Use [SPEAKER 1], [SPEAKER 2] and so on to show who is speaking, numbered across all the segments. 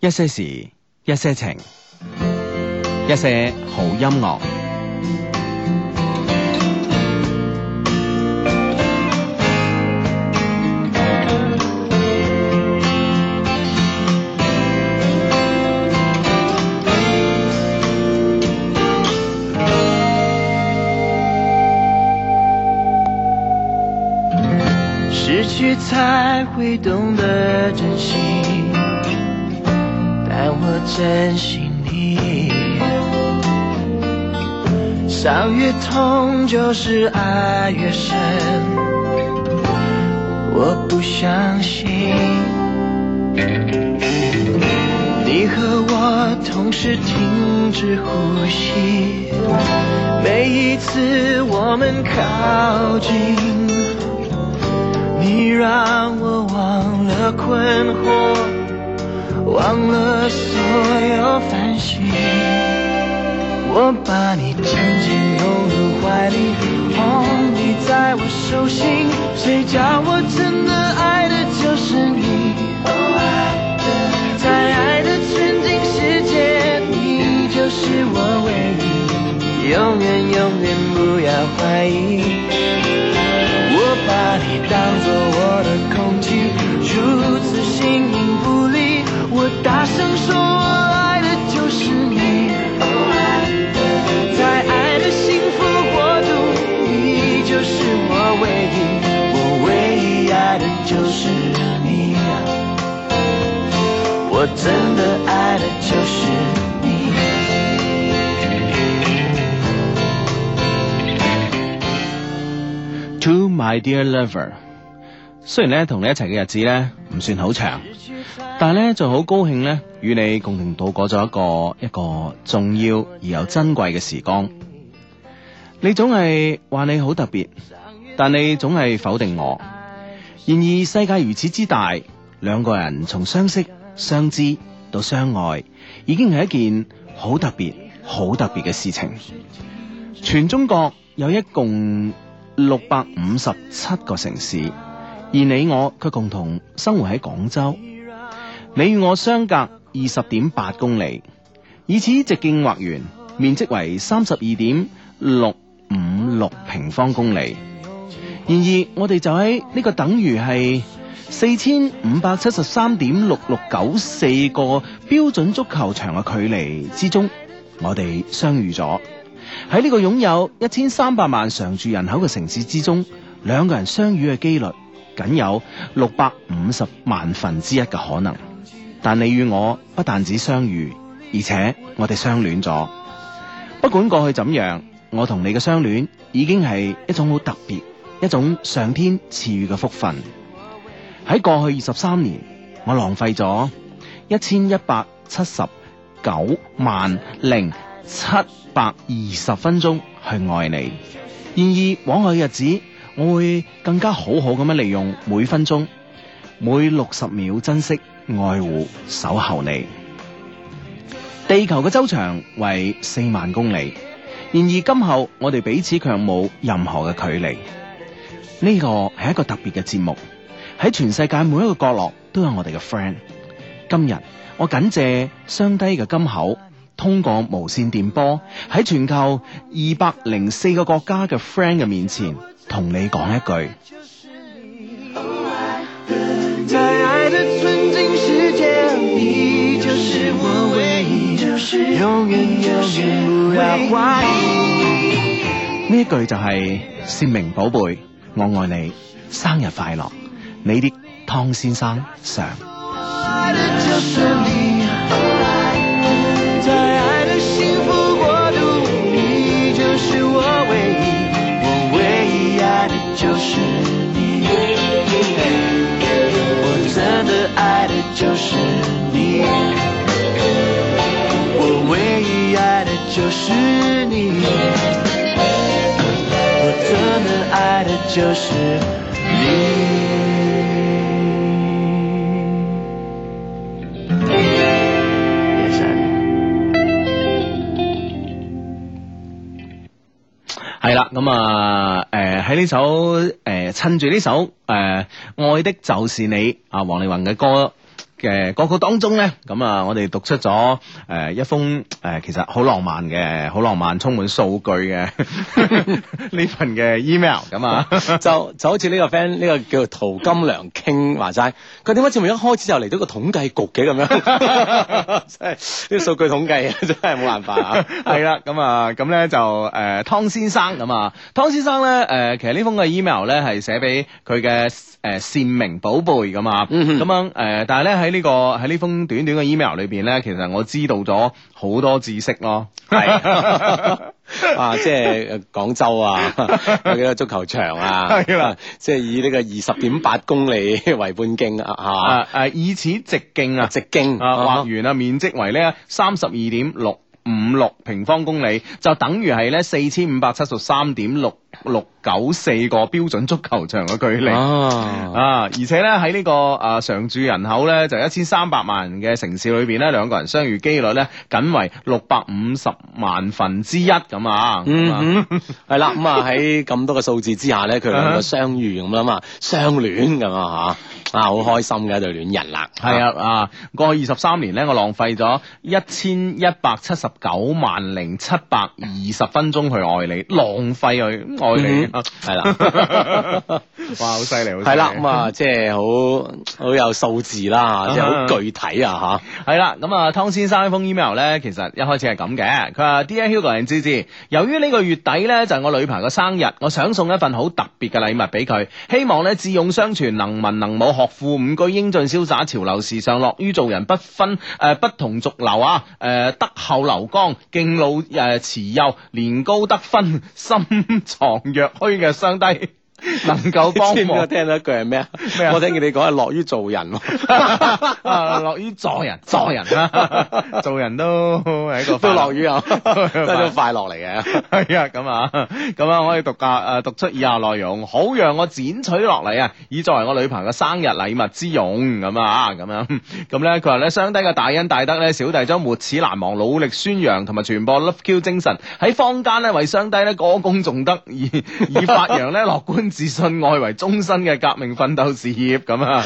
[SPEAKER 1] 一些事，一些情，一些好音樂。
[SPEAKER 2] 失去才会懂得珍惜，但我珍惜你。伤越痛就是爱越深，我不相信。你和我同时停止呼吸，每一次我们靠近。你让我忘了困惑，忘了所有烦心。我把你紧紧拥入怀里，哦，你在我手心。谁叫我真的爱的就是你？在爱的纯净世界，你就是我唯一，永远永远不要怀疑。我把你当作我的空气，如此形影不离。我大声说，我爱的就是你。在爱的幸福国度，你就是我唯一，我唯一爱的就是你。我真的爱的就是你。
[SPEAKER 1] To my dear lover，雖然咧同你一齊嘅日子咧唔算好長，但係咧就好高興咧與你共同度過咗一個一個重要而又珍貴嘅時光。你總係話你好特別，但你總係否定我。然而世界如此之大，兩個人從相識、相知到相愛，已經係一件好特別、好特別嘅事情。全中國有一共六百五十七個城市，而你我卻共同生活喺廣州。你與我相隔二十點八公里，以此直徑畫圓，面積為三十二點六五六平方公里。然而，我哋就喺呢個等於係四千五百七十三點六六九四個標準足球場嘅距離之中，我哋相遇咗。喺呢個擁有一千三百萬常住人口嘅城市之中，兩個人相遇嘅機率僅有六百五十萬分之一嘅可能。但你與我不但止相遇，而且我哋相戀咗。不管過去怎樣，我同你嘅相戀已經係一種好特別、一種上天賜予嘅福分。喺過去二十三年，我浪費咗一千一百七十九萬零七百二十分鐘去愛你。然而往後嘅日子，我會更加好好咁樣利用每分鐘，每六十秒珍惜、愛護、守候你。地球嘅周長為四萬公里，然而今後我哋彼此卻冇任何嘅距離。呢個係一個特別嘅節目，喺全世界每一個角落都有我哋嘅 friend。今日我感謝雙低嘅金口，通過無線電波喺全球二百零四個國家嘅 friend 嘅面前，同你講一句。
[SPEAKER 2] 在爱的纯净世界，你就是我唯一，永远永远不要怀疑。
[SPEAKER 1] 呢一句就係善明寶貝，我愛你，生日快樂！你的湯先生上，
[SPEAKER 2] 爱的就是你，在爱的幸福国度，你就是我唯一，我唯一爱的就是你，我真的爱的就是你，我唯一爱的就是你，我真的爱的就是你。Yes,
[SPEAKER 3] 嗯
[SPEAKER 2] I-
[SPEAKER 1] 係啦，咁啊，誒喺呢呃首誒、呃趁住呢首誒、呃愛的就是你啊，王力宏嘅歌嘅歌曲當中咧，咁啊，我哋讀出咗誒、呃一封誒、呃其實好浪漫嘅、好浪漫、充滿數據嘅 呢份嘅 email 咁啊，
[SPEAKER 3] 就就好似呢個 friend 呢個叫陶金良傾話齋，佢點解節目一開始就嚟到個統計局嘅咁樣？ 真係呢個數據統計啊， 真係冇辦法啊！
[SPEAKER 1] 係啦，咁啊，咁咧就誒、呃、湯先生咁啊，湯先生咧誒、呃其實呢封嘅 email 咧係寫俾佢嘅誒善明寶貝咁啊，咁、
[SPEAKER 3] 嗯哼
[SPEAKER 1] 樣誒、呃但係咧喺呢個喺呢封短短嘅 email 裏邊咧，其實我知道咗好多知識咯，
[SPEAKER 3] 係啊，即係呃廣州啊， 有幾個足球場啊，
[SPEAKER 1] 係啦
[SPEAKER 3] 即係以呢個二十點八公里 為半徑啊，
[SPEAKER 1] 啊誒以此直徑
[SPEAKER 3] 嚇
[SPEAKER 1] 啊，
[SPEAKER 3] 直徑
[SPEAKER 1] 啊，畫完啊，面積為咧三十二點六五六平方公里，就等於係咧四千五百七十三點六六九四個標準足球場嘅距離。
[SPEAKER 3] 啊，
[SPEAKER 1] 啊！而且咧喺呢個啊常住人口咧就一千三百萬嘅城市裏邊咧，兩個人相遇機率咧僅為六百五十萬分之一咁啊！咁啊啊
[SPEAKER 3] 嗯哼，係啦，咁啊喺咁多嘅數字之下咧，佢兩個相遇咁啦嘛，相戀咁啊嚇，啊好開心嘅一對戀人啦，
[SPEAKER 1] 係啊啊！過去二十三年咧，我浪費咗一千一百七十九萬零七百二十分鐘去愛你，浪費去愛你。
[SPEAKER 3] 嗯係啦。
[SPEAKER 1] 哇！好犀利，好犀利
[SPEAKER 3] 係啦，咁 啊，即係好好有數字啦，即係好具體 啊
[SPEAKER 1] 係啦，咁啊，湯先生呢封 email 咧，其實一開始係咁嘅，佢話 Dear Hugo and 芝芝，由於呢個月底咧就係我女朋友嘅生日，我想送一份好特別嘅禮物俾佢，希望咧智勇雙全，能文能武，學富五車，英俊瀟灑，潮流時尚，樂於做人，不分誒、呃不同族流啊，誒、德厚流光，敬老誒、呃慈幼，年高得分，心藏若虛嘅雙低，能夠
[SPEAKER 3] 嚇。
[SPEAKER 1] 幫
[SPEAKER 3] 知唔知我
[SPEAKER 1] 忙。
[SPEAKER 3] 聽到一句係咩啊？
[SPEAKER 1] 咩啊
[SPEAKER 3] 我聽見你講係樂於做人喎，
[SPEAKER 1] 啊，樂於助人，助人啦，做人都係一個
[SPEAKER 3] 都
[SPEAKER 1] 快樂
[SPEAKER 3] 樂於啊， 都係一種快樂嚟嘅。
[SPEAKER 1] 系啊，咁啊，咁啊，我可以讀下诶、呃讀出以下內容，好讓我剪取落嚟啊，以作為我女朋友嘅生日禮物之用咁啊，咁樣咁咧，佢話咧，雙低嘅大恩大德咧，小弟將沒齒難忘，努力宣揚同埋傳播 Love Q 精神，喺坊間咧為雙低咧歌功頌德，以 以發揚咧樂觀自信、愛為終身嘅革命奮鬥事業咁啊。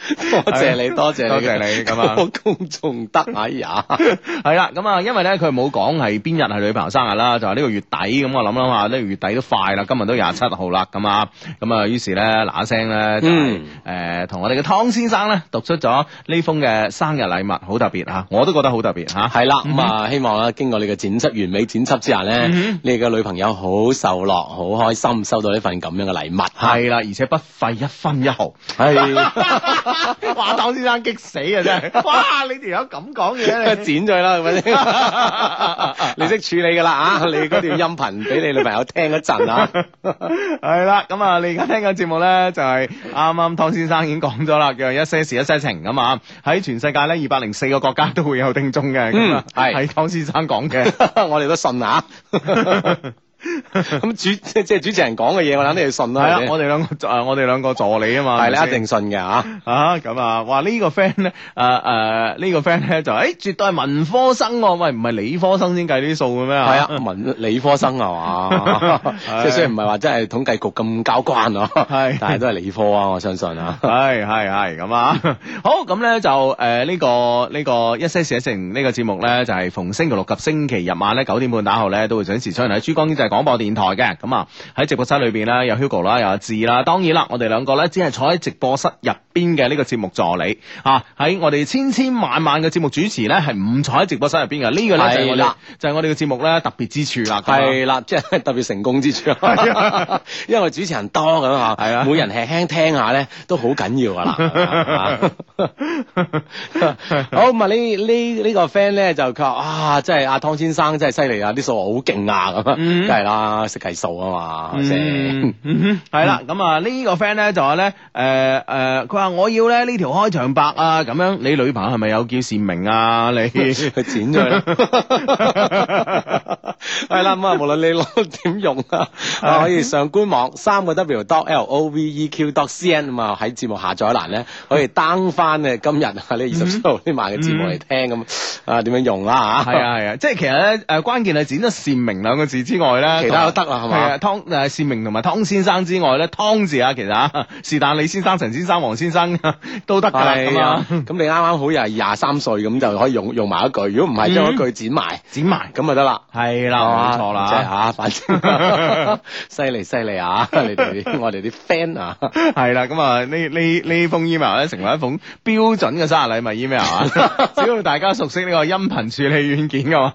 [SPEAKER 3] 多謝你，多謝你，
[SPEAKER 1] 多謝你咁 啊
[SPEAKER 3] 歌功仲德，哎呀，
[SPEAKER 1] 系啦，咁啊，因為咧佢冇講係邊日係女朋友生日啦，就話呢個月底咁，我諗諗下呢個月底都快啦，今日都廿七號啦，咁啊，咁啊，於是咧嗱一聲咧就係
[SPEAKER 3] 嗯
[SPEAKER 1] 誒同我哋嘅湯先生咧讀出咗呢封嘅生日禮物，好特別嚇，我都覺得好特別嚇。
[SPEAKER 3] 係啦，咁啊，希望咧經過你嘅剪輯完美剪輯之下咧，你嘅女朋友好受落，好開心收到呢份咁樣嘅禮物嚇。
[SPEAKER 1] 係啦，而且不費一分一毫。
[SPEAKER 3] 係。
[SPEAKER 1] 哇！湯先生激死啊，真 係！哇！你條友咁講嘢 你
[SPEAKER 3] 剪咗佢啦，咁 樣你識處理噶啦啊！你嗰段音頻俾你女朋友聽嗰陣啊，
[SPEAKER 1] 系啦，咁啊，你而家聽緊節目咧，就係啱啱湯先生已經講咗啦，叫做一些事一些情咁啊，喺全世界咧二百零四個國家都會有聽眾嘅，咁啊
[SPEAKER 3] 嗯係
[SPEAKER 1] 係湯先生講 嘅，
[SPEAKER 3] 我哋都 信啊。咁主即即係主持人講嘅嘢，我肯定要信
[SPEAKER 1] 係
[SPEAKER 3] 啦
[SPEAKER 1] 啦。，我哋兩個啊，我哋兩個助理啊嘛，
[SPEAKER 3] 係
[SPEAKER 1] 係咪
[SPEAKER 3] 啦，一
[SPEAKER 1] 先
[SPEAKER 3] 定信 嘅啊。
[SPEAKER 1] 啊咁啊，哇呢個 friend 咧，誒誒呢個 friend 咧就誒絕對係文科生喎，喂唔係理科生先計呢啲數嘅咩？
[SPEAKER 3] 係啊，文理科生 係
[SPEAKER 1] 啊
[SPEAKER 3] 嘛，即係雖然唔係話真係統計局咁交關啊，
[SPEAKER 1] 係
[SPEAKER 3] 但係都係理科啊，我相信 啊。
[SPEAKER 1] 係係係咁啊！ 好咁咧就呃誒呢、個呢、個一些事一些情呢個節目咧，就係、逢星期六及星期日晚咧九點半打後咧都會準時出現喺珠江經濟廣播電台嘅。咁啊喺直播室裏邊咧有 Hugo 啦，有阿志啦。當然啦，我哋兩個咧只係坐喺直播室入邊嘅呢個節目助理啊。喺我哋千千萬萬嘅節目主持咧係唔坐喺直播室入邊嘅。呢、個咧就係我哋
[SPEAKER 3] 係啦
[SPEAKER 1] 就係我哋嘅節目咧特別之處啦。咁啊
[SPEAKER 3] 係 啦，即係特別成功之處，因為我哋主持人多咁啊，
[SPEAKER 1] 啊係啊
[SPEAKER 3] 每人輕輕聽下咧都好緊要噶啦。 啊好咁啊！呢呢呢個 friend 咧就佢話啊，真係阿湯先生真係犀利啊！啲數好勁啊咁，
[SPEAKER 1] 嗯
[SPEAKER 3] 梗係啦，識計數啊嘛，係咪
[SPEAKER 1] 嗯
[SPEAKER 3] 先？
[SPEAKER 1] 嗯哼，係啦，咁啊呢個 friend 咧就話咧，誒誒，佢話我要咧呢條開場白啊，咁樣你 女朋友係咪有叫善明啊？你
[SPEAKER 3] 佢剪咗佢啦，系啦，咁啊，無論你攞點用啊，
[SPEAKER 1] 哎
[SPEAKER 3] 啊可以上官網三個 W dot L O V E Q dot C N 咁啊，喺節目下載欄咧，可以 down 翻咧今日啊呢二
[SPEAKER 1] 嗯
[SPEAKER 3] 十七號呢晚嘅節目嚟聽咁啊，點樣用啦
[SPEAKER 1] 係啊係啊，即係其實咧誒關鍵係剪咗善明兩個字之外咧，
[SPEAKER 3] 其他都得啦係嘛
[SPEAKER 1] 係啊，湯誒善明同埋湯先生之外咧，湯字啊，其實啊， 是但李先生、陳先生、黃先生 都得㗎啦，咁
[SPEAKER 3] 係啊
[SPEAKER 1] 啊，，
[SPEAKER 3] 咁你啱啱好又係廿三歲咁就可以用用埋一句，如果唔係將一句剪埋
[SPEAKER 1] 剪埋
[SPEAKER 3] 咁就得啦。
[SPEAKER 1] 係嗯啊啦，冇錯
[SPEAKER 3] 即係
[SPEAKER 1] 啦，
[SPEAKER 3] 嚇，反 正 犀利犀利啊！你哋啲我哋啲 friend 啊，
[SPEAKER 1] 係啦，咁啊呢呢呢封 email 咧成為一封標準嘅生日禮物 email 啊， 只要大家熟悉呢個音頻處理軟件嘅嘛。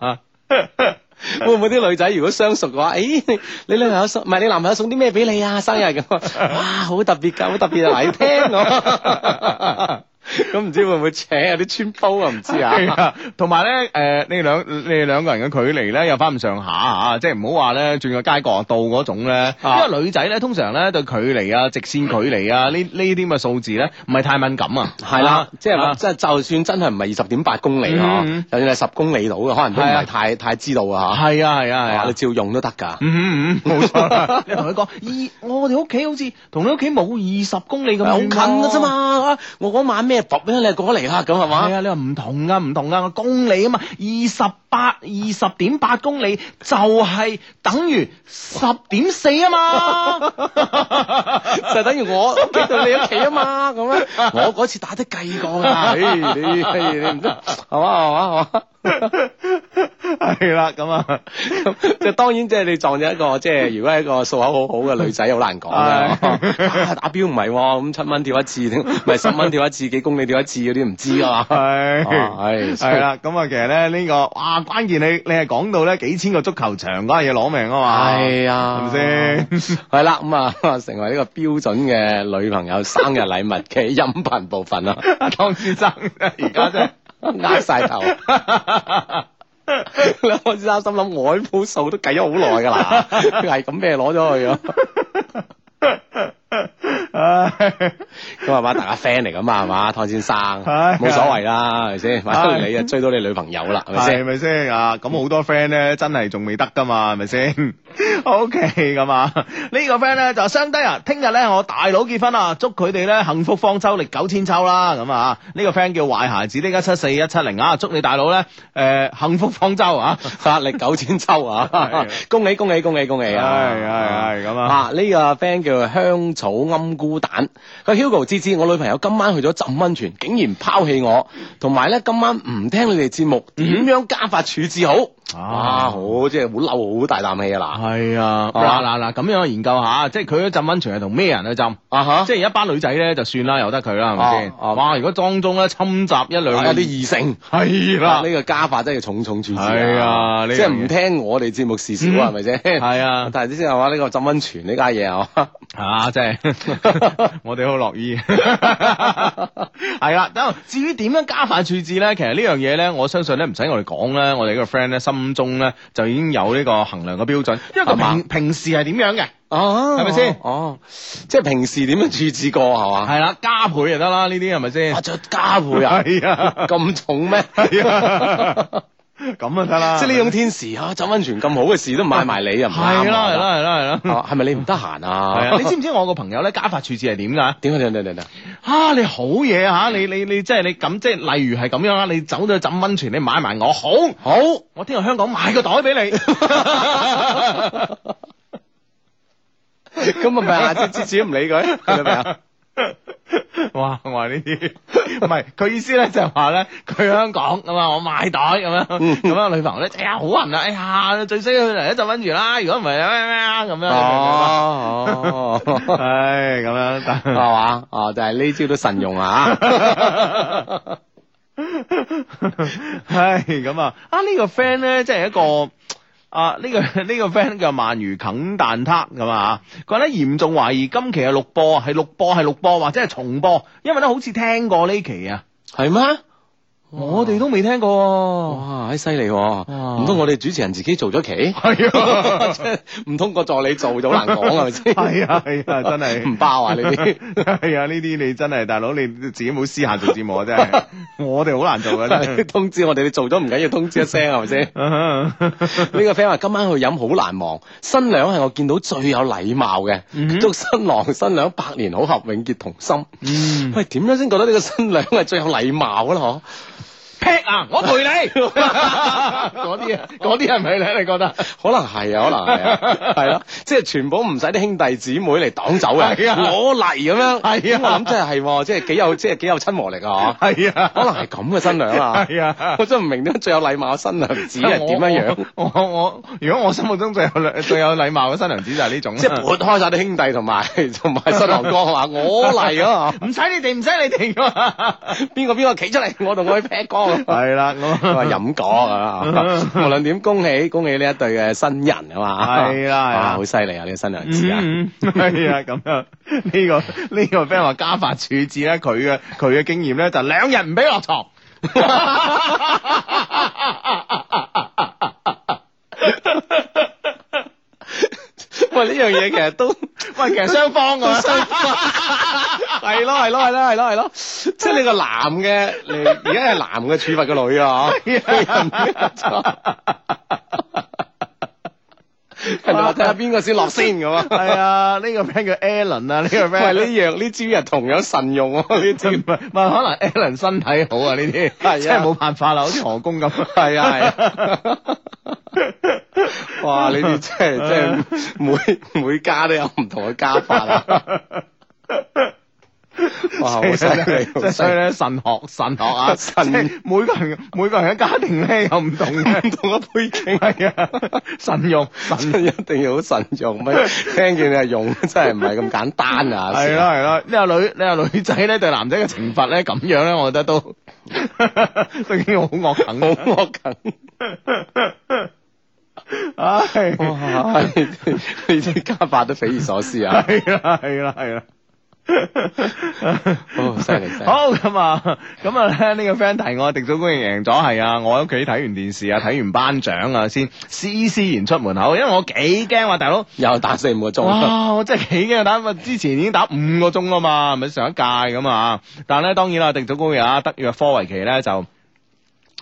[SPEAKER 3] 會唔會啲女仔如果相熟嘅話，誒、你你女朋友送唔係你男朋友送啲咩俾你啊？生日咁，哇，好特別㗎，好特別啊！嗱，你聽我， 咁唔知會唔會扯有啲穿煲啊？唔 知
[SPEAKER 1] 係
[SPEAKER 3] 啊，
[SPEAKER 1] 啊，同埋咧，誒，你兩你哋兩個人嘅距離咧，有翻咁上下嚇，即係唔好話咧轉個街角度嗰種咧，
[SPEAKER 3] 啊
[SPEAKER 1] 因為女仔咧通常咧對距離啊、直線距離啊呢呢啲咁嘅數字咧，唔係太敏感啊，
[SPEAKER 3] 係啦
[SPEAKER 1] 啊，
[SPEAKER 3] 即係
[SPEAKER 1] 啊
[SPEAKER 3] 即係就算真係唔係二十點八公里啊，
[SPEAKER 1] 嗯嗯
[SPEAKER 3] 就算係十公里到嘅，可能都唔
[SPEAKER 1] 係啊
[SPEAKER 3] 係太太知道啊嚇，
[SPEAKER 1] 係啊係啊係
[SPEAKER 3] 係啊，
[SPEAKER 1] 啊
[SPEAKER 3] 你。照用都得㗎。
[SPEAKER 1] 嗯嗯嗯，冇錯啦。 你同佢講，咦，我哋屋企好似同你屋企冇二十公里咁遠喎
[SPEAKER 3] 好近嘅啫。嘛，啊我嗰晚咩伏咧，你就過嚟啦，咁係嘛
[SPEAKER 1] 係？啊，你話唔同啊，唔同啊，公里啊嘛，二十八二十點八公里就係等於十點四啊 嘛。
[SPEAKER 3] 就等於我屋企到你屋企啊嘛，咁樣我嗰次打得計過㗎，啊唉你你你唔得，係嘛係嘛係嘛，
[SPEAKER 1] 系啦，咁啊，
[SPEAKER 3] 咁即係當然即係你撞咗一個即係如果係一個數口好好嘅女仔，好難講嘅，
[SPEAKER 1] 係
[SPEAKER 3] 啊打錶唔係喎，咁七蚊跳一 次，唔係十蚊跳一次，幾公里跳一次嗰啲唔知㗎嘛，
[SPEAKER 1] 系。
[SPEAKER 3] 係
[SPEAKER 1] 系，啦，咁啊，其實咧呢、個哇關鍵你你係講到咧幾千個足球場嗰下嘢攞命啊嘛，
[SPEAKER 3] 係啊，
[SPEAKER 1] 係咪先？
[SPEAKER 3] 係啦，咁啊，成為呢個標準嘅女朋友生日禮物嘅音頻部分啦，
[SPEAKER 1] 阿湯先生而家真係
[SPEAKER 3] 呃晒 頭。兩我先生心諗，我呢鋪數都計咗好耐㗎啦，係咁俾你攞咗去啊咯。
[SPEAKER 1] 唉
[SPEAKER 3] 咁係嘛，大家 friend 嚟㗎嘛，係嘛，湯先生，
[SPEAKER 1] 係
[SPEAKER 3] 冇所謂啦，係咪先？反正你啊追到你女朋友啦，係咪
[SPEAKER 1] 係
[SPEAKER 3] 先？
[SPEAKER 1] 咪先啊？咁好多 friend 咧，真係仲未得噶嘛，係咪先 ？OK 咁啊，呢個 friend 咧就相低啊，聽日咧我大佬結婚啊，祝佢哋咧幸福方舟歷久千秋啦。咁啊，呢個 friend 叫壞孩子，呢家七四一七零啊，祝你大佬咧誒幸福方舟啊！
[SPEAKER 3] 壓力九千秋啊
[SPEAKER 1] 係！
[SPEAKER 3] 恭喜恭喜恭喜恭喜啊！
[SPEAKER 1] 係係係咁啊
[SPEAKER 3] 啊！呢個 friend 叫香草庵菇蛋，佢 Hugo 芝芝，我女朋友今晚去咗浸温泉，竟然拋棄我，同埋咧今晚唔聽你哋節目，點樣加法處置好？
[SPEAKER 1] 嗯啊
[SPEAKER 3] 啊！好，即係好嬲，好大啖氣啊！嗱。
[SPEAKER 1] 係啊，嗱嗱嗱，咁樣研究下，即係佢嗰浸温泉係同咩人去浸？
[SPEAKER 3] 啊哈
[SPEAKER 1] 即係一班女仔咧，就算啦，由得佢啦，係咪先？
[SPEAKER 3] 啊啊
[SPEAKER 1] 哇！如果當中咧侵襲一兩
[SPEAKER 3] 啊有啲異性。
[SPEAKER 1] 係啦
[SPEAKER 3] 啊！呢，個加法真係要重重注意
[SPEAKER 1] 係啊呢
[SPEAKER 3] 即
[SPEAKER 1] 樣
[SPEAKER 3] 係
[SPEAKER 1] 嘢
[SPEAKER 3] 唔聽我哋節目事少啊，係咪先？
[SPEAKER 1] 係啊。
[SPEAKER 3] 但係啲先係話呢個浸温泉呢家嘢啊，
[SPEAKER 1] 啊，真係 我哋好樂意。係啦，咁至於點樣加快處置咧，其實呢樣嘢咧，我相信咧唔使我哋講咧，我哋呢個 friend 咧心中咧就已經有呢個衡量嘅標準，因為
[SPEAKER 3] 係
[SPEAKER 1] 佢
[SPEAKER 3] 嘛
[SPEAKER 1] 平平時係點樣嘅，
[SPEAKER 3] 哦
[SPEAKER 1] 係咪先
[SPEAKER 3] 哦，即係平時點樣處置過係嘛？
[SPEAKER 1] 係啦，加倍就得啦，呢啲係咪先
[SPEAKER 3] 啊，？着加倍啊，
[SPEAKER 1] 係啊，
[SPEAKER 3] 咁重咩？
[SPEAKER 1] 係啊，咁啊得啦，
[SPEAKER 3] 即係呢種天時啊，浸温泉咁好嘅事都唔買埋你又唔啱啊
[SPEAKER 1] 係啦係啦係啦係啦，
[SPEAKER 3] 啊係咪你唔得閒啊？
[SPEAKER 1] 係啊！你知唔知我個朋友咧加法處置係點㗎？
[SPEAKER 3] 點啊點啊點啊點啊？
[SPEAKER 1] 啊！你好嘢嚇、啊，你你你即係你咁即係，例如係咁樣啊啦，你走到去浸温泉，你買埋我好，好，我聽日香港買個袋俾你，
[SPEAKER 3] 咁啊咪下次次次都唔理佢，係咪啊？
[SPEAKER 1] 哇！我話呢啲唔係佢意思咧，就係話咧佢香港咁啊，我買袋咁樣，咁樣女朋友咧，哎呀好痕啊，哎呀最衰去嚟一浸温泉啦，如果唔係咩咩啊咁樣，
[SPEAKER 3] 哦哦。
[SPEAKER 1] 唉咁樣，
[SPEAKER 3] 係
[SPEAKER 1] 但
[SPEAKER 3] 嘛？啊，但係呢招都慎用啊！
[SPEAKER 1] 唉，咁啊，啊呢、個 friend 咧，即係一個。啊！呢、個 呢、個 friend 叫鰻魚啃蛋撻咁啊，佢咧嚴重懷疑今期係錄播，係錄播，係錄播或者係重播，因為咧好似聽過呢期啊，
[SPEAKER 3] 係咩？
[SPEAKER 1] 我哋都未聽過
[SPEAKER 3] 哇，喺犀利喎！
[SPEAKER 1] 哇
[SPEAKER 3] 唔通我哋主持人自己做咗棋？
[SPEAKER 1] 喎。係啊，
[SPEAKER 3] 唔通個助理做就好難講係咪 先？
[SPEAKER 1] 係啊，係啊， 真係
[SPEAKER 3] 唔包啊呢啲。
[SPEAKER 1] 係啊，呢啲你真係大佬，你自己冇私下做節目啊，真 係我哋好難做噶啊真 係。嗯
[SPEAKER 3] 通知我哋你做咗唔緊要，通知一聲 係咪先？呢個 friend 話今晚去飲好難忘，新娘係我見到最有禮貌嘅，
[SPEAKER 1] 嗯
[SPEAKER 3] 祝新郎新娘百年好合，永結同心。
[SPEAKER 1] 嗯
[SPEAKER 3] 喂，點樣先覺得呢個新娘係最有禮貌啦？嗬，
[SPEAKER 1] 劈啊！我陪 你嗰啲啊，嗰啲係咪咧？你覺得？
[SPEAKER 3] 可能係啊，可能係啊， 係咯，即係全部唔使啲兄弟姊妹嚟擋走嘅，
[SPEAKER 1] 係啊
[SPEAKER 3] 攞嚟咁樣。
[SPEAKER 1] 係啊
[SPEAKER 3] 咁我諗真係係喎，即係 幾有，即係幾有親和力啊！
[SPEAKER 1] 係啊，
[SPEAKER 3] 嗬，可能係咁嘅新娘啊，
[SPEAKER 1] 係啊。
[SPEAKER 3] 我真係唔明點解最有禮貌嘅新娘子係點樣樣。
[SPEAKER 1] 我？我我如果我心目中最有禮最有禮貌嘅新娘子就係呢種，
[SPEAKER 3] 即係撥開晒啲兄弟同埋 同埋新郎 哥話我嚟啊！
[SPEAKER 1] 唔使你哋，唔使你哋啊！
[SPEAKER 3] 邊個邊個企出嚟，我同佢劈光。
[SPEAKER 1] 係啦，
[SPEAKER 3] 佢話
[SPEAKER 1] 我
[SPEAKER 3] 飲 果啊！無論點，恭喜恭喜呢一對嘅新人啊嘛！
[SPEAKER 1] 係啦係啦
[SPEAKER 3] 哇好犀利啊！呢個新娘子啊！
[SPEAKER 1] 嗯，係啊，咁樣呢個呢個 friend 話家法處置咧，佢嘅佢嘅經驗咧就兩日唔俾落床。
[SPEAKER 3] 喂，呢樣嘢其實啊都
[SPEAKER 1] 喂，其實雙方㗎，
[SPEAKER 3] 係咯係咯係咯係咯係咯，即係你個男嘅，你而家係男嘅處罰個女啊！ 人哋話睇下邊個先落先咁啊！
[SPEAKER 1] 係啊，呢個 friend 叫 Alan 啊，呢個 friend
[SPEAKER 3] 喂，呢樣呢招人同樣慎用喎，呢招
[SPEAKER 1] 唔係唔係，可能 Alan 身體好啊，呢啲
[SPEAKER 3] 係啊
[SPEAKER 1] 真係冇辦法啦，好似何工咁。
[SPEAKER 3] 係 啊係啊！ 哇！呢啲真係真係每 每家都有唔同嘅家法 啊！哇！好犀利，
[SPEAKER 1] 即
[SPEAKER 3] 好
[SPEAKER 1] 係
[SPEAKER 3] 犀
[SPEAKER 1] 所以
[SPEAKER 3] 利！
[SPEAKER 1] 咧，神學神學啊，
[SPEAKER 3] 神
[SPEAKER 1] 即係每個人每個人嘅家庭咧有唔同 嘅唔同嘅背景，係啊，神用 神
[SPEAKER 3] 一定要好慎用， 咩？聽見你係用，真係唔係咁簡單啊！
[SPEAKER 1] 係啦係啦，你話女你話女仔咧對男仔嘅懲罰咧咁樣咧，我覺得都 都已經好惡啃，
[SPEAKER 3] 好惡 緊，
[SPEAKER 1] 唉，
[SPEAKER 3] 哇！哎呢啲呢啲家法都匪夷所 思啊！
[SPEAKER 1] 係啦係啦係啦。
[SPEAKER 3] 哦，犀利犀利！
[SPEAKER 1] 好咁啊，咁啊咧呢個 friend 提我迪祖公贏咗，係啊，我喺屋企睇完電視啊，睇完頒獎啊，先斯斯然出門口，因為我幾驚話大佬，
[SPEAKER 3] 又打四五個鐘，
[SPEAKER 1] 哇，我真係幾驚打，之前已經打五個鐘啦嘛，咪上一屆咁啊，但係咧當然啦，迪祖公啊，德約科維奇咧就。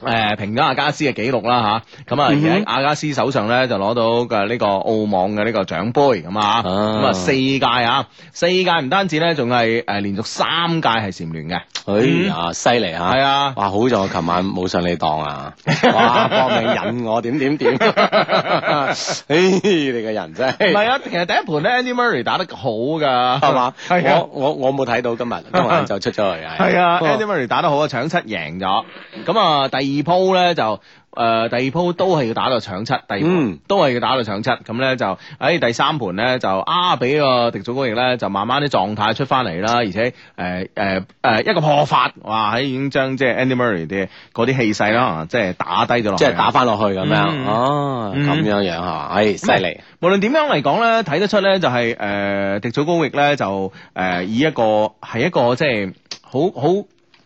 [SPEAKER 1] 誒、平咗阿加斯嘅紀錄啦吓，咁
[SPEAKER 3] 嗯
[SPEAKER 1] 啊而喺阿加斯手上咧就攞到嘅呢個澳網嘅呢個獎杯咁啊，咁啊四屆啊，四屆唔單止咧，仲係誒連續三屆係蟬聯嘅，
[SPEAKER 3] 哎呀，犀利嚇！
[SPEAKER 1] 嗯係啊，
[SPEAKER 3] 哇！好在我琴晚冇上你 當啊！哇，搏命引我點點點，唉，你個人真
[SPEAKER 1] 唔係
[SPEAKER 3] 係
[SPEAKER 1] 啊，其實第一盤咧，Andy Murray 打得好噶，
[SPEAKER 3] 係嘛？
[SPEAKER 1] 係啊
[SPEAKER 3] 我我我冇睇到 今日，今日晏晝出咗去係哦
[SPEAKER 1] 係啊
[SPEAKER 3] 不
[SPEAKER 1] ，Andy
[SPEAKER 3] 過
[SPEAKER 1] Murray 打得好啊，搶七贏咗。咁啊，第二鋪咧就。誒、第二鋪都係要打到搶七，第二盤、
[SPEAKER 3] 嗯
[SPEAKER 1] 都係要打到搶七，咁咧就喺、哎第三盤咧就啊俾個迪祖高域咧就慢慢啲狀態出翻嚟啦，而且誒誒誒一個破發，哇！喺已經將即係 Andy Murray 啲嗰啲氣勢啦，即係打低咗落去，
[SPEAKER 3] 即係打翻落去咁
[SPEAKER 1] 嗯
[SPEAKER 3] 樣，哦，
[SPEAKER 1] 嗯
[SPEAKER 3] 咁樣樣係嘛？唉，犀利！
[SPEAKER 1] 無論點樣嚟講咧，睇得出咧就係、誒、迪祖高域咧就誒、以一個係一個即係好好。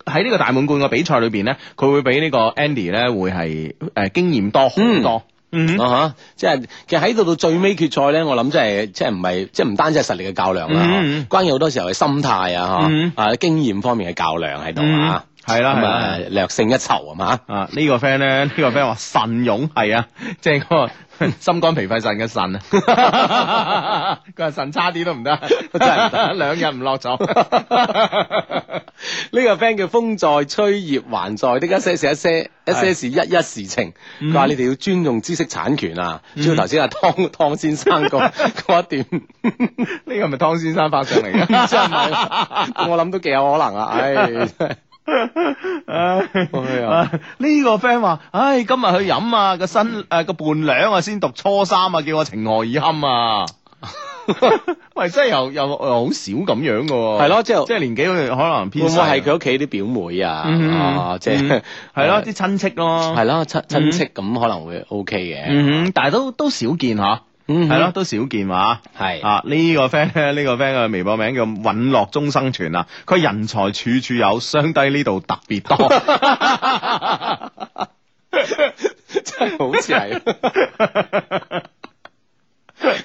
[SPEAKER 1] 喺呢個大滿貫嘅比賽裏邊咧，佢會比呢個 Andy 咧會係誒、呃經驗多好多。嗯
[SPEAKER 3] 啊哈！即係其實喺到到最尾決賽咧，我諗真係即係唔係即係唔單止係實力嘅較量啦，
[SPEAKER 1] 嗯
[SPEAKER 3] 嚇關鍵好多時候係心態啊，
[SPEAKER 1] 嗯
[SPEAKER 3] 嚇啊經驗方面嘅較量喺度
[SPEAKER 1] 嗯
[SPEAKER 3] 啊，
[SPEAKER 1] 係啦係
[SPEAKER 3] 咁
[SPEAKER 1] 啦
[SPEAKER 3] 啊略勝一籌啊嘛，
[SPEAKER 1] 啊，呢、個 friend 咧，呢、個 friend 話腎勇係啊， 即係嗰個 心肝脾肺腎嘅腎啊。 佢話腎差啲都唔得，真係 兩日唔落咗。
[SPEAKER 3] 呢個 friend 叫風在吹葉還在的一些事一些一些事一一事情，
[SPEAKER 1] 嗯
[SPEAKER 3] 佢話你哋要尊重知識產權啊！主要頭先 阿湯湯先生嗰嗰一段，
[SPEAKER 1] 呢個咪湯先生發上嚟嘅。
[SPEAKER 3] 真係我諗都幾有可能啊！唉，真係哎呀
[SPEAKER 1] 唉啊呢個 friend 話：，唉，今日去飲啊，個新诶个伴娘啊，先讀初三啊，叫我情何以堪 啊！喂，真係又又又好少咁樣噶喎。
[SPEAKER 3] 係咯即係
[SPEAKER 1] 即係年紀可能
[SPEAKER 3] 會
[SPEAKER 1] 偏
[SPEAKER 3] 唔會
[SPEAKER 1] 細啊。
[SPEAKER 3] 係佢屋企啲表妹
[SPEAKER 1] 嗯？嗯
[SPEAKER 3] 啊？啊，即係
[SPEAKER 1] 嗯係咯，啲親戚咯。
[SPEAKER 3] 係啦，親親
[SPEAKER 1] 嗯
[SPEAKER 3] 戚咁可能會 OK 嘅。
[SPEAKER 1] 嗯哼，但係都都少見吓。
[SPEAKER 3] 嗯哼
[SPEAKER 1] 係咯，都少見話。
[SPEAKER 3] 係
[SPEAKER 1] 啊，呢個 friend 咧，呢個 friend 嘅微博名叫允樂中生存啊，佢人才處處有，相低呢度特 別多。
[SPEAKER 3] 真係好似係。 呢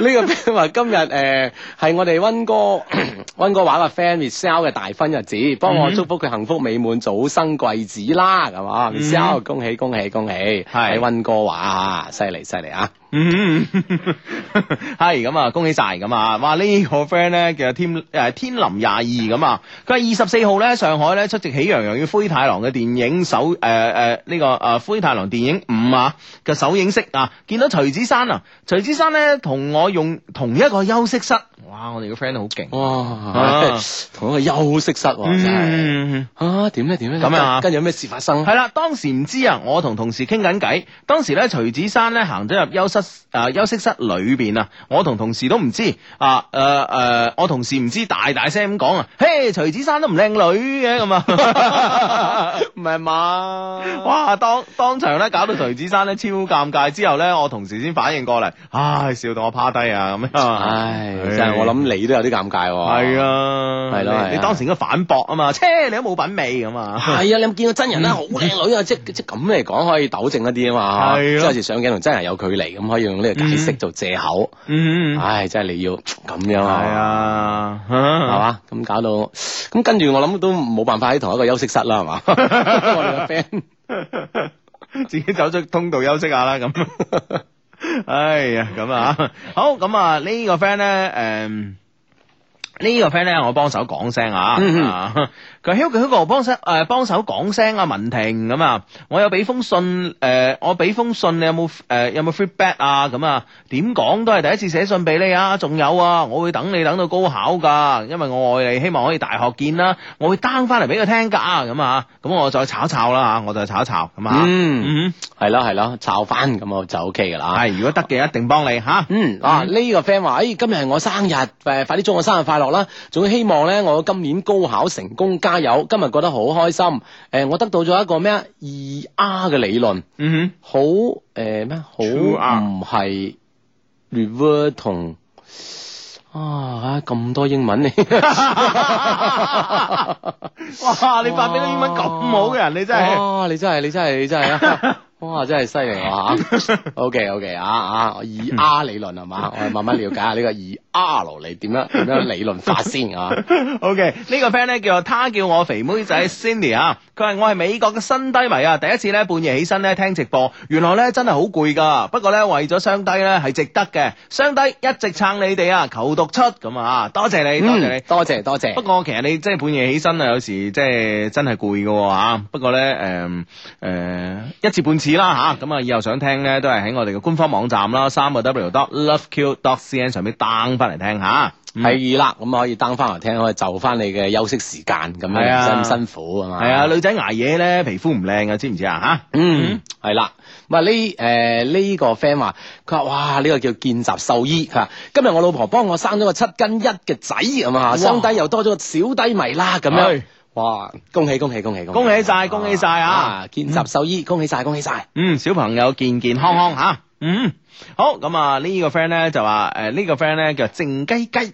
[SPEAKER 3] 個 friend 話今日誒係我哋温哥 温哥華嘅 friend Michelle 嘅大婚日子，幫我
[SPEAKER 1] 嗯
[SPEAKER 3] 祝福佢幸福美滿，早生貴子啦，咁啊
[SPEAKER 1] 嗯
[SPEAKER 3] ，Michelle 恭喜恭喜恭喜！
[SPEAKER 1] 係
[SPEAKER 3] 喺温哥華啊，犀利犀利啊！
[SPEAKER 1] 嗯，係咁啊，恭喜晒咁啊！哇，呢、個 friend 咧叫天誒呃天林廿二咁啊，佢係二十四號咧上海咧出席《喜羊羊與灰太狼》嘅電影首誒誒呢個誒、呃灰太狼電影五啊嘅首映式啊，見到徐子珊啊，徐子珊咧同我用同一個休息室，哇！我哋個 friend 好勁，
[SPEAKER 3] 哇，同一個休息室喎，真係
[SPEAKER 1] 嗯
[SPEAKER 3] 啊！點咧點咧
[SPEAKER 1] 咁啊
[SPEAKER 3] 跟住有咩事發生？
[SPEAKER 1] 係啦，當時唔知啊，我同同事傾緊偈，當時咧徐子珊咧行咗入休室啊、休息室裏邊啊，我同同事都唔知啊誒誒、呃我同事唔知大大聲咁講啊，嘿徐子珊都唔靚女嘅咁 啊。
[SPEAKER 3] 唔係嘛？
[SPEAKER 1] 哇！當當場咧搞到徐子珊咧超尷尬，之後咧我同事先反應過嚟，唉，笑到我趴低啊咁樣。
[SPEAKER 3] 唉，真係我諗你都有啲尷尬喎。
[SPEAKER 1] 係。啊，
[SPEAKER 3] 係咯係啊
[SPEAKER 1] 你你當時應該反駁啊嘛，切你都冇品味咁啊。
[SPEAKER 3] 係啊，你有冇見過真人啦，好 靚女啊，即即咁嚟講可以糾正一啲啊嘛，
[SPEAKER 1] 係咯
[SPEAKER 3] 即係有時上鏡同真人有距離，咁可以用呢個解釋做藉口。
[SPEAKER 1] 嗯，係
[SPEAKER 3] 唉，真係你要咁樣啊，
[SPEAKER 1] 啊，
[SPEAKER 3] 係
[SPEAKER 1] 係
[SPEAKER 3] 嘛？咁搞到咁跟住我諗都冇辦法喺同一個休息室啦，係嘛？我哋個 friend
[SPEAKER 1] 自己走咗通道休息下啦，咁。 哎呀，咁啊，好，咁啊呢個 friend 咧，誒、呢個 friend 咧，我幫手講聲啊，
[SPEAKER 3] 嗯
[SPEAKER 1] 啊佢 Hugo Hugo 幫手誒幫手講聲啊，文婷咁啊，我有俾封信誒、呃我俾封信你有冇誒、呃有冇 feedback 啊？咁啊，點講都係第一次寫信俾你啊，仲有啊，我會等你等到高考㗎，因為我愛你，希望可以大學見啦，我會 down 翻嚟俾佢聽㗎，咁啊，咁我再炒一炒啦嚇，我再炒一炒咁啊，
[SPEAKER 3] 嗯，
[SPEAKER 1] 嗯
[SPEAKER 3] 係咯係咯，抄翻咁啊我就 OK 噶啦。
[SPEAKER 1] 係，如果得嘅一定幫你吓。
[SPEAKER 3] 嗯啊，呢個 friend 話：，誒，今日係我生日，誒，快啲祝我生日快樂啦！仲希望咧，我今年高考成功，加油！今日覺得好開心，誒，我得到咗一個咩啊二 R 嘅理論，
[SPEAKER 1] 嗯
[SPEAKER 3] 好誒咩？好
[SPEAKER 1] True R
[SPEAKER 3] 唔係 revert 同啊咁多 英文你
[SPEAKER 1] 哇！你發俾個英文咁好嘅人，你真係
[SPEAKER 3] 哇！你真係你真係你真係啊！ 哇！真係犀利啊 O K O K 啊啊！
[SPEAKER 1] 嗯
[SPEAKER 3] 二 R 理論係 嘛？我哋慢慢了解下呢個二 R 嚟點樣點樣理論法先啊！
[SPEAKER 1] OK。呢個 friend 咧叫他叫我肥妹仔 Cindy 啊，佢係我係美國嘅新低迷啊，第一次咧半夜起身咧聽直播，原來咧真係好攰㗎。不過咧為咗雙低咧係值得嘅，雙低一直撐你哋啊，求讀出咁啊，多謝 你，多謝你
[SPEAKER 3] 嗯。多謝多謝
[SPEAKER 1] 不。過其實你即係半夜起身啊，有時即係真係攰嘅喎啊嚇不過咧誒誒一次半次啦嚇，咁啊以後想聽咧都係喺我哋嘅官方網站啦，三個 W dot loveq dot cn 上面 down 翻嚟聽下。嗯
[SPEAKER 3] 係啦，咁可以 down 翻嚟聽，可以就翻你嘅休息時間，咁
[SPEAKER 1] 係啊
[SPEAKER 3] 樣唔辛辛苦啊嘛。
[SPEAKER 1] 係啊，女仔捱夜咧皮膚唔靚啊，知唔知啊嚇？
[SPEAKER 3] 嗯，係啦，咁啊呢誒呢個 friend 話，佢話哇呢、個叫見習獸醫，佢話今日我老婆幫我生咗個七斤一嘅仔咁啊，相低又多咗個小低迷啦咁
[SPEAKER 1] 係
[SPEAKER 3] 樣，哇恭喜恭喜恭喜恭喜
[SPEAKER 1] 恭喜晒恭喜晒啊
[SPEAKER 3] 見習獸醫，恭喜晒恭喜晒，
[SPEAKER 1] 嗯，小朋友健健康康吓。嗯，好咁啊！呢個 friend 咧就話誒呢個 friend 咧叫靜雞雞，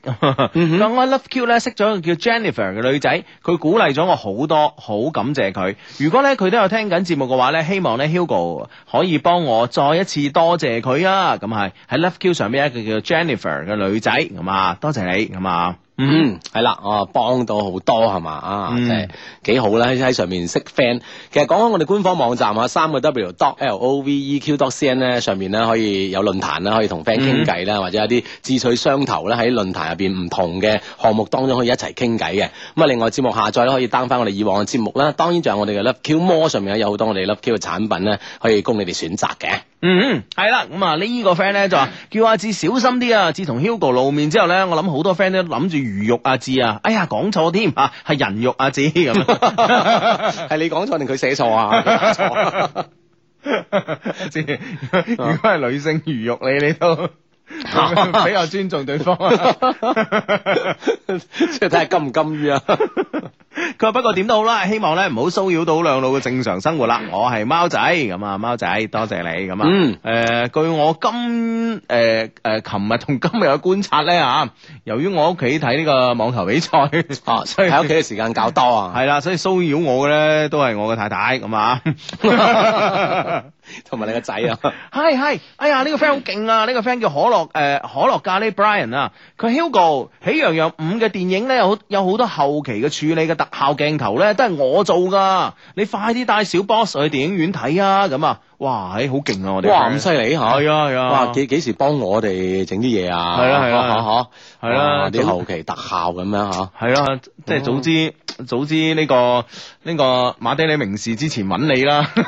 [SPEAKER 3] 嗯哼
[SPEAKER 1] 咁我 Love Q 咧識咗一個叫 Jennifer 嘅女仔，佢鼓勵咗我好多，好感謝佢。如果咧佢都有聽緊節目嘅話咧，希望咧 Hugo 可以幫我再一次多謝佢啊！咁係喺 Love Q 上邊一個叫 Jennifer 嘅女仔，咁啊多謝你咁啊，嗯
[SPEAKER 3] 嗯係啦，我幫到好多係嘛啊，
[SPEAKER 1] 嗯
[SPEAKER 3] 真係幾好啦喺喺上面識 friend。其實講緊我哋官方網站啊，三個 W dot L O V E Q dot C N 咧，上面咧可以有論壇啦，可以同 friend 傾偈啦，或者有啲志趣相投咧喺論壇入邊唔同嘅項目當中可以一齊傾偈嘅。咁啊，另外節目下載咧可以 down 翻我哋以往嘅節目啦，當然仲有我哋嘅 Love Q More 上面咧有好多我哋 Love Q 嘅產品咧可以供你哋選擇嘅。
[SPEAKER 1] 嗯，係啦，咁啊呢個 friend 咧就話叫阿志小心啲啊！自從 Hugo 露面之後咧，我諗好多 friend 都諗住魚肉阿志啊，哎呀講錯添啊，係人肉阿志啊咁。
[SPEAKER 3] 係你講錯定佢寫錯啊？ 佢打錯
[SPEAKER 1] 即係如果係女性魚肉你，你都比較尊重對方啊。
[SPEAKER 3] 即係睇下甘唔甘 於啊。
[SPEAKER 1] 佢話不過點都好啦，希望咧唔好騷擾到兩老嘅正常生活啦。我係貓仔咁啊，貓仔多謝你咁啊。
[SPEAKER 3] 嗯
[SPEAKER 1] 誒、據我今誒誒琴日同今日嘅觀察咧嚇，由於我屋企睇呢個網球比賽，
[SPEAKER 3] 啊，所以喺屋企嘅時間較多啊，
[SPEAKER 1] 係啦，所以騷擾我嘅咧都係我嘅太太咁啊。
[SPEAKER 3] 同埋你個仔啊，
[SPEAKER 1] 係係，哎呀呢、個 friend 好勁啊！呢、個 friend 叫可樂誒、可樂咖喱 Brian 啊，佢 Hugo 喜羊羊五嘅電影咧有好有好多後期嘅處理嘅特效鏡頭咧都係我做噶，你快啲帶小 boss 去電影院睇啊！咁啊，哇，唉好勁 啊！我哋
[SPEAKER 3] 哇咁犀利嚇！
[SPEAKER 1] 係啊係啊，
[SPEAKER 3] 哇！幾幾時幫我哋整啲嘢啊？
[SPEAKER 1] 係啦係啦
[SPEAKER 3] 嚇
[SPEAKER 1] 係啦
[SPEAKER 3] 哇啲
[SPEAKER 1] 早
[SPEAKER 3] 後期特效咁樣 嚇。
[SPEAKER 1] 係啦，即係早知早知呢、個呢、個馬爹利名士之前揾你啦，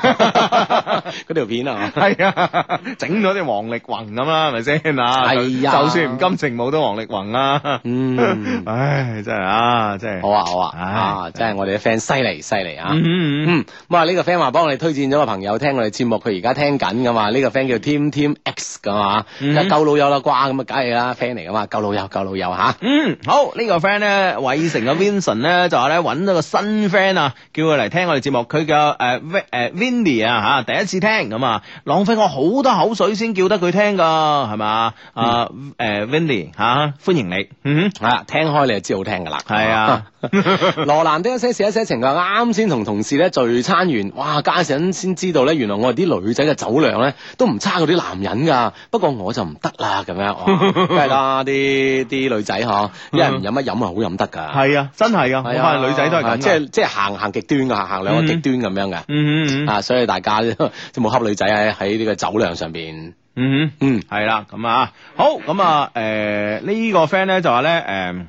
[SPEAKER 3] 嗰條片啊，
[SPEAKER 1] 係啊，整咗啲王力宏咁啦，係咪先啊？
[SPEAKER 3] 係啊
[SPEAKER 1] 就算唔金城武都王力宏啦。
[SPEAKER 3] 嗯，
[SPEAKER 1] 唉，真係啊，真係。
[SPEAKER 3] 好啊好啊，
[SPEAKER 1] 唉
[SPEAKER 3] 啊，真係我哋啲 friend 犀利犀利啊！
[SPEAKER 1] 嗯嗯
[SPEAKER 3] 嗯，咁啊呢個 friend 話幫我哋推薦咗個朋友聽我哋節目，佢而家聽緊噶嘛？呢、個 friend 叫 Tim Tim X 噶嘛，
[SPEAKER 1] 嗯
[SPEAKER 3] 咁夠老友啦啩，咁啊梗係啦，friend 嚟噶嘛，夠老友夠老友吓。
[SPEAKER 1] 嗯，好、呢個 friend 咧，偉成嘅 Vincent 咧就話咧揾到個新 friend 啊，叫佢嚟聽我哋節目，佢叫誒誒 Vinny 啊嚇，第一次聽咁啊，浪費我好多口水先叫得佢聽噶，係嘛？啊誒 Vinny 嚇，歡迎你，嗯
[SPEAKER 3] 係啦，啊聽開你就知好聽噶啦。
[SPEAKER 1] 哼，係啊，
[SPEAKER 3] 羅蘭的一些事一些情啊，啱先同同事咧聚餐完，哇！家陣先知道咧，原來我哋啲女仔嘅酒量咧都唔差過啲男人噶，不過我就唔得啦咁樣。哇梗係啦，啲啲女仔嗬，一人唔飲一飲啊，好飲得噶。
[SPEAKER 1] 係啊，真 係啊，我
[SPEAKER 3] 係啊
[SPEAKER 1] 發現女仔都係咁㗎，
[SPEAKER 3] 即係即係行行極端噶，行行兩個極端咁樣嘅。
[SPEAKER 1] 嗯嗯嗯
[SPEAKER 3] 啊，所以大家都 都冇恰女仔喺喺呢個酒量上邊。
[SPEAKER 1] 嗯哼。
[SPEAKER 3] 嗯，
[SPEAKER 1] 系啦，咁啊，好，咁啊，诶、呢、個 friend 咧就話咧，诶、呢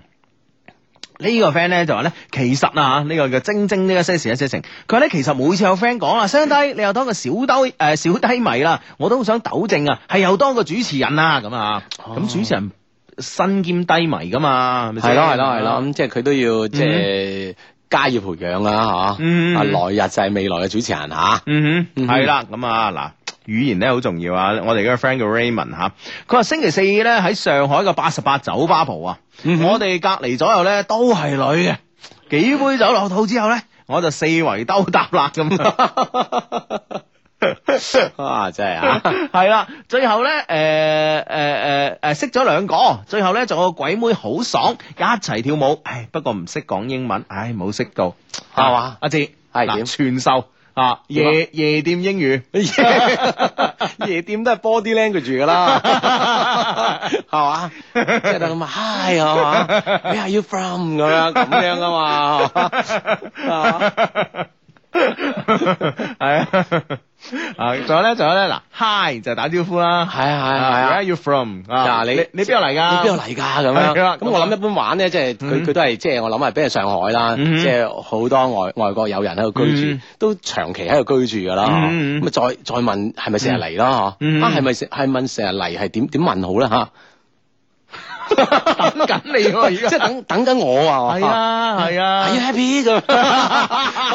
[SPEAKER 1] 個 friend 咧就話咧，其實啊，呢、個叫晶晶呢一些事一些情，啊佢話咧其實每次有 friend 講啊，相低你又當個小低誒、小低迷啦，我都好想糾正啊，係又當個主持人啊咁啊，咁、主持人身兼低迷噶嘛，係咪先
[SPEAKER 3] 係咯係咯係咯，，咁即係佢都要即係加以培養啦，吓。
[SPEAKER 1] 嗯
[SPEAKER 3] 啊，來日就係未來嘅主持人吓。
[SPEAKER 1] 嗯哼，
[SPEAKER 3] 嗯哼
[SPEAKER 1] 係啦，咁啊嗱。語言咧好重要啊！我哋嗰個 friend 叫 Raymond 吓，佢話星期四咧喺上海嘅八十八酒吧鋪啊，
[SPEAKER 3] 嗯
[SPEAKER 1] 我哋隔離左右咧都係女嘅，幾杯酒落肚之後咧，我就四圍兜搭啦咁。
[SPEAKER 3] 啊，真係啊！
[SPEAKER 1] 係啦，最後咧，誒誒誒誒，識咗兩個，最後咧仲有個鬼妹好爽，一齊跳舞。唉，不過唔識講英文，唉，冇識到，
[SPEAKER 3] 係嘛
[SPEAKER 1] 阿志
[SPEAKER 3] 係
[SPEAKER 1] 嗱
[SPEAKER 3] 點
[SPEAKER 1] 傳授啊，
[SPEAKER 3] 點啊
[SPEAKER 1] 夜夜店 英語。
[SPEAKER 3] 夜店都係 body language 噶 啦，係嘛？即係得咁啊，hi 係嘛？Where are you from 咁樣咁樣噶嘛？係嘛
[SPEAKER 1] 係啊，啊，仲有咧，仲有咧，嗱，hi 就打招呼啦，
[SPEAKER 3] 係啊係啊係啊
[SPEAKER 1] Where！are you from？
[SPEAKER 3] 嗱你
[SPEAKER 1] 你邊度嚟㗎？
[SPEAKER 3] 你邊度嚟㗎？咁
[SPEAKER 1] 係啦
[SPEAKER 3] 樣
[SPEAKER 1] 咁啊
[SPEAKER 3] 咁我諗一般玩咧，即係佢
[SPEAKER 1] 嗯
[SPEAKER 3] 佢都係即係我諗係比如上海啦，
[SPEAKER 1] 嗯
[SPEAKER 3] 即係好多外外國友人喺度居
[SPEAKER 1] 嗯
[SPEAKER 3] 住，都長期喺度居住㗎啦。
[SPEAKER 1] 嗯嗯嗯
[SPEAKER 3] 咁啊再再問係咪成日嚟啦？
[SPEAKER 1] 嗯
[SPEAKER 3] 嗬啊係咪成係問成日嚟係點點問好 咧？嚇，
[SPEAKER 1] 等緊你喎，而
[SPEAKER 3] 即係
[SPEAKER 1] 家
[SPEAKER 3] 等等緊我啊！
[SPEAKER 1] 係啊係啊
[SPEAKER 3] Are you happy 咁，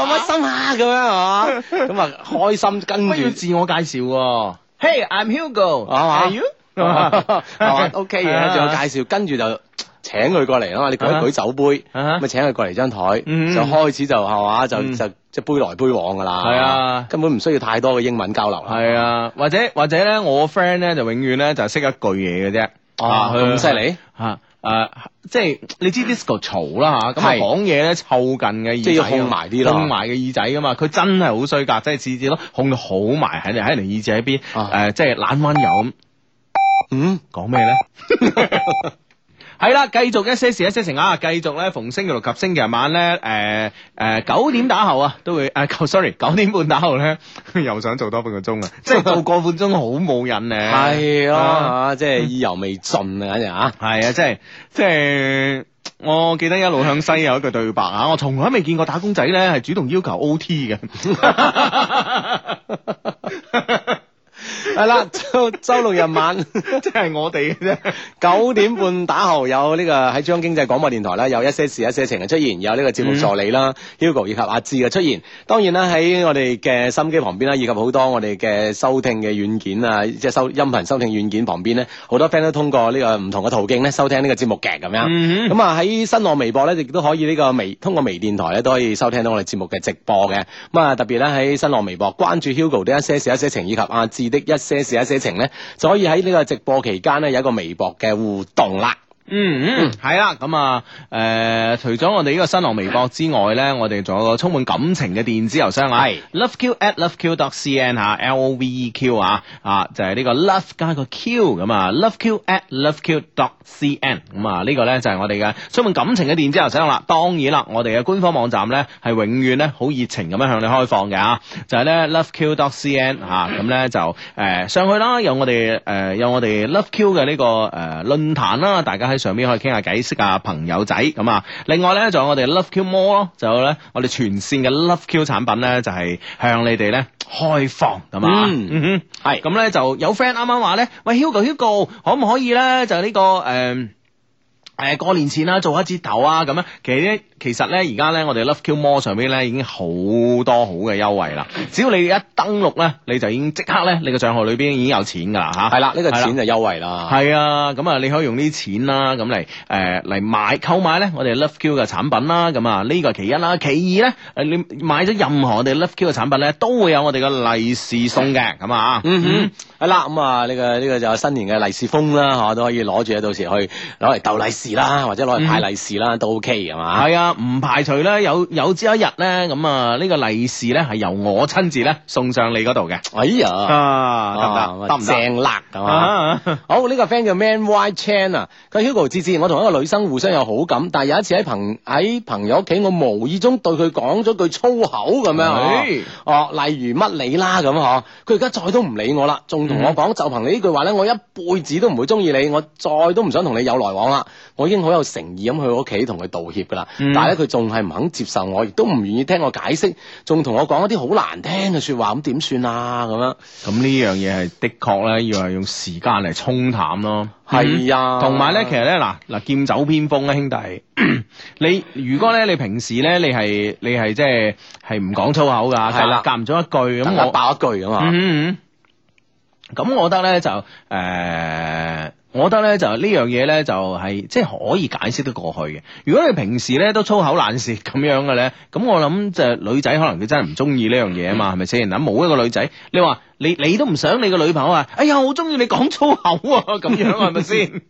[SPEAKER 3] 我乜心啊咁樣係嘛？咁啊開心跟
[SPEAKER 1] 不要
[SPEAKER 3] 住
[SPEAKER 1] 自我介紹喎。Hey, I'm Hugo
[SPEAKER 3] 啊嘛
[SPEAKER 1] Are you？
[SPEAKER 3] 係 嘛？OK 嘅，仲有
[SPEAKER 1] 啊
[SPEAKER 3] 介紹，跟住就請佢過嚟啦嘛，你舉一舉酒杯。
[SPEAKER 1] 啊
[SPEAKER 3] 咁啊請佢過嚟張台，
[SPEAKER 1] 嗯
[SPEAKER 3] 就開始就係嘛，就
[SPEAKER 1] 嗯
[SPEAKER 3] 就即係杯來杯往噶啦，
[SPEAKER 1] 係啊
[SPEAKER 3] 根本唔需要太多嘅英文交流啦。
[SPEAKER 1] 係啊，或者或者咧，我 friend 咧就永遠咧就識一句嘢嘅啫。
[SPEAKER 3] 啊，咁犀利，
[SPEAKER 1] 吓誒，即係你知 disco 嘈啦吓，咁啊
[SPEAKER 3] 啊係
[SPEAKER 1] 講嘢咧湊近嘅耳仔
[SPEAKER 3] 即係
[SPEAKER 1] 啊嘛，
[SPEAKER 3] 要控埋啲咯
[SPEAKER 1] 控埋嘅耳仔噶嘛，佢真係好衰格，即係次次咯控到好埋喺你喺人哋耳仔邊，
[SPEAKER 3] 啊
[SPEAKER 1] 誒即係懶温柔咁
[SPEAKER 3] 嗯，
[SPEAKER 1] 講 咩咧？係啦，繼續一些事一些情啊！繼續咧，逢星期六及星期日晚咧，誒誒九點打後啊，都 會誒九 sorry 九點半打後咧， 又想做多半個鐘啊！ 即係做個半鐘好冇癮咧，
[SPEAKER 3] 係咯，
[SPEAKER 1] 啊
[SPEAKER 3] 啊即係意猶未盡啊，簡直啊，
[SPEAKER 1] 係啊，即係即係，我記得一路向西有一句對白啊，我從來未見過打工仔咧 係主動要求 O T 嘅。
[SPEAKER 3] 系啦，周周六日晚
[SPEAKER 1] 即係我哋嘅啫。
[SPEAKER 3] 九點半打後有呢個喺中央經濟廣播電台啦，有一些事一些情嘅出現，有呢個節目助理啦、Hugo 以及阿志嘅出現。當然啦，喺我哋嘅心機旁邊啦，以及好多我哋嘅收聽嘅軟件啊，即係收音頻收聽軟件旁邊咧，好多 friend 都通過呢個唔同嘅途徑咧收聽呢個節目嘅咁樣。
[SPEAKER 1] 嗯
[SPEAKER 3] 咁啊喺新浪微博咧，亦都可以呢個微通過微電台咧都可以收聽到我哋節目嘅直播嘅。咁啊特別咧喺新浪微博關注 Hugo 的一些事一些情以及阿志的一些事一些情咧，就可以喺呢個直播期間咧有一個微博嘅互動啦。
[SPEAKER 1] 嗯嗯，係啦，咁啊，诶、除咗我哋呢個新浪微博之外咧，我哋仲有個充滿感情嘅電子郵箱啊
[SPEAKER 3] 係
[SPEAKER 1] ，loveq at loveq dot cn 吓，l o v e q 啊，啊就係呢個 love 加個 q 咁啊，loveq at loveq dot cn，咁啊呢個咧就係我哋嘅充滿感情嘅電子郵箱啦。當然啦，我哋嘅官方網站咧係永遠咧好熱情咁樣向你開放嘅啊，就係咧 loveq dot cn 吓，咁咧就诶上去啦，有我哋诶有我哋 loveq 嘅呢個诶論壇啦，大家喺上面可以傾下偈，識下朋友仔咁啊。另外咧，仲有我哋 LoveQ More 咯，就有咧我哋全線嘅 LoveQ 產品咧，就係、向你哋咧開放咁啊。
[SPEAKER 3] 嗯
[SPEAKER 1] 嗯哼，
[SPEAKER 3] 係
[SPEAKER 1] 咁咧就有 friend 啱啱話咧，喂 Hugo Hugo，可唔可以咧就呢、個誒誒哎過年前啦，做一折頭啊咁樣，其實咧，其實咧而家咧，我哋 Love Q More 上邊咧已經好多好嘅優惠啦。只要你一登錄咧，你就已經即刻咧，你個帳號裏邊已經有錢㗎啦嚇。
[SPEAKER 3] 係啦，呢個
[SPEAKER 1] 啊係啦
[SPEAKER 3] 錢就優惠啦。
[SPEAKER 1] 係啊，咁啊，你可以用呢啲錢啦，咁嚟誒嚟買購買咧，我哋 Love Q 嘅產品啦，咁啊呢個係其一啦，其二咧，誒你買咗任何我哋 Love Q 嘅產品咧，都會有我哋嘅利是送嘅，咁啊，
[SPEAKER 3] 嗯哼，係啦，咁啊呢個呢個就有新年嘅利是封啦，嚇都可以攞住，到時去攞嚟鬥利是啦，或者攞嚟派利是啦，都 OK 係嘛？
[SPEAKER 1] 係啊，唔排除咧有有朝一日咧，咁啊呢個利是咧係由我親自咧送上你嗰度嘅，
[SPEAKER 3] 哎呀，
[SPEAKER 1] 啊
[SPEAKER 3] 啊正辣係嘛？
[SPEAKER 1] 啊？
[SPEAKER 3] 好呢、個 friend 叫 Man Y Chan 啊，佢話 Hugo 志志，我同一個女生互相有好感，但係有一次喺朋喺朋友屋企，我無意中對佢講咗句粗口咁樣啊
[SPEAKER 1] 哎
[SPEAKER 3] 哦，例如乜你啦咁嗬，佢而家再都唔理我啦，仲同我講就憑你呢句話咧，我一輩子都唔會中意你，我再都唔想同你有來往啦。我已經好有誠意咁去佢屋企同佢道歉噶啦，
[SPEAKER 1] 嗯
[SPEAKER 3] 但係咧佢仲係唔肯接受我，亦都唔願意聽我解釋，仲同我講一啲好難聽嘅説話，咁點算啊咁樣？
[SPEAKER 1] 咁呢樣嘢係的確咧，要係用時間嚟沖淡咯。嗯
[SPEAKER 3] 係啊
[SPEAKER 1] 同埋咧，其實咧嗱嗱劍走偏鋒咧，兄 弟，你如果咧你平時咧你係你係即係係唔講粗口㗎，
[SPEAKER 3] 係啦
[SPEAKER 1] 夾唔咗一句
[SPEAKER 3] 咁
[SPEAKER 1] 咁
[SPEAKER 3] 我
[SPEAKER 1] 我，
[SPEAKER 3] 爆一句咁啊！
[SPEAKER 1] 嗯嗯嗯咁我覺得咧就誒、我覺得咧就呢樣嘢咧就係、即係可以解釋得過去嘅。如果你平時咧都粗口爛舌咁樣嘅咧，咁我諗就女仔可能佢真係唔中意呢樣嘢啊嘛，係咪先？嗱，冇一個女仔，你話你你都唔想你個女朋友話，哎呀，我中意你講粗口啊，咁樣係咪先？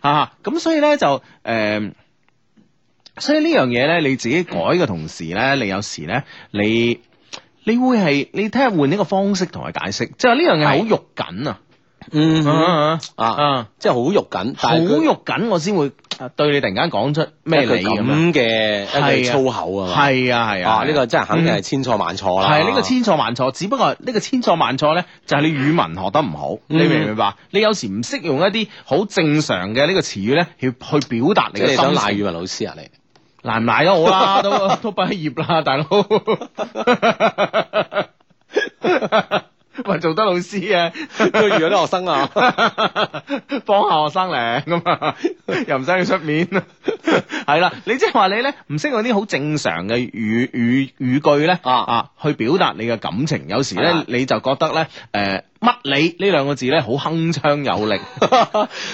[SPEAKER 1] 啊，咁所以咧就誒。所以呢樣嘢咧，你自己改嘅同時咧，你有時咧，你你會係你睇下換呢個方式同佢解釋，即係呢樣嘢好肉緊啊！
[SPEAKER 3] 嗯
[SPEAKER 1] 啊啊
[SPEAKER 3] 啊，
[SPEAKER 1] 啊！
[SPEAKER 3] 即係好肉緊，
[SPEAKER 1] 好
[SPEAKER 3] 但係佢
[SPEAKER 1] 肉緊，我先會啊對你突然間講出咩
[SPEAKER 3] 一句
[SPEAKER 1] 你咁啊！
[SPEAKER 3] 咁嘅一
[SPEAKER 1] 係
[SPEAKER 3] 句
[SPEAKER 1] 啊
[SPEAKER 3] 粗口啊嘛，
[SPEAKER 1] 係啊係啊！
[SPEAKER 3] 啊呢個真係肯定係
[SPEAKER 1] 嗯
[SPEAKER 3] 千錯萬錯啦，
[SPEAKER 1] 係呢個千錯萬錯，只不過呢個千錯萬錯咧，就係你語文學得唔好，你
[SPEAKER 3] 嗯
[SPEAKER 1] 明唔明白？你有時唔識用一啲好正常嘅呢個詞語咧，去去表達你
[SPEAKER 3] 即
[SPEAKER 1] 嘅
[SPEAKER 3] 係你想
[SPEAKER 1] 心
[SPEAKER 3] 賴
[SPEAKER 1] 情
[SPEAKER 3] 語文老師啊你？
[SPEAKER 1] 難唔難都好啦， 都都畢業啦，大佬。喂，做得老師嘅，
[SPEAKER 3] 都遇咗啲學生啊，
[SPEAKER 1] 幫下學生嚟咁啊，又唔使佢出面。係啦，你即係話你咧唔識用啲好正常嘅語語語句咧
[SPEAKER 3] 啊
[SPEAKER 1] 啊，去表達你嘅感情。有時
[SPEAKER 3] 係
[SPEAKER 1] 咧
[SPEAKER 3] 啦
[SPEAKER 1] 你就覺得咧誒乜你呢兩個字咧好鏗鏘有力。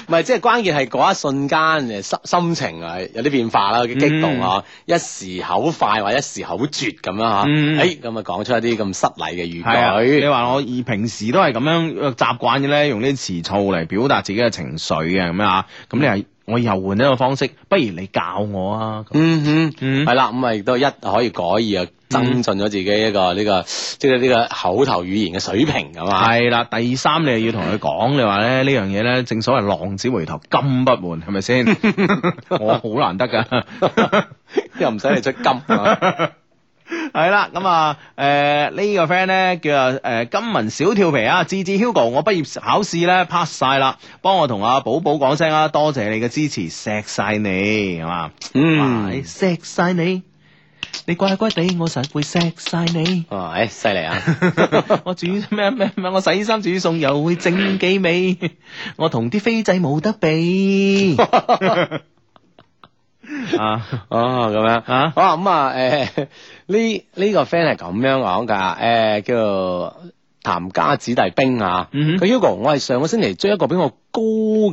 [SPEAKER 3] 唔係即係關鍵係嗰一瞬間誒心心情啊有啲變化啦，激動啊，一時口快或一時口絕咁樣嚇，
[SPEAKER 1] 嗯
[SPEAKER 3] 誒咁啊講出一啲咁失禮嘅
[SPEAKER 1] 係啊，
[SPEAKER 3] 語
[SPEAKER 1] 你
[SPEAKER 3] 句，
[SPEAKER 1] 話我以平時都係咁樣呃習慣嘅咧，用呢啲詞藻嚟表達自己嘅情緒嘅咁樣啊。咁你係我又換一個方式，不如你教我啊。咁
[SPEAKER 3] 嗯哼。
[SPEAKER 1] 嗯
[SPEAKER 3] 係啦，咁啊亦都一可以改二啊，增進咗自己一個呢個即係呢個口頭語言嘅水平咁啊。
[SPEAKER 1] 係啦，第三你又要同佢講，你話咧呢樣嘢咧，正所謂浪子回頭金不換，係咪先？我好難得噶。嗯
[SPEAKER 3] 又唔使你出金啊，
[SPEAKER 1] 係啦，咁啊，诶、呢、個 friend 咧叫啊诶、金文小跳皮啊，志志 Hugo，我畢業考試咧 pass 晒啦，幫我同阿寶寶講聲啊，多謝你嘅支持，錫晒你係嘛，
[SPEAKER 3] 嗯
[SPEAKER 1] 哇錫晒你。你乖乖地，我實會錫晒 你。
[SPEAKER 3] 哇，誒，犀利啊！
[SPEAKER 1] 我煮咩咩咩，我洗衫煮餸又會整幾味，我同啲飛仔冇得 比。啊
[SPEAKER 3] 哦，咁樣
[SPEAKER 1] 啊
[SPEAKER 3] 好啊，咁啊，誒，呢呢個 friend 係咁樣講㗎，誒，叫做譚家子弟兵啊，
[SPEAKER 1] 嗯
[SPEAKER 3] 佢 Hugo，我係上個星期追一個比我高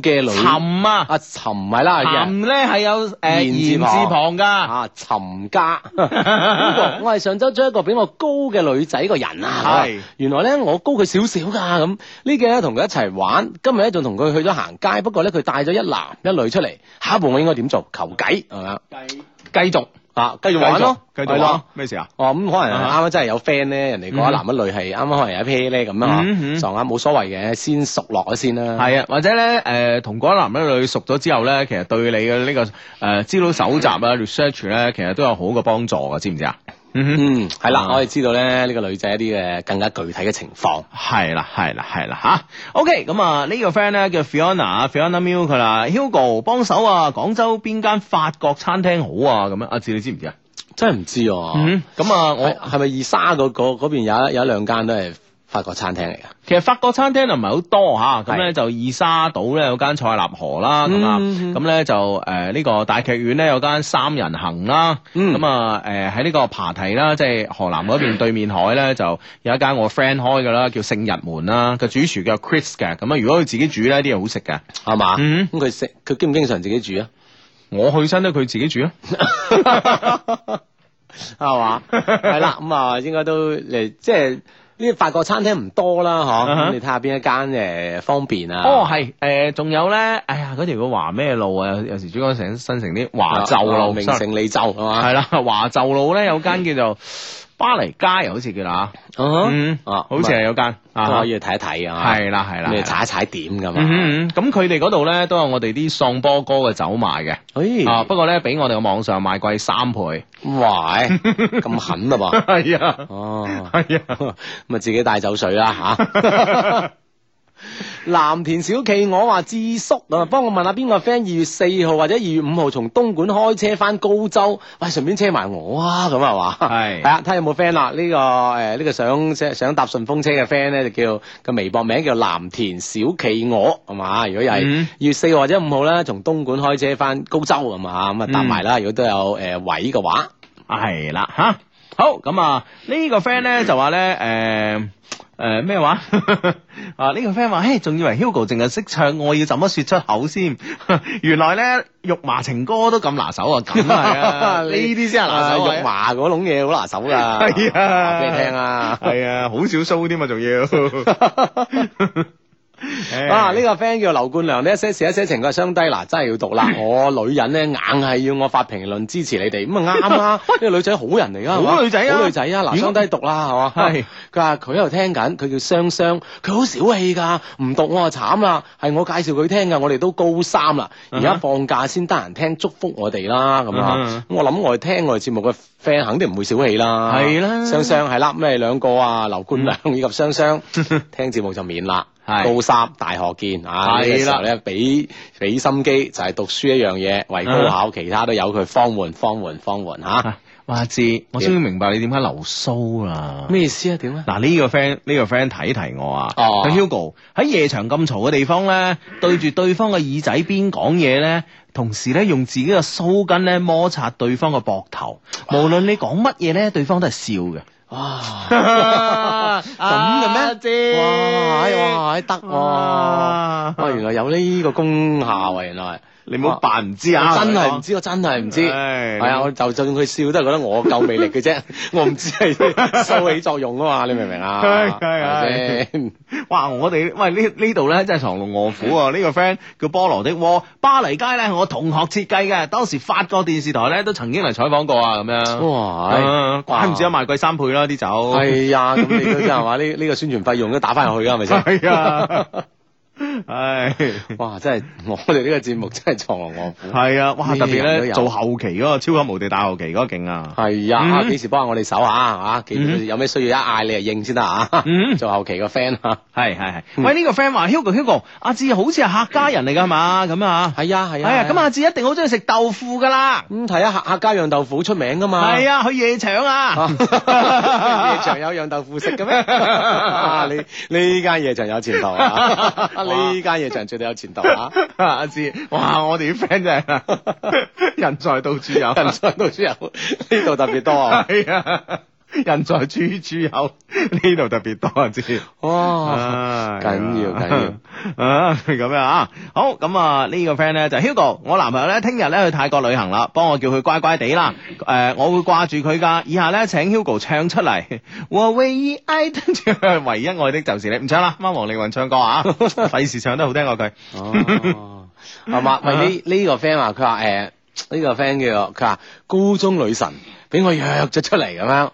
[SPEAKER 3] 嘅女，
[SPEAKER 1] 沉啊，
[SPEAKER 3] 啊，沉唔係啦，嘅
[SPEAKER 1] 沉咧係有呃誒
[SPEAKER 3] 言字
[SPEAKER 1] 言字
[SPEAKER 3] 旁
[SPEAKER 1] 旁噶，
[SPEAKER 3] 啊，沉家 Hugo，我係上周追一個比我高嘅女仔個人啊，
[SPEAKER 1] 係
[SPEAKER 3] 原來咧我高佢少少㗎，咁呢幾日咧同佢一齊玩，今日咧仲同佢去咗行街，不過咧佢帶咗一男一女出嚟，下一步我應該點做？求計係咪啊？
[SPEAKER 1] 繼續
[SPEAKER 3] 啊，繼續玩咯，
[SPEAKER 1] 繼
[SPEAKER 3] 係
[SPEAKER 1] 續
[SPEAKER 3] 咯
[SPEAKER 1] 咯，咩事啊？
[SPEAKER 3] 哦，咁可能
[SPEAKER 1] 啊
[SPEAKER 3] 啱啱真係有 friend 咧，人哋嗰一男一女係啱啱可能有一 pair 咧咁樣啊
[SPEAKER 1] 嗯嗯
[SPEAKER 3] 撞啱冇所謂嘅，先熟落咗先啦。
[SPEAKER 1] 係啊，或者咧，誒、同嗰男一女熟咗之後咧，其實對你嘅呢、個誒、資料搜集啊、research 咧，其實都有好嘅幫助嘅，知唔知啊？嗯哼，
[SPEAKER 3] 嗯，係啦，
[SPEAKER 1] 啊
[SPEAKER 3] 我哋知道咧呢個女仔一啲嘅更加具體嘅情況。
[SPEAKER 1] 係啦，係啦，係啦，吓 OK，咁啊，呢個 friend 咧叫 Fiona，Fiona Miu 佢啦，Hugo 幫手啊，廣州邊間法國餐廳好啊？咁樣，阿志你知唔知啊？
[SPEAKER 3] 真係唔知喎，
[SPEAKER 1] 嗯，咁啊，我
[SPEAKER 3] 我係咪二沙嗰嗰嗰邊有一有一兩間都係法國餐廳嚟㗎？
[SPEAKER 1] 其實法國餐廳就唔係好多嚇，咁咧
[SPEAKER 3] 係
[SPEAKER 1] 就二沙島咧有間塞納河啦，咁啊，
[SPEAKER 3] 嗯嗯
[SPEAKER 1] 咁咧就誒呢個大劇院咧有間三人行啦，
[SPEAKER 3] 嗯
[SPEAKER 1] 咁啊誒喺呢個琶堤啦，即係河南嗰邊對面海咧就有一間我 friend 開嘅啦，叫聖日門啦，個主廚叫 Chris 嘅，咁啊如果佢自己煮咧啲嘢好食嘅，
[SPEAKER 3] 係嘛？
[SPEAKER 1] 嗯
[SPEAKER 3] 咁佢食佢經唔經常自己煮啊？
[SPEAKER 1] 我去親都佢自己煮啊，
[SPEAKER 3] 係 嘛？係啦，咁啊，應該都誒，即係呢啲法國餐廳唔多啦，嗬。
[SPEAKER 1] 啊哈
[SPEAKER 3] 咁你睇下邊一間誒方便啊？
[SPEAKER 1] 哦係誒仲有咧，哎呀嗰條叫華咩路啊，有有時珠江城新城啲華就路，
[SPEAKER 3] 名啊勝利就係嘛？
[SPEAKER 1] 系啦，華就路咧有間叫做巴黎街，啊又好似叫啦吓，
[SPEAKER 3] 嗯
[SPEAKER 1] 嗯，
[SPEAKER 3] 啊
[SPEAKER 1] 好似係有間
[SPEAKER 3] 都
[SPEAKER 1] 啊
[SPEAKER 3] 可，以去睇一睇啊。
[SPEAKER 1] 係啦係啦，
[SPEAKER 3] 你
[SPEAKER 1] 係啦
[SPEAKER 3] 踩一踩點咁
[SPEAKER 1] 嗯
[SPEAKER 3] 啊？
[SPEAKER 1] 嗯嗯咁佢哋嗰度咧都有我哋啲喪波哥嘅酒賣嘅，啊，
[SPEAKER 3] 誒，
[SPEAKER 1] 不過咧比我哋嘅網上賣貴三倍，
[SPEAKER 3] 哇， 咁狠啊噃！
[SPEAKER 1] 係啊，
[SPEAKER 3] 哦，
[SPEAKER 1] 係啊，
[SPEAKER 3] 咁啊自己帶走水 啦 吓。藍田小企鵝話智叔啊，
[SPEAKER 1] 嗯
[SPEAKER 3] 幫我問下邊個 friend 二月四號或者二月五號從東莞開車翻高州，喂，順便車埋我啊，咁係嘛？
[SPEAKER 1] 係
[SPEAKER 3] 係啊，睇下有冇 friend 啦。呢個誒呢個想想想搭順風車嘅 friend 咧，就叫個微博名叫藍田小企鵝，係嘛？如果又係
[SPEAKER 1] 嗯
[SPEAKER 3] 二月四號或者五號咧，從東莞開車翻高州咁嘛，
[SPEAKER 1] 嗯
[SPEAKER 3] 咁啊搭埋啦。如果都有誒位嘅話，
[SPEAKER 1] 係啦吓，好咁啊，呢個 friend 咧就話咧誒。誒咩話？ 啊呢個 friend 話，嘿，仲以為 Hugo 淨係識唱，我要怎麼説出口先？ 原來咧，肉麻情歌都咁拿手啊！ 咁係 啊，呢啲先係拿手啊
[SPEAKER 3] 肉麻嗰籠嘢好拿手噶，
[SPEAKER 1] 係啊
[SPEAKER 3] 話俾你聽啊。
[SPEAKER 1] 系啊，好少 show 添啊，仲 要。
[SPEAKER 3] 啊！呢、個 friend 叫劉冠良，呢一些事一些情嘅相低嗱，真係要 讀啦。我女人咧硬係要我發評論支持你哋，咁啊啱 啦。呢個女仔好人嚟噶，係嘛
[SPEAKER 1] 好女仔啊
[SPEAKER 3] 好女仔啊！嗱，
[SPEAKER 1] 如果
[SPEAKER 3] 相低讀啦，係嘛？
[SPEAKER 1] 係
[SPEAKER 3] 佢話佢喺度聽緊，佢叫雙雙，佢好小氣㗎，唔讀我就慘啦。係我介紹佢聽㗎，我哋都高三啦，而家
[SPEAKER 1] 嗯哼
[SPEAKER 3] 放假先得閒聽，祝福我哋啦咁
[SPEAKER 1] 嗯哼
[SPEAKER 3] 啊。咁我諗我哋聽我哋節目嘅 friend 肯定唔會小氣啦。
[SPEAKER 1] 係啦
[SPEAKER 3] 雙雙係啦，咁你兩個啊，劉冠良
[SPEAKER 1] 嗯
[SPEAKER 3] 以及 雙雙聽節目就免啦。
[SPEAKER 1] 係
[SPEAKER 3] 高三大學見啊！呢
[SPEAKER 1] 係啦
[SPEAKER 3] 個時候咧，俾俾心機就係讀書一樣嘢，為高考，其他都有佢放緩、放緩、放緩
[SPEAKER 1] 啊
[SPEAKER 3] 吓。
[SPEAKER 1] 华志，我終於明白你點解留須啦。
[SPEAKER 3] 咩意思啊？點啊？
[SPEAKER 1] 嗱呢個 friend 呢個 friend 提提我啊，
[SPEAKER 3] 哦
[SPEAKER 1] 佢 Hugo 喺夜場咁嘈嘅地方咧，對住對方嘅耳仔邊講嘢咧，同時咧用自己嘅鬚根咧摩擦對方嘅膊頭，無論你講乜嘢咧，對方都係笑 嘅。
[SPEAKER 3] 哇！
[SPEAKER 1] 咁
[SPEAKER 3] 啊哇！哎哇！哎得喎！哇！原來有呢個功效啊！原來
[SPEAKER 1] 你唔好扮唔知啊！
[SPEAKER 3] 我真係唔知，我真係唔知。
[SPEAKER 1] 唉
[SPEAKER 3] 係啊！我就就算佢笑都係覺得我夠魅力嘅啫， 我唔知係收起作用啊嘛！你明唔明 啊？
[SPEAKER 1] 係係
[SPEAKER 3] 咪先？
[SPEAKER 1] 哇！我哋喂呢呢度咧真係藏龍卧虎啊！呢、個 friend 叫菠蘿的窩，巴黎街咧係我同學設計嘅，當時法國電視台咧都曾經嚟採訪過啊，咁樣。
[SPEAKER 3] 哇！哎
[SPEAKER 1] 啊怪唔知 啊賣貴三倍啦啲酒。
[SPEAKER 3] 係啊，咁你都真係話呢呢個宣傳費用都打翻入去㗎，係咪先？
[SPEAKER 1] 係啊。唉，
[SPEAKER 3] 哇！真係我哋呢個節目真係藏龍卧虎。
[SPEAKER 1] 係啊，哇！
[SPEAKER 3] 咩
[SPEAKER 1] 特別
[SPEAKER 3] 人都
[SPEAKER 1] 咧
[SPEAKER 3] 有
[SPEAKER 1] 做後期嗰個超級無敵大後期嗰個勁啊！
[SPEAKER 3] 係啊，
[SPEAKER 1] 嗯
[SPEAKER 3] 幾時幫下我哋手啊？啊，幾
[SPEAKER 1] 嗯
[SPEAKER 3] 有咩需要一嗌你就應先得啊
[SPEAKER 1] 嗯！
[SPEAKER 3] 做後期個 friend 啊，
[SPEAKER 1] 係係係，
[SPEAKER 3] 嗯
[SPEAKER 1] 喂呢個 friend 話 Hugo Hugo，阿志好似係客家人嚟㗎嘛，咁啊，
[SPEAKER 3] 係啊係
[SPEAKER 1] 係啊，咁阿志一定好中意食豆腐㗎啦，
[SPEAKER 3] 咁睇下客客家釀豆腐好出名噶嘛？
[SPEAKER 1] 係啊，去夜場啊，
[SPEAKER 3] 啊 夜場有釀豆腐食嘅咩？ 啊你呢間夜場有前途 啊！呢間夜場絕對有前途啊！
[SPEAKER 1] 阿志，哇！我哋啲 friend 真係啊人才到處有，
[SPEAKER 3] 人才到處有，呢度特別多啊！
[SPEAKER 1] 係啊，人才處處有，呢度特別多啊，知。
[SPEAKER 3] 哇！
[SPEAKER 1] 啊
[SPEAKER 3] 哦緊要緊
[SPEAKER 1] 要 啊！咁樣啊，好咁啊，呢個 friend 咧就 Hugo，我男朋友咧聽日咧去泰國旅行啦，幫我叫佢乖乖地啦。誒、
[SPEAKER 3] 嗯
[SPEAKER 1] 我會掛住佢噶。以下咧請 Hugo 唱出嚟， 我唯一愛的， 唯一愛的就是你，唔唱啦，媽王力宏唱歌 啊，費事唱得好聽過佢。
[SPEAKER 3] 哦，係嘛？
[SPEAKER 1] 啊
[SPEAKER 3] 喂，呢呢個 friend 啊話佢話誒，呢個 friend 叫佢話高中女神俾我約咗出嚟咁樣，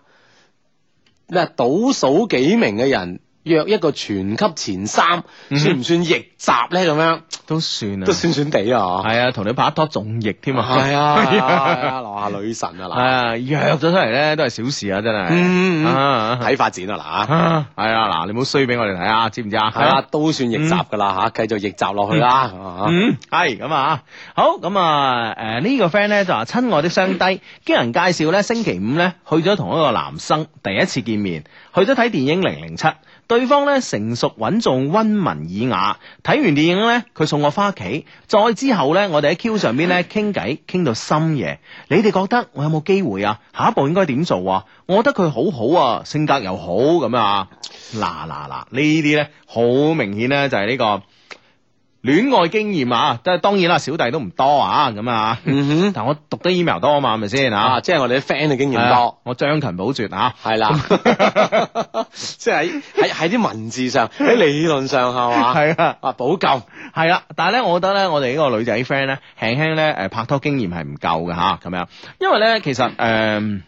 [SPEAKER 3] 嗱倒數幾名嘅人約一個全級前三，
[SPEAKER 1] 嗯
[SPEAKER 3] 算唔算逆襲咧？咁樣
[SPEAKER 1] 都算啊
[SPEAKER 3] 都算算地啊！
[SPEAKER 1] 係啊，同你拍拖仲逆添啊，
[SPEAKER 3] 系啊，係啊，留下女神
[SPEAKER 1] 係
[SPEAKER 3] 啊
[SPEAKER 1] 啊，約咗出嚟咧都係小事啊，真係。
[SPEAKER 3] 嗯嗯
[SPEAKER 1] 啊
[SPEAKER 3] 嗱，睇發展啊嗱
[SPEAKER 1] 啊，係啊，嗱，你唔好衰俾我哋睇啊，知唔知啊？
[SPEAKER 3] 吓，係啦，都算逆襲噶啦吓，繼續逆襲落去啦吓，
[SPEAKER 1] 嗯，系咁啊，好咁啊，诶、呢、個个 friend 咧就話親愛的雙低，經人介紹咧，星期五咧去咗同一個男生第一次見面，去咗睇電影《零零七》，對方咧成熟穩重、温文爾雅。睇完電影咧，佢送我翻屋企，再之後咧，我哋喺 Q 上邊咧傾偈，傾到深夜。你哋覺得我有冇機會啊？下一步應該點做啊？我覺得佢好好啊，性格又好咁啊！嗱嗱嗱，呢啲咧好明顯咧就係呢、個。戀愛經驗啊，但係當然啦，小弟都唔多啊，咁啊，
[SPEAKER 3] 嗯哼，
[SPEAKER 1] 但我讀得 email 多啊嘛，係咪先
[SPEAKER 3] 啊，
[SPEAKER 1] 啊？
[SPEAKER 3] 即係我哋啲 friend 嘅經驗
[SPEAKER 1] 係啊
[SPEAKER 3] 多。
[SPEAKER 1] 我將勤補拙啊，
[SPEAKER 3] 係啦， 即係喺喺喺啲文 字上，喺理論上係嘛，
[SPEAKER 1] 係啊，
[SPEAKER 3] 啊補救，
[SPEAKER 1] 係啦，但係咧，我覺得咧，我哋呢個女仔 friend 咧，輕輕咧，誒拍拖經驗係唔夠嘅吓，咁樣，因為咧，其實誒。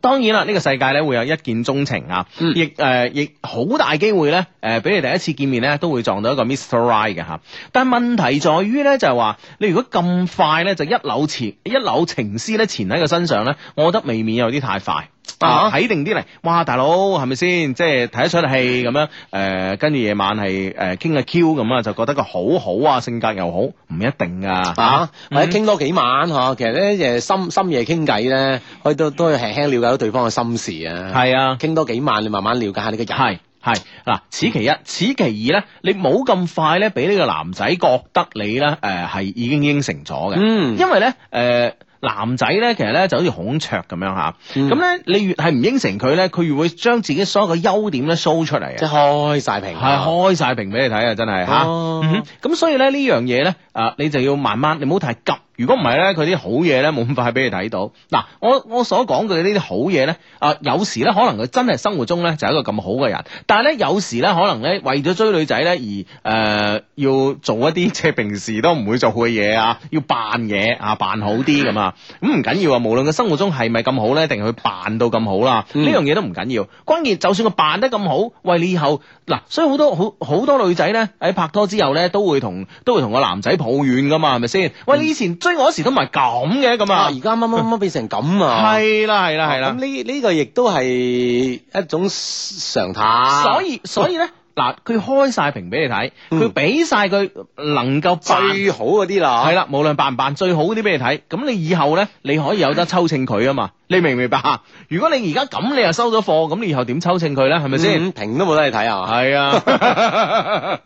[SPEAKER 1] 當然啦，呢、個世界咧會有一見鍾情啊，
[SPEAKER 3] 嗯
[SPEAKER 1] 亦誒亦好大機會咧誒，呃俾、你第一次見面咧都會撞到一個 Mr. Right 嘅嚇。但問題在於咧就係、話，你如果咁快咧就一縷情一縷情絲咧纏喺佢身上咧，我覺得未免有啲太快。
[SPEAKER 3] 啊
[SPEAKER 1] 啊，睇定啲嚟，哇，大佬係咪先？即係睇得出
[SPEAKER 3] 嗯
[SPEAKER 1] 戲咁樣，誒、呃跟住夜晚係誒傾下 Q 咁啊，就覺得佢好好啊，性格又好，唔一定噶嚇。
[SPEAKER 3] 啊，或者
[SPEAKER 1] 嗯
[SPEAKER 3] 傾多幾晚嚇，其實咧誒深深夜傾偈咧，可以都都要輕輕了解到對方嘅心事啊。
[SPEAKER 1] 係啊。
[SPEAKER 3] 傾多幾晚，你慢慢了解下呢個人。
[SPEAKER 1] 係係嗱，此其一，此其二咧，你冇咁快咧，俾呢個男仔覺得你咧，誒、係已經應承咗嘅，
[SPEAKER 3] 嗯
[SPEAKER 1] 因為咧，誒、男仔咧，其實咧就好似孔雀咁樣吓，
[SPEAKER 3] 嗯
[SPEAKER 1] 咁咧、你越係唔應承佢咧，佢越會將自己所有嘅優點咧 show 出嚟
[SPEAKER 3] 即係
[SPEAKER 1] 啊，
[SPEAKER 3] 開晒屏
[SPEAKER 1] 係
[SPEAKER 3] 啊。
[SPEAKER 1] 開晒屏俾你睇啊，真係吓，
[SPEAKER 3] 哦
[SPEAKER 1] 嗯哼咁所以咧呢樣嘢咧，啊你就要慢慢，你唔好太急，如果唔係咧，佢啲好嘢咧冇咁快俾你睇到。嗱，我我所講嘅呢啲好嘢咧，啊有時咧可能佢真係生活中咧就係一個咁好嘅人，但係咧有時咧可能咧為咗追女仔咧而誒、呃要做一啲即係平時都唔會做嘅嘢啊，要扮嘢啊，扮好啲咁啊，咁唔緊要啊，無論佢生活中係咪咁好咧，定係佢扮到咁好啦，呢
[SPEAKER 3] 嗯
[SPEAKER 1] 樣嘢都唔緊要。關鍵就算佢扮得咁好，喂你以後嗱，所以好多好好多女仔咧喺拍拖之後咧都會同都會同個男仔抱怨噶嘛，係咪先？喂你以前追我嗰時都唔係咁嘅咁
[SPEAKER 3] 啊！
[SPEAKER 1] 啊
[SPEAKER 3] 而，家乜乜 乜變成咁啊！
[SPEAKER 1] 係啦係啦係啦
[SPEAKER 3] 咁。呢呢個亦都係一種常態。
[SPEAKER 1] 所以啊 所以咧，嗱，佢開晒屏俾你睇，
[SPEAKER 3] 嗯
[SPEAKER 1] 佢俾晒佢能夠扮
[SPEAKER 3] 最啊好嗰啲啦，
[SPEAKER 1] 係啦，無論扮唔扮最好嗰啲俾你睇，咁你以後咧你可以有得抽秤佢啊嘛，你明唔明白？如果你而家咁你又收咗貨，咁你以後點抽秤佢咧？係咪
[SPEAKER 3] 咪
[SPEAKER 1] 先？
[SPEAKER 3] 先？屏都冇得你睇啊！
[SPEAKER 1] 係啊。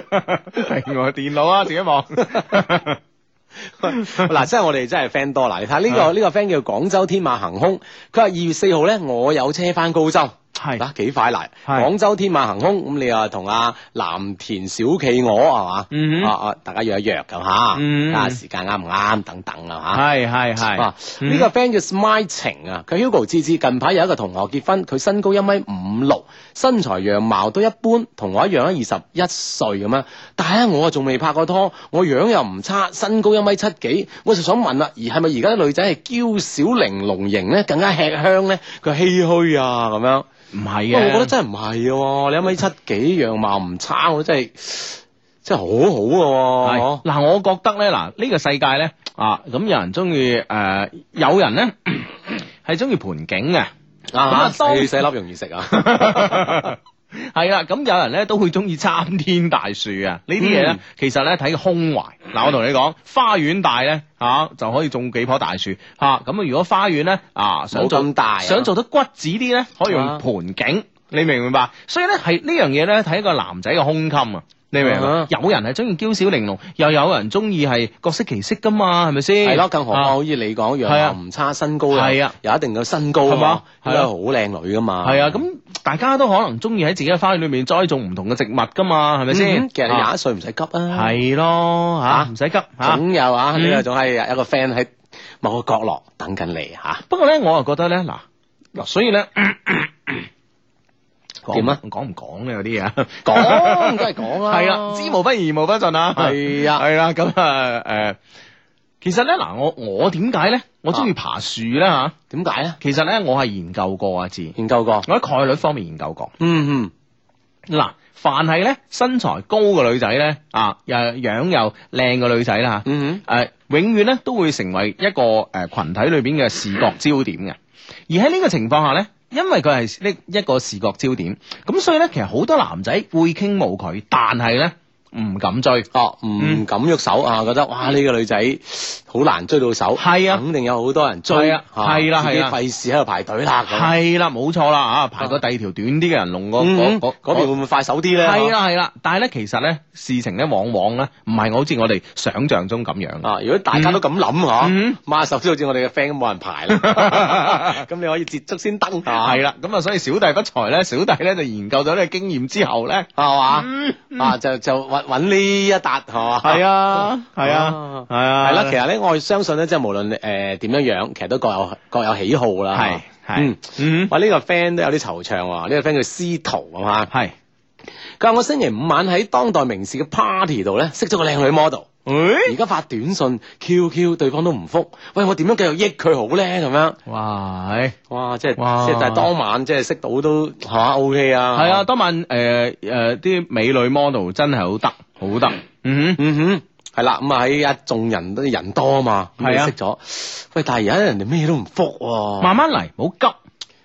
[SPEAKER 1] 停我電腦啊，自己望。
[SPEAKER 3] 嗱，真係我哋真係 friend 多嗱，你睇下呢
[SPEAKER 1] 啊
[SPEAKER 3] 個呢個 friend 叫廣州天馬行空，佢話二月四號咧，我有車翻高州。
[SPEAKER 1] 係，
[SPEAKER 3] 嗱，幾快嚟？
[SPEAKER 1] 係
[SPEAKER 3] 廣州天馬行空，咁你啊同阿藍田小企鵝係嘛？
[SPEAKER 1] 嗯
[SPEAKER 3] 啊
[SPEAKER 1] 哼，
[SPEAKER 3] 啊，大家約一約咁嚇，
[SPEAKER 1] 嗯
[SPEAKER 3] 睇下時間啱唔啱等等啊嚇。
[SPEAKER 1] 係係係
[SPEAKER 3] 啊，
[SPEAKER 1] 嗯
[SPEAKER 3] 呢個 friend 叫 Smile 情啊，佢 Hugo 芝芝近排有一個同學結婚，佢身高一米五六，身材樣貌都一般，同我一樣啊，二十一歲咁樣。但係咧，我啊仲未拍過拖，我樣又唔差，身高一米七幾，我就想問啦，而係咪而家啲女仔係嬌小玲瓏型咧，更加吃香咧？佢唏噓啊咁樣。
[SPEAKER 1] 唔係啊
[SPEAKER 3] 不過我覺得
[SPEAKER 1] 嘅。
[SPEAKER 3] 真係唔係喎，你一米七幾樣貌唔差，我真係真係好好嘅
[SPEAKER 1] 係
[SPEAKER 3] 喎，
[SPEAKER 1] 嗱，我覺得咧，嗱呢個世界咧啊，咁有人中意誒，有人咧 係中意盤景嘅，
[SPEAKER 3] 啊，
[SPEAKER 1] 當
[SPEAKER 3] 細細粒容易食啊，
[SPEAKER 1] 係啦，咁有人咧都會中意參天大樹啊，呢啲嘢咧
[SPEAKER 3] 嗯
[SPEAKER 1] 其實咧睇個胸懷。嗱，我同你講，花園大咧嚇、啊就可以種幾棵大樹嚇，咁啊如果花園咧啊想
[SPEAKER 3] 冇
[SPEAKER 1] 做
[SPEAKER 3] 咁大啊，
[SPEAKER 1] 想做得骨子啲咧，可以用盤景，你明唔明白？所以咧係呢樣嘢咧睇一個男仔嘅胸襟啊。你明唔明白
[SPEAKER 3] 啊？
[SPEAKER 1] 有人係中意嬌小玲瓏，又有人中意係各色其色噶嘛，係咪先？
[SPEAKER 3] 係咯，更何況
[SPEAKER 1] 啊
[SPEAKER 3] 好似你講樣
[SPEAKER 1] 係啊
[SPEAKER 3] 貌唔差，身高
[SPEAKER 1] 係
[SPEAKER 3] 又
[SPEAKER 1] 啊
[SPEAKER 3] 有一定嘅身高
[SPEAKER 1] 係
[SPEAKER 3] 啊
[SPEAKER 1] 嘛
[SPEAKER 3] 嘛，
[SPEAKER 1] 係啊
[SPEAKER 3] 應該好靚女噶嘛，
[SPEAKER 1] 係啊，咁大家都可能中意喺自己嘅花園裏面栽種唔同嘅植物噶嘛，係咪先？
[SPEAKER 3] 嗯其實你
[SPEAKER 1] 啊
[SPEAKER 3] 廿一歲唔使急啊，
[SPEAKER 1] 係咯吓，
[SPEAKER 3] 啊
[SPEAKER 1] 唔使急吓。
[SPEAKER 3] 總有啊，
[SPEAKER 1] 嗯
[SPEAKER 3] 呢個總係一個 friend 喺某個角落等緊你嚇，
[SPEAKER 1] 不過咧，我又覺得咧，嗱嗱，所以咧
[SPEAKER 3] 點啊？
[SPEAKER 1] 講唔講咧？有啲嘢啊
[SPEAKER 3] 講梗係講啦，
[SPEAKER 1] 係啊，知無不言，無不盡啊。
[SPEAKER 3] 係啊，
[SPEAKER 1] 係啦，咁啊誒，其實咧嗱，我我點解咧？我中意爬樹咧嚇。
[SPEAKER 3] 點解咧？
[SPEAKER 1] 其實咧，我係研究過啊字，
[SPEAKER 3] 研究過，
[SPEAKER 1] 我喺概率方面研究過。
[SPEAKER 3] 嗯嗯。
[SPEAKER 1] 嗱，凡係咧身材高嘅女仔咧，啊又樣又靚嘅女仔啦嚇，誒、呃
[SPEAKER 3] 嗯
[SPEAKER 1] 永遠咧都會成為一個誒、呃、群體裏邊嘅視覺焦點嘅。而喺呢個情況下咧，因為佢係呢一個視覺焦點，咁所以咧其實好多男仔會傾慕佢，但係咧唔敢追。
[SPEAKER 3] 哦，唔敢喐手啊，覺得哇呢個女仔好難追到手，
[SPEAKER 1] 係啊
[SPEAKER 3] 肯定有好多人追，
[SPEAKER 1] 係啊
[SPEAKER 3] 嚇
[SPEAKER 1] 係啦
[SPEAKER 3] 自己
[SPEAKER 1] 係啦
[SPEAKER 3] 費事喺度排隊啦，咁
[SPEAKER 1] 係啦，冇錯啦啊！排個第二條短啲嘅人龍嗰嗰
[SPEAKER 3] 嗯
[SPEAKER 1] 嗰
[SPEAKER 3] 嗰邊會唔會快手啲咧？
[SPEAKER 1] 係啦係啦，但係咧其實咧事情咧往往咧唔係好似我哋想象中咁樣。
[SPEAKER 3] 啊！如果大家都咁諗嗬
[SPEAKER 1] 嗯，
[SPEAKER 3] 馬手都好似我哋嘅 friend 咁冇人排 啦，咁你可以捷足先登嚇，
[SPEAKER 1] 係啦，咁啊，所以小弟不才咧，小弟咧就研究咗呢個經驗之後咧，
[SPEAKER 3] 係嘛？啊就就揾揾呢一笪係嘛？
[SPEAKER 1] 嗯啊
[SPEAKER 3] 係啊
[SPEAKER 1] 係啊
[SPEAKER 3] 係啦，其
[SPEAKER 1] 實
[SPEAKER 3] 實咧我相信咧，即係無論誒點樣樣，其實都各有各有喜好啦。
[SPEAKER 1] 係係
[SPEAKER 3] 嗯
[SPEAKER 1] 嗯
[SPEAKER 3] 哇！呢個 friend 都有啲惆悵喎，呢個 friend 叫司徒係嘛？
[SPEAKER 1] 係，
[SPEAKER 3] 佢話我星期五晚喺當代名士嘅 party 度咧，識咗個靚女 model，
[SPEAKER 1] 誒
[SPEAKER 3] 而家發短信 QQ 對方都唔覆，喂我點樣繼續益佢好咧？咁樣，
[SPEAKER 1] 哇係
[SPEAKER 3] 哇！即係
[SPEAKER 1] 哇
[SPEAKER 3] 即係，但係當晚即係識到都係嘛 OK 啊，
[SPEAKER 1] 係啊，，當晚誒誒啲美女 model 真係好得好得，嗯哼
[SPEAKER 3] 嗯哼。係啦，咁啊喺一眾人人多啊嘛，咁
[SPEAKER 1] 係
[SPEAKER 3] 你
[SPEAKER 1] 啊
[SPEAKER 3] 識咗，喂！但係而家人哋咩都唔覆喎，
[SPEAKER 1] 慢慢嚟，唔好急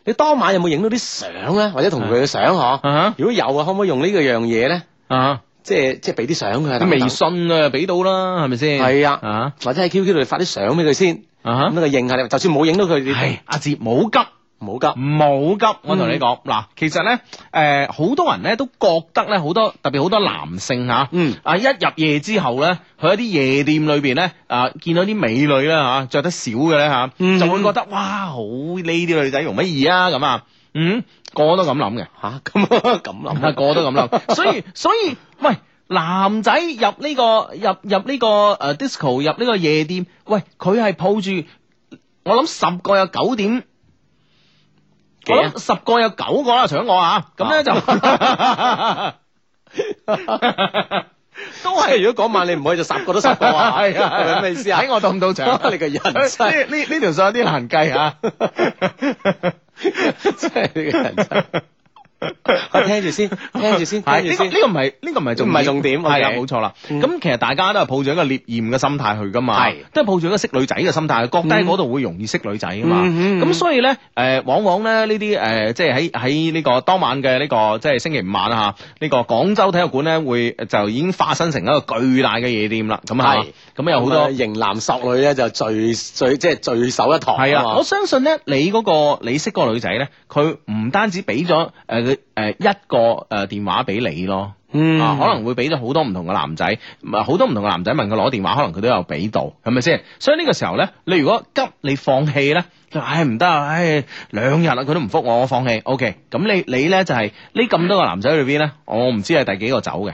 [SPEAKER 3] 你當晚有冇影到啲相咧，或者同佢嘅相嗬？
[SPEAKER 1] 啊
[SPEAKER 3] 如果有啊，可唔可以用呢個樣嘢咧？
[SPEAKER 1] 啊！
[SPEAKER 3] 即係即係俾啲相佢啊，等
[SPEAKER 1] 微
[SPEAKER 3] 等
[SPEAKER 1] 信啊，俾到啦，係咪先？
[SPEAKER 3] 係啊
[SPEAKER 1] 啊
[SPEAKER 3] 或者喺 QQ 度發啲相俾佢先，
[SPEAKER 1] 啊
[SPEAKER 3] 咁
[SPEAKER 1] 哈！
[SPEAKER 3] 佢認下你。就算冇影到佢，你
[SPEAKER 1] 係阿哲冇急，
[SPEAKER 3] 唔好急。
[SPEAKER 1] 冇急，我
[SPEAKER 3] 嗯
[SPEAKER 1] 同你講嗱，其實咧，誒好多人咧都覺得咧，好多特別好多男性嚇，
[SPEAKER 3] 嗯，
[SPEAKER 1] 啊一入夜之後咧，去一啲夜店裏邊咧，啊見到啲美女啦啊嚇，着得少嘅咧嚇，
[SPEAKER 3] 嗯
[SPEAKER 1] 就會覺得哇好呢啲女仔容乜易啊咁啊，嗯，個個都咁諗嘅。
[SPEAKER 3] 吓咁咁 諗
[SPEAKER 1] 啊，
[SPEAKER 3] 啊，
[SPEAKER 1] 個個都咁諗，所以所以喂。男仔入呢、個入入呢、個誒、呃 disco 入呢個夜店，喂佢係抱住我諗十個有九點，
[SPEAKER 3] 幾
[SPEAKER 1] 我
[SPEAKER 3] 啊
[SPEAKER 1] 諗十個有九個啦，除咗我啊，咁咧就都啊
[SPEAKER 3] 即
[SPEAKER 1] 係
[SPEAKER 3] 係如果嗰晚你唔可以就十 個都十個啊，
[SPEAKER 1] 係啊係啊
[SPEAKER 3] 係咪咁嘅意思啊
[SPEAKER 1] 睇？我到唔到場？
[SPEAKER 3] 你個人
[SPEAKER 1] 哎呢
[SPEAKER 3] 真係
[SPEAKER 1] 呢呢條數有啲難計 啊！
[SPEAKER 3] 真係你個人真係。我聽啊住先，聽住先，
[SPEAKER 1] 係
[SPEAKER 3] 聽
[SPEAKER 1] 呢
[SPEAKER 3] 住
[SPEAKER 1] 哎個呢
[SPEAKER 3] 先。
[SPEAKER 1] 個唔係呢個唔係重
[SPEAKER 3] 唔係重點
[SPEAKER 1] 係啦
[SPEAKER 3] OK
[SPEAKER 1] 冇錯啦。
[SPEAKER 3] 嗯
[SPEAKER 1] 咁其實大家都係抱住一個獵豔嘅心態去噶嘛，
[SPEAKER 3] 係
[SPEAKER 1] 都係抱住一個識女仔嘅心態，覺得喺
[SPEAKER 3] 嗯
[SPEAKER 1] 嗰度會容易識女仔啊嘛。
[SPEAKER 3] 嗯嗯
[SPEAKER 1] 咁所以咧，誒往往咧呢啲誒即係喺喺呢個當晚嘅呢個即係星期五晚啊嚇，呢個廣州體育館咧會就已經化身成一個巨大嘅夜店啦。咁啊
[SPEAKER 3] 係，
[SPEAKER 1] 咁有好
[SPEAKER 3] 咁
[SPEAKER 1] 多
[SPEAKER 3] 啊。型男索女咧，就聚聚即係聚首一堂啊嘛。
[SPEAKER 1] 係啊，我相信咧，你嗰、個你識嗰個女仔咧，佢唔單止俾咗誒佢誒一個誒、呃、電話俾你咯，
[SPEAKER 3] 嗯
[SPEAKER 1] 啊可能會俾咗好多唔同嘅男仔，唔係好多唔同嘅男仔問佢攞電話，可能佢都有俾到，係咪先？所以呢個時候咧，你如果急你放棄咧，就唉唔得啊，唉兩日啦，佢都唔覆我，我放棄。OK，咁你你咧就係呢咁多個男仔裏邊咧，我唔知係第幾個走嘅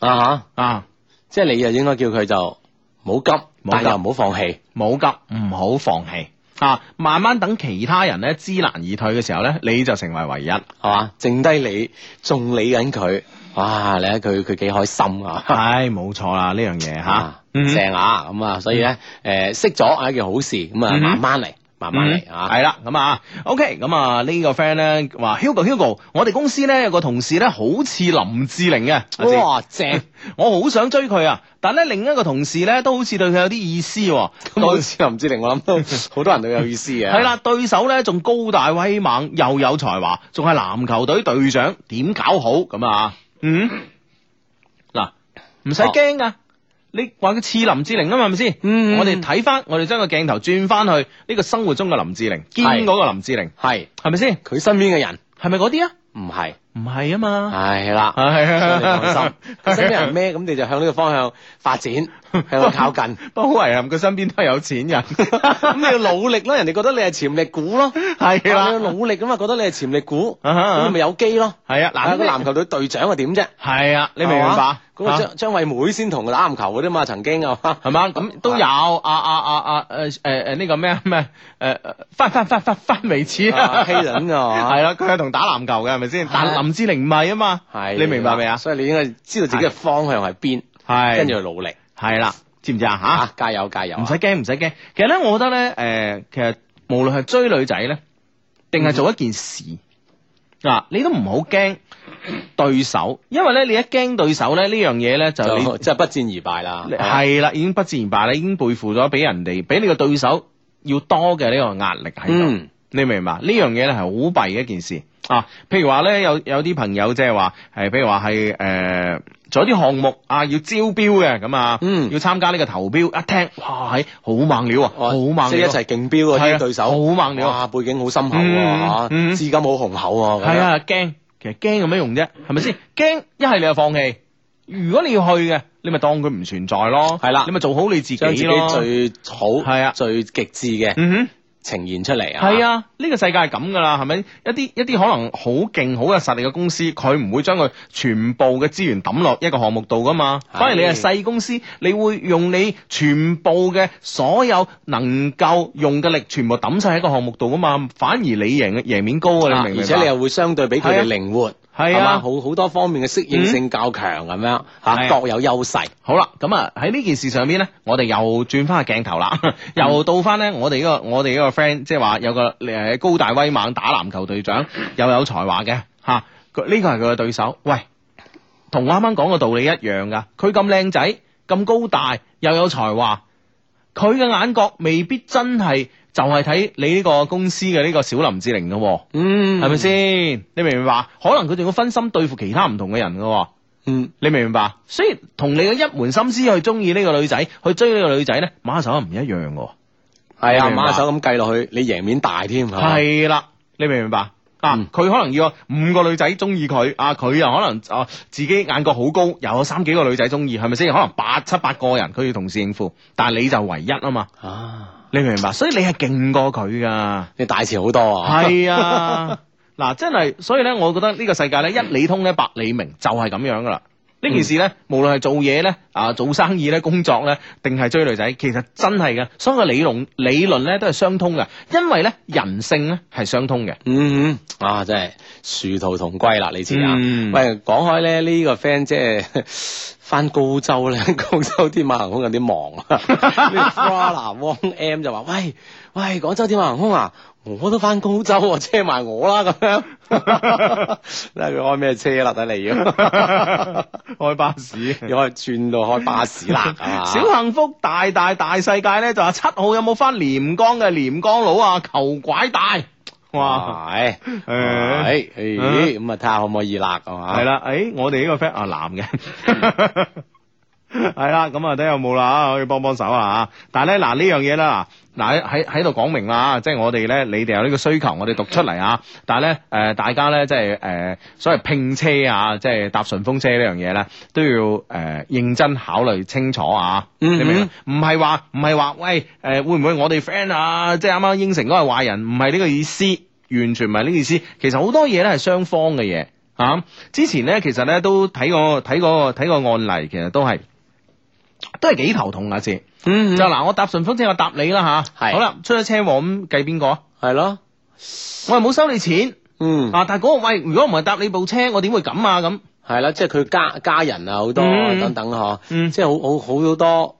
[SPEAKER 3] 啊吓，
[SPEAKER 1] 啊，
[SPEAKER 3] 即係你就應該叫佢就唔好急，
[SPEAKER 1] 冇
[SPEAKER 3] 但
[SPEAKER 1] 急
[SPEAKER 3] 又唔好放棄。
[SPEAKER 1] 冇急，唔好放棄。啊，慢慢等其他人咧知難而退嘅時候咧，你就成為唯一。
[SPEAKER 3] 係嘛？剩低你仲理緊佢，哇！你睇佢佢幾開 心啊！
[SPEAKER 1] 唉，冇錯啦，呢樣嘢吓嗯
[SPEAKER 3] 啊，，正啊！咁啊，所以咧，誒識咗係一件好事，咁啊
[SPEAKER 1] 嗯哼
[SPEAKER 3] 慢慢嚟，慢慢嚟
[SPEAKER 1] 嗯
[SPEAKER 3] 啊。
[SPEAKER 1] 系啦，咁啊，OK，咁啊呢個 friend 咧話 Hugo Hugo，我哋公司咧有個同事咧好似林志玲嘅，阿志
[SPEAKER 3] 哇，正！
[SPEAKER 1] 我好想追佢啊，但咧另一個同事咧都好似對佢有啲意思喎，
[SPEAKER 3] 咁好似林志玲，我諗都好多人都有意思啊嘅。
[SPEAKER 1] 係啦，對手咧仲高大威猛，又有才華，仲係籃球隊隊長，點搞好咁啊？嗯，嗱，唔
[SPEAKER 3] 哦
[SPEAKER 1] 使驚噶，你話佢似林志玲啊嘛，係咪先？
[SPEAKER 3] 嗯，嗯，
[SPEAKER 1] 我哋睇翻，我哋將個鏡頭轉翻去呢個生活中嘅林志玲，堅嗰個林志玲，
[SPEAKER 3] 係
[SPEAKER 1] 係咪先？
[SPEAKER 3] 佢身邊嘅人
[SPEAKER 1] 係咪嗰啲啊？
[SPEAKER 3] 唔係，
[SPEAKER 1] 唔係啊嘛，
[SPEAKER 3] 啊係啦。
[SPEAKER 1] 係
[SPEAKER 3] 所以你放心，佢身邊 人咩咁，你就向呢個方向發 展，向佢靠近。
[SPEAKER 1] 不過好遺憾，佢身邊都係有錢人，
[SPEAKER 3] 咁你要努力咯，人哋覺得你係潛力股 咯，啊你
[SPEAKER 1] 係
[SPEAKER 3] 要
[SPEAKER 1] 啦，
[SPEAKER 3] 努力咁嘛，覺得你係潛力股，
[SPEAKER 1] 啊哈
[SPEAKER 3] 咁你咪有機咯。
[SPEAKER 1] 係啊，
[SPEAKER 3] 嗱，
[SPEAKER 1] 嗱
[SPEAKER 3] 個
[SPEAKER 1] 咁
[SPEAKER 3] 籃
[SPEAKER 1] 籃
[SPEAKER 3] 球隊隊長係點啫？
[SPEAKER 1] 係啊，你明唔明
[SPEAKER 3] 係
[SPEAKER 1] 白
[SPEAKER 3] 嘛？？嗰個
[SPEAKER 1] 啊
[SPEAKER 3] 張張惠妹先同佢打籃球嗰啲嘛，曾 經係啊嘛？
[SPEAKER 1] 係嘛？咁都有啊啊啊啊誒誒誒呢個咩啊咩誒誒翻翻翻翻翻微似
[SPEAKER 3] 啊
[SPEAKER 1] 啊，
[SPEAKER 3] 欺人 啊
[SPEAKER 1] 係啦，佢係同打籃球嘅係咪先？但林志玲唔係啊嘛，
[SPEAKER 3] 係
[SPEAKER 1] 你明白未啊？
[SPEAKER 3] 所以你應該知道自己嘅方向係邊，
[SPEAKER 1] 係
[SPEAKER 3] 跟住去努力
[SPEAKER 1] 係啦，知唔知啊？嚇！
[SPEAKER 3] 啊！加油加油啊！
[SPEAKER 1] 唔使驚，唔使驚。其實咧，我覺得咧，誒、其實無論係追女仔咧，定係做一件事，嗱、你都唔好驚對手，因為咧，你一驚對手咧，呢樣嘢咧就你
[SPEAKER 3] 就真係不戰而敗啦。
[SPEAKER 1] 你係啦，已經不自然敗啦，已經背負咗俾人哋，俾你個對手要多嘅呢個壓力喺度。
[SPEAKER 3] 嗯
[SPEAKER 1] 你明嘛？呢樣嘢咧係好弊嘅一件事啊！譬如話咧，有有啲朋友即係話，係譬如話係誒，做一啲項目啊，要招標嘅咁啊，
[SPEAKER 3] 嗯
[SPEAKER 1] 要參加呢個投標，一聽哇，係好猛料啊，好猛料啊，
[SPEAKER 3] 即係一齊競標嗰
[SPEAKER 1] 係啊
[SPEAKER 3] 啲對手，
[SPEAKER 1] 好猛料啊，
[SPEAKER 3] 哇！背景好深厚
[SPEAKER 1] 嗯
[SPEAKER 3] 喎，嚇
[SPEAKER 1] 嗯
[SPEAKER 3] 資金好雄厚喎。咁
[SPEAKER 1] 係
[SPEAKER 3] 樣，
[SPEAKER 1] 啊，驚，其實驚有咩用啫？係咪先？驚一係你就放棄，如果你要去嘅，你咪當佢唔存在咯，
[SPEAKER 3] 係啦
[SPEAKER 1] 你咪做好你自己
[SPEAKER 3] 將自己
[SPEAKER 1] 咯，
[SPEAKER 3] 最好、
[SPEAKER 1] 係啊
[SPEAKER 3] 最極致嘅
[SPEAKER 1] 嗯哼。
[SPEAKER 3] 呈現出嚟啊！
[SPEAKER 1] 係啊，呢、個世界係咁噶啦，係咪？一啲一啲可能好勁、好有實力嘅公司，佢唔會將佢全部嘅資源抌落一個項目度噶嘛。
[SPEAKER 3] 係
[SPEAKER 1] 反而你係細公司，你會用你全部嘅所有能夠用嘅力，全部抌晒喺一個項目度噶嘛。反而你贏贏面高啊！
[SPEAKER 3] 啊，
[SPEAKER 1] 你明唔明白？
[SPEAKER 3] 而且你又會相對比佢
[SPEAKER 1] 係啊
[SPEAKER 3] 哋靈活，
[SPEAKER 1] 係
[SPEAKER 3] 嘛
[SPEAKER 1] 啊，嗯
[SPEAKER 3] 好好多方面嘅適應性較強咁
[SPEAKER 1] 係
[SPEAKER 3] 樣嚇，
[SPEAKER 1] 啊
[SPEAKER 3] 各有優勢。
[SPEAKER 1] 好啦，咁啊喺呢件事上邊咧，我哋又轉翻個鏡頭啦，又到翻咧我哋呢個我哋呢個 friend，即係話有個誒高大威猛打籃球隊長，又有才華嘅吓，佢呢個係佢嘅對手。喂，同我啱啱講嘅道理一樣噶，佢咁靚仔，咁高大，又有才華，佢嘅眼角未必真係就係睇你呢個公司嘅呢個小林志玲嘅喎，
[SPEAKER 3] 嗯
[SPEAKER 1] 係咪？先？你明唔明白？可能佢仲要分心對付其他唔同嘅人嘅喎。
[SPEAKER 3] 嗯，
[SPEAKER 1] 你明唔明白？所以同你嘅一門心思去中意呢個女仔，去追呢個女仔咧，馬手唔一樣嘅。
[SPEAKER 3] 係啊，
[SPEAKER 1] 你明白
[SPEAKER 3] 馬手咁計落去，你贏面大添係嘛
[SPEAKER 1] 係啦，你明唔明白？啊，
[SPEAKER 3] 啊嗯
[SPEAKER 1] 佢可能要有五個女仔中意佢，啊，佢又可能啊自己眼角好高，又有三幾個女仔中意，係咪先？可能八七八個人，佢要同時應付，但係你就唯一啊嘛，
[SPEAKER 3] 啊！
[SPEAKER 1] 你明唔明白？所以你係勁過佢噶。
[SPEAKER 3] 你大詞好多 啊！
[SPEAKER 1] 係啊， 嗱，真係，所以咧，我覺得呢個世界咧，一理通咧，百理明，就係咁樣噶啦。呢件事咧，無論係做嘢咧，啊，做生意咧，工作咧，定係追女仔，其實真係嘅，所有嘅理論理論咧都係相通嘅，因為咧人性咧係相通嘅。
[SPEAKER 3] 嗯嗯，啊，真係殊途同歸啦！你知啊？
[SPEAKER 1] 嗯
[SPEAKER 3] 喂，講開咧，呢、個 friend 即係 翻高州咧， 高州天馬行空有啲 忙啊。呢 Flora Wong M 就話：喂喂，廣州天馬行空啊，我都翻高州啊，車埋我啦咁樣。 睇下佢開咩車啦，睇你要
[SPEAKER 1] 開巴士，
[SPEAKER 3] 要開轉到開巴士啦，係嘛
[SPEAKER 1] 小幸福大大大世界咧就話七號有冇翻廉江嘅廉江佬啊？求拐帶，哇！
[SPEAKER 3] 哇，係
[SPEAKER 1] 嗯誒
[SPEAKER 3] 係
[SPEAKER 1] 嗯
[SPEAKER 3] 咦咁啊，睇下可唔可以啦，係嘛？
[SPEAKER 1] 系啦，诶、我哋呢個 friend 啊男嘅， 係啦，咁啊睇有冇啦，可以幫幫手啊。但係咧嗱呢樣嘢啦，嗱喺喺度講明啦，啊即係我哋咧，你哋有呢個需求，我哋讀出嚟啊。但係咧诶，大家咧即係诶，所謂拼車啊，即係搭順風車呢樣嘢咧，都要诶、呃、认真考慮清楚啊。
[SPEAKER 3] 嗯
[SPEAKER 1] 你明唔明？唔係話唔係話喂诶、呃，會唔會我哋 friend 啊？即係啱啱應承嗰個壞人，唔係呢個意思，完全唔係呢個意思。其實好多嘢咧係雙方嘅嘢。啊！之前咧，其實咧都睇過睇過睇過案例，其實都係都係幾頭痛啊！先、
[SPEAKER 3] 嗯
[SPEAKER 1] 就嗱，我搭順風車，我搭你啦吓，
[SPEAKER 3] 係
[SPEAKER 1] 好啦，出咗車禍咁計邊個啊？
[SPEAKER 3] 係咯，
[SPEAKER 1] 我又冇收你錢
[SPEAKER 3] 嗯。
[SPEAKER 1] 啊！但係嗰個喂，如果唔係搭你部車，我點會咁啊？咁
[SPEAKER 3] 係啦，即係佢家家人啊，好多
[SPEAKER 1] 嗯
[SPEAKER 3] 等等嗬，
[SPEAKER 1] 嗯
[SPEAKER 3] 即係好好好多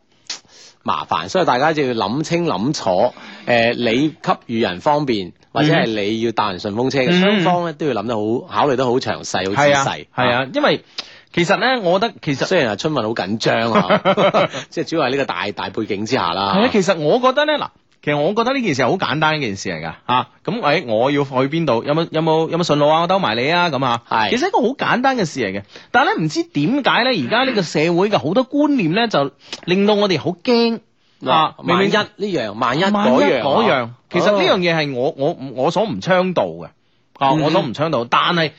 [SPEAKER 3] 麻煩，所以大家就要諗清諗楚。誒、你給予人方便，或者係你要搭人順風車嘅，
[SPEAKER 1] 嗯
[SPEAKER 3] 雙方咧都要諗得好，考慮得好詳細、好仔
[SPEAKER 1] 啊，
[SPEAKER 3] 細。啊
[SPEAKER 1] 系啊，因為其實咧，我覺得其實
[SPEAKER 3] 雖然阿春運好緊 張啊， 即係主要係呢個大大背景之下啦。
[SPEAKER 1] 係啊，其實我覺得咧，嗱，其實我覺得呢件事係好簡單一件事嚟㗎嚇。咁、喂，我要去邊度？有冇有冇有冇順路啊？我兜埋你啊咁啊。
[SPEAKER 3] 係
[SPEAKER 1] 其實一個好簡單嘅事嚟嘅，但係咧唔知點解咧，而家呢個社會嘅好多觀念咧，就令到我哋好驚
[SPEAKER 3] 嗱
[SPEAKER 1] 啊，！明
[SPEAKER 3] 萬
[SPEAKER 1] 明
[SPEAKER 3] 一呢樣，萬一
[SPEAKER 1] 萬
[SPEAKER 3] 嗰樣，啊
[SPEAKER 1] 嗰樣，其實呢
[SPEAKER 3] 哦
[SPEAKER 1] 樣嘢係我我我所唔倡導嘅啊，
[SPEAKER 3] 嗯
[SPEAKER 1] 我所唔倡導，但係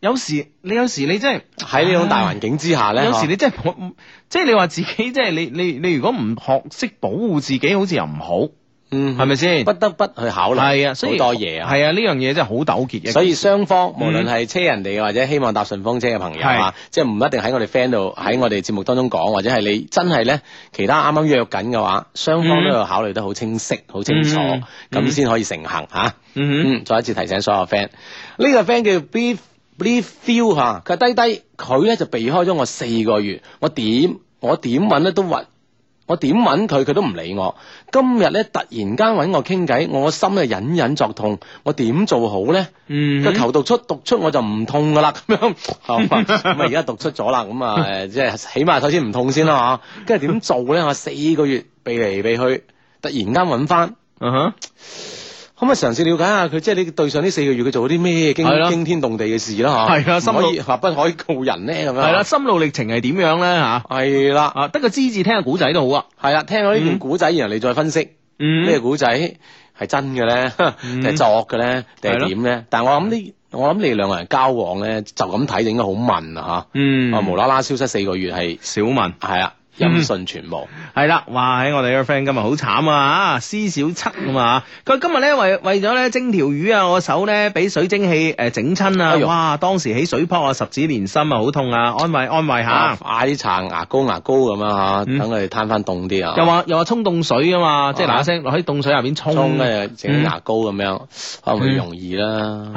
[SPEAKER 1] 有時你有時你真係。
[SPEAKER 3] 喺呢種大環境之下咧，
[SPEAKER 1] 有時
[SPEAKER 3] 嚇
[SPEAKER 1] 你真係冇即係你話自己，即係你你你如果唔學識保護自己，好似又唔好，
[SPEAKER 3] 嗯
[SPEAKER 1] 係咪先？
[SPEAKER 3] 不得不去考慮，
[SPEAKER 1] 係啊，所以
[SPEAKER 3] 好多嘢啊。
[SPEAKER 1] 係啊，呢樣嘢真係好糾結嘅。
[SPEAKER 3] 所以雙方無
[SPEAKER 1] 嗯
[SPEAKER 3] 論係車人哋或者希望搭順風車嘅朋友
[SPEAKER 1] 係
[SPEAKER 3] 啊，即係唔一定喺我哋 friend 度喺我哋節目當中講，或者係你真係咧其他啱啱約緊嘅話，雙方都要考慮得好清晰、好清楚，
[SPEAKER 1] 嗯
[SPEAKER 3] 咁先可以成行嚇。
[SPEAKER 1] 嗯
[SPEAKER 3] 嗯，再一次提醒所有 friend，呢、個 friend 叫 Beef Beef Feel 嚇，佢話低低佢咧就避開咗我四個月，我點我點揾咧都揾。我點揾佢，佢都唔理我。今日咧突然間揾我傾偈，我心咧隱隱作痛，我點做好咧？
[SPEAKER 1] 嗯
[SPEAKER 3] 佢求讀出，讀出我就唔痛噶啦， 咁 樣係嘛咁啊，而家讀出咗啦，咁啊，誒即係起碼首先唔痛先啦
[SPEAKER 1] 嗯
[SPEAKER 3] 嚇。跟住點做咧？我四個月避嚟避去，突然間揾翻，
[SPEAKER 1] 嗯
[SPEAKER 3] 啊
[SPEAKER 1] 哼，
[SPEAKER 3] 可唔可以嘗試了解下佢，即係你對上呢四個月佢做咗啲咩
[SPEAKER 1] 係啦
[SPEAKER 3] 驚驚天動地嘅事啦嚇？
[SPEAKER 1] 係啦
[SPEAKER 3] 唔
[SPEAKER 1] 心
[SPEAKER 3] 可
[SPEAKER 1] 路
[SPEAKER 3] 以話不可以告人咧咁樣。
[SPEAKER 1] 係啦，，心路歷程係點樣咧吓？
[SPEAKER 3] 係啦，
[SPEAKER 1] 啊，得個知字聽個古仔都好啊。
[SPEAKER 3] 係啦，聽咗呢段
[SPEAKER 1] 嗯
[SPEAKER 3] 古仔，然後你再分析
[SPEAKER 1] 嗯
[SPEAKER 3] 呢個古仔係真嘅咧， 定係作嘅咧，定
[SPEAKER 1] 係
[SPEAKER 3] 係
[SPEAKER 1] 咯
[SPEAKER 3] 點咧？但係我諗呢，我諗你哋兩個人交往咧，就咁睇就應該好問啊
[SPEAKER 1] 嗯
[SPEAKER 3] 嚇。啊，無啦啦消失四個月係
[SPEAKER 1] 小文
[SPEAKER 3] 係啦，音訊全無。
[SPEAKER 1] 係啦，哇！喺我哋嘅 friend 今日好慘啊，施小七啊嘛，佢話今日咧為為咗咧蒸條魚啊，我手咧俾水蒸氣誒整親啊
[SPEAKER 3] 哎，呦
[SPEAKER 1] 哇！當時起水泡啊，十指連心啊，好痛啊，安慰安慰下。
[SPEAKER 3] 啊快啲搽牙膏牙膏咁啊嚇，
[SPEAKER 1] 嗯
[SPEAKER 3] 等佢哋攤翻凍啲啊。
[SPEAKER 1] 又話又話沖凍水啊嘛，即係嗱
[SPEAKER 3] 啊
[SPEAKER 1] 嗱聲落喺凍水入邊沖，
[SPEAKER 3] 沖
[SPEAKER 1] 係
[SPEAKER 3] 咧整牙膏咁樣，可能會容易啦。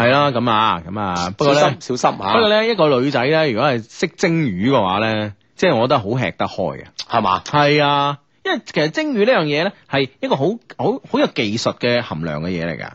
[SPEAKER 1] 啦咁啊咁啊，不
[SPEAKER 3] 小
[SPEAKER 1] 過咧
[SPEAKER 3] 心小心嚇。
[SPEAKER 1] 不過咧一個女仔咧，如果係識蒸魚嘅話咧，即係我覺得好吃得啊開嘅。
[SPEAKER 3] 係嘛？
[SPEAKER 1] 係啊，因為其實蒸魚呢樣嘢咧係一個好好好有技術嘅含量嘅嘢嚟㗎。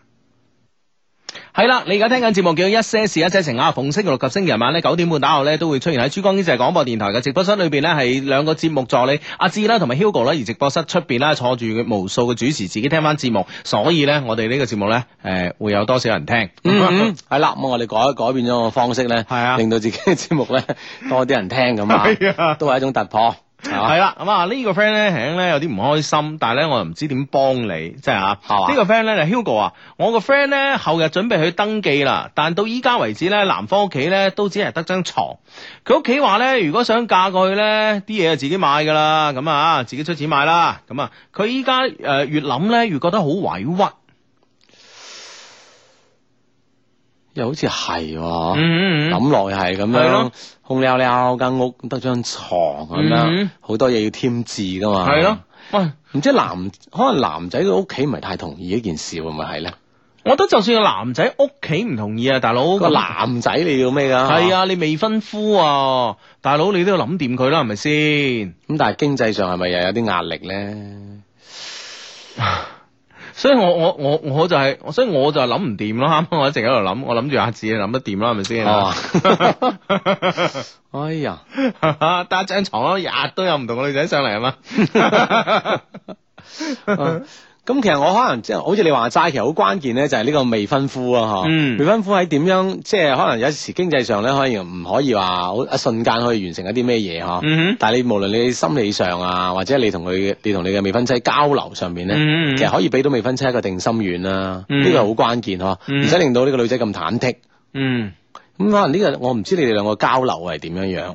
[SPEAKER 1] 係啦，你而家聽緊節目叫一些事一些情啊，逢星期六及星期日晚咧九點半打後咧都會出現喺珠江經濟廣播電台嘅直播室裏邊咧，係兩個節目助理阿志啦同埋 Hugo 啦，而直播室出邊啦坐住無數嘅主持自己聽翻節目，所以咧我哋呢個節目咧誒、會有多少人聽？
[SPEAKER 3] 嗯，係啦，咁我哋改改變咗個方式咧，
[SPEAKER 1] 係啊
[SPEAKER 3] 令到自己嘅節目咧多啲人聽咁啊，
[SPEAKER 1] 啊。
[SPEAKER 3] 都係一種突破，係嘛
[SPEAKER 1] 係啦，咁啊呢個 friend 咧，響咧有啲唔開心，但係咧我又唔知點幫你，即係啊。
[SPEAKER 3] 係嘛
[SPEAKER 1] 呢個 friend 咧就 Hugo 啊，我個 friend 咧後日準備去登記啦，但到依家為止咧，男方屋企咧都只係得張床。佢屋企話咧，如果想嫁過去咧，啲嘢就自己買噶啦，咁啊自己出錢買啦，咁啊佢依家誒越諗咧越覺得好委屈。
[SPEAKER 3] 又好似係喎，
[SPEAKER 1] 嗯
[SPEAKER 3] 諗落去係咁
[SPEAKER 1] 係
[SPEAKER 3] 樣
[SPEAKER 1] 咯，
[SPEAKER 3] 空溜溜間屋得張床咁樣
[SPEAKER 1] 嗯，
[SPEAKER 3] 好多嘢要添置噶嘛，
[SPEAKER 1] 係咯，，喂。
[SPEAKER 3] 唔知男可能男仔嘅屋企唔係太同意呢件事，會唔會係咧？
[SPEAKER 1] 我覺得就算個男仔屋企唔同意啊，大佬
[SPEAKER 3] 個男仔你要咩㗎？
[SPEAKER 1] 係，啊，你未婚夫啊，大佬你都要諗掂佢啦，係咪先？
[SPEAKER 3] 咁但係經濟上係咪又有啲壓力咧？
[SPEAKER 1] 所以我我我我就係、所以我就係諗唔掂咯。啱啱我一直喺度諗，我諗住阿志諗得掂啦，係咪先？
[SPEAKER 3] 哦哎呀！
[SPEAKER 1] 搭張床咯，日日都有唔同嘅女仔上嚟啊嘛。
[SPEAKER 3] 咁其實我可能即係好似你話齋，其實好關鍵咧，就係呢個未婚夫啊，嚇、
[SPEAKER 1] 嗯
[SPEAKER 3] 未婚夫喺點樣，即係可能有時經濟上咧，可以唔可以話好一瞬間可以完成一啲咩嘢嚇？
[SPEAKER 1] 嗯
[SPEAKER 3] 但係你無論你心理上啊，或者你同佢、你同你嘅未婚妻交流上面咧，
[SPEAKER 1] 嗯嗯嗯
[SPEAKER 3] 其實可以俾到未婚妻一個定心丸啦、
[SPEAKER 1] 嗯
[SPEAKER 3] 呢個好關鍵呵，
[SPEAKER 1] 嗯
[SPEAKER 3] 唔使令到呢個女仔咁忐忑。
[SPEAKER 1] 嗯，
[SPEAKER 3] 咁可能呢個我唔知你哋兩個交流係點樣樣，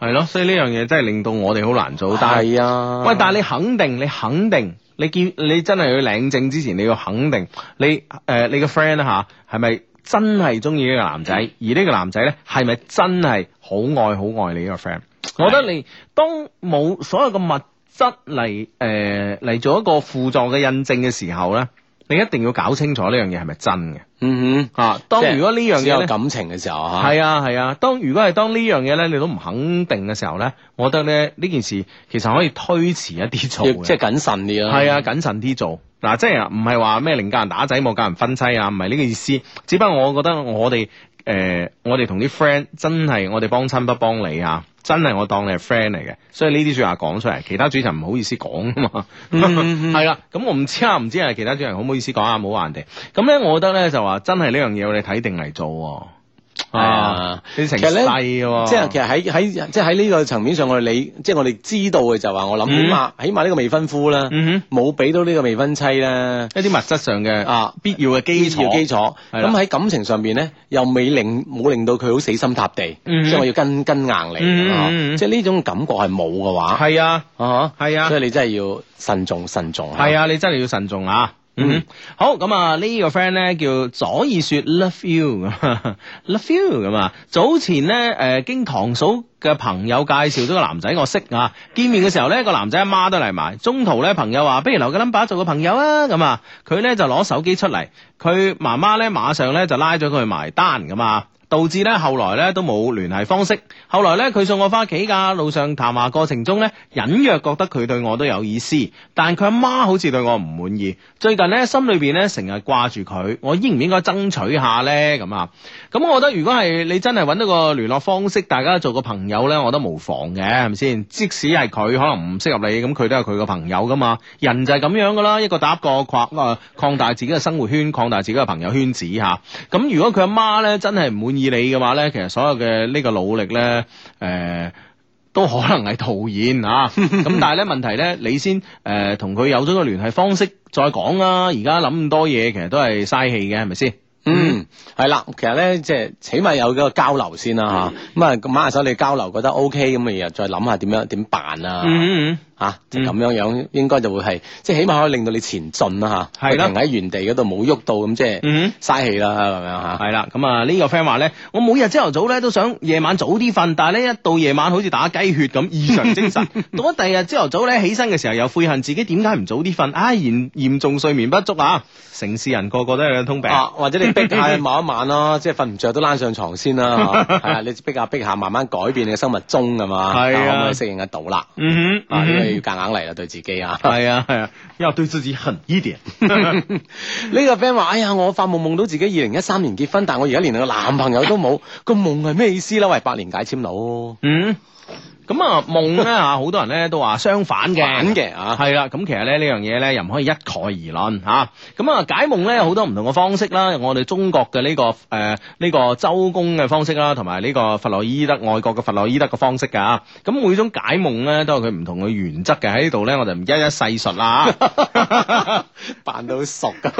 [SPEAKER 1] 係咯，所以呢樣嘢真係令到我哋好難做。但係
[SPEAKER 3] 係啊，
[SPEAKER 1] 喂，但係你肯定，你肯定，你見你真係去領證之前，你要肯定你誒、呃你個 friend 啊嚇係咪真係中意呢個男仔，
[SPEAKER 3] 嗯
[SPEAKER 1] 而呢個男仔咧係咪真係好愛好愛你呢個 friend？我覺得你當呃冇所有嘅物質嚟誒嚟做一個輔助嘅印證嘅時候咧，你一定要搞清楚呢樣嘢係咪真嘅
[SPEAKER 3] 嗯
[SPEAKER 1] 啊！當
[SPEAKER 3] 即係
[SPEAKER 1] 如果呢樣
[SPEAKER 3] 哼，只
[SPEAKER 1] 嘢
[SPEAKER 3] 有
[SPEAKER 1] 咧，
[SPEAKER 3] 感情嘅時候吓，
[SPEAKER 1] 係啊係啊，當如果係當呢樣嘢咧，你都唔肯定嘅時候咧，我覺得咧呢件事其實可以推遲一啲做
[SPEAKER 3] 要
[SPEAKER 1] 嘅，
[SPEAKER 3] 即係謹慎啲啦。
[SPEAKER 1] 係啊，謹慎啲做。嗱，即係唔係話咩寧教人打仔，冇教人分妻啊，唔係呢個意思。只不過我覺得我哋誒、我哋同啲 friend 真係我哋幫親不幫你啊，真係我當你係 friend 嚟嘅，所以呢啲説話講出嚟，其他主持人唔好意思講啊嘛。 係啦，咁我唔知啊，唔知係其他主持人好唔好意思講啊，唔好話人哋。咁咧，我覺得咧就話真係呢樣嘢我哋睇定嚟做喎。
[SPEAKER 3] 係啊，
[SPEAKER 1] 你成
[SPEAKER 3] 其實
[SPEAKER 1] 世
[SPEAKER 3] 呢
[SPEAKER 1] 喎，
[SPEAKER 3] 即係其實喺喺即係喺呢個層面上，我哋理即係我哋知道嘅就話，我諗
[SPEAKER 1] 嗯
[SPEAKER 3] 起碼起碼呢個未婚夫啦，
[SPEAKER 1] 嗯
[SPEAKER 3] 冇俾到呢個未婚妻啦，
[SPEAKER 1] 哼，一啲物質上嘅
[SPEAKER 3] 啊
[SPEAKER 1] 必要嘅基
[SPEAKER 3] 要
[SPEAKER 1] 礎，
[SPEAKER 3] 基礎。
[SPEAKER 1] 係啦
[SPEAKER 3] 咁喺感情上邊咧，又未令冇令到佢好死心塌地，
[SPEAKER 1] 嗯
[SPEAKER 3] 即係我要跟跟硬
[SPEAKER 1] 嗯
[SPEAKER 3] 嚟，
[SPEAKER 1] 嗯
[SPEAKER 3] 啊
[SPEAKER 1] 嗯
[SPEAKER 3] 即係呢種感覺係冇嘅話，
[SPEAKER 1] 係啊，
[SPEAKER 3] 啊
[SPEAKER 1] 係啊
[SPEAKER 3] 哈，所。以你真係要慎重慎重。
[SPEAKER 1] 係啊，你真係要慎重啊！嗯
[SPEAKER 3] 嗯，
[SPEAKER 1] 好咁啊！呢個 friend 咧叫左耳說 love you 咁啊，love you 咁啊。早前咧，誒、經堂嫂嘅朋友介紹咗個男仔我識啊，見面嘅時候咧，個男仔阿媽都嚟埋。中途咧，朋友話不如留個 number 做個朋友啊，咁啊，佢咧就攞手機出嚟，佢媽媽咧馬上咧就拉咗佢去埋單咁啊。導致咧後來咧都冇聯繫方式。後來咧佢送我翻屋企㗎，路上談話過程中咧，隱約覺得佢對我都有意思，但佢阿媽好似對我唔滿意。最近咧心裏邊咧成日掛住佢，我應唔應該爭取下咧咁啊？咁我覺得如果係你真係揾到個聯絡方式，大家做個朋友咧，我覺得無妨嘅，係咪先？即使係佢可能唔適合你，咁佢都係佢個朋友噶嘛。人就係咁樣噶啦，一個搭一個擴誒擴大自己嘅生活圈，擴大自己嘅朋友圈子嚇。咁如果佢阿媽咧真係唔滿意你嘅話咧，其實所有嘅呢個努力咧，誒、都可能係徒然啊！ 咁但係咧問題咧，你先誒同佢有咗個聯繫方式再講啦。而家諗咁多嘢，其實都係嘥氣嘅，係咪先？
[SPEAKER 3] 嗯，係啦，其實咧，即係起碼有個交流先啦
[SPEAKER 1] 嗯
[SPEAKER 3] 吓，咁啊，咁馬手你交流覺得 O K，咁咪又再諗下點樣點辦啊，
[SPEAKER 1] 嗯嗯
[SPEAKER 3] 吓，就咁樣樣應該就會係，即係起碼可以令到你前進啦吓，
[SPEAKER 1] 係啦
[SPEAKER 3] 佢停喺原地嗰度冇喐到，咁即係
[SPEAKER 1] 嗯。
[SPEAKER 3] 嘥氣啦咁樣吓，
[SPEAKER 1] 系啦，咁啊呢個 friend 話咧，我每日朝頭早咧都想夜晚早啲瞓，但係咧一到夜晚好似打雞血咁異常精 神，到咗第二日朝頭早咧起身嘅時候又悔恨自己點解唔早啲瞓，唉嚴嚴重睡眠不足啊！城市人個個都有呢個通病，
[SPEAKER 3] 啊，或者你逼下 某一晚咯，即係瞓唔着都躝上床先 啦，嚇係啊，你逼下逼下，慢慢改變你嘅生物鐘咁嘛，
[SPEAKER 1] 係啊
[SPEAKER 3] 可唔可以適應得到啦？
[SPEAKER 1] 嗯哼，
[SPEAKER 3] 啊，呢個要
[SPEAKER 1] 嗯
[SPEAKER 3] 夾硬嚟啦，對自己啊。
[SPEAKER 1] 哼 係啊係啊，要對自己狠一點，
[SPEAKER 3] 嗯呢個 friend 話：哎呀，我發夢夢到自己二零一三年結婚，但我而家連個男朋友都冇，個夢係咩意思啦？喂，百年解簽佬，
[SPEAKER 1] 嗯。咁啊，夢咧嚇，好多人咧都話相反嘅，
[SPEAKER 3] 反嘅啊，
[SPEAKER 1] 係啦，咁其實咧呢樣嘢咧又唔可以一概而論嚇。咁啊解夢咧有好多唔同嘅方式啦，我哋中國嘅呢、個呃誒呢、個周公嘅方式啦，同埋呢個弗洛伊德外國嘅弗洛伊德嘅方式㗎啊。咁每種解夢咧都有佢唔同嘅原則嘅，喺呢度咧我就唔一一細述啦 啊。
[SPEAKER 3] 扮到熟噶，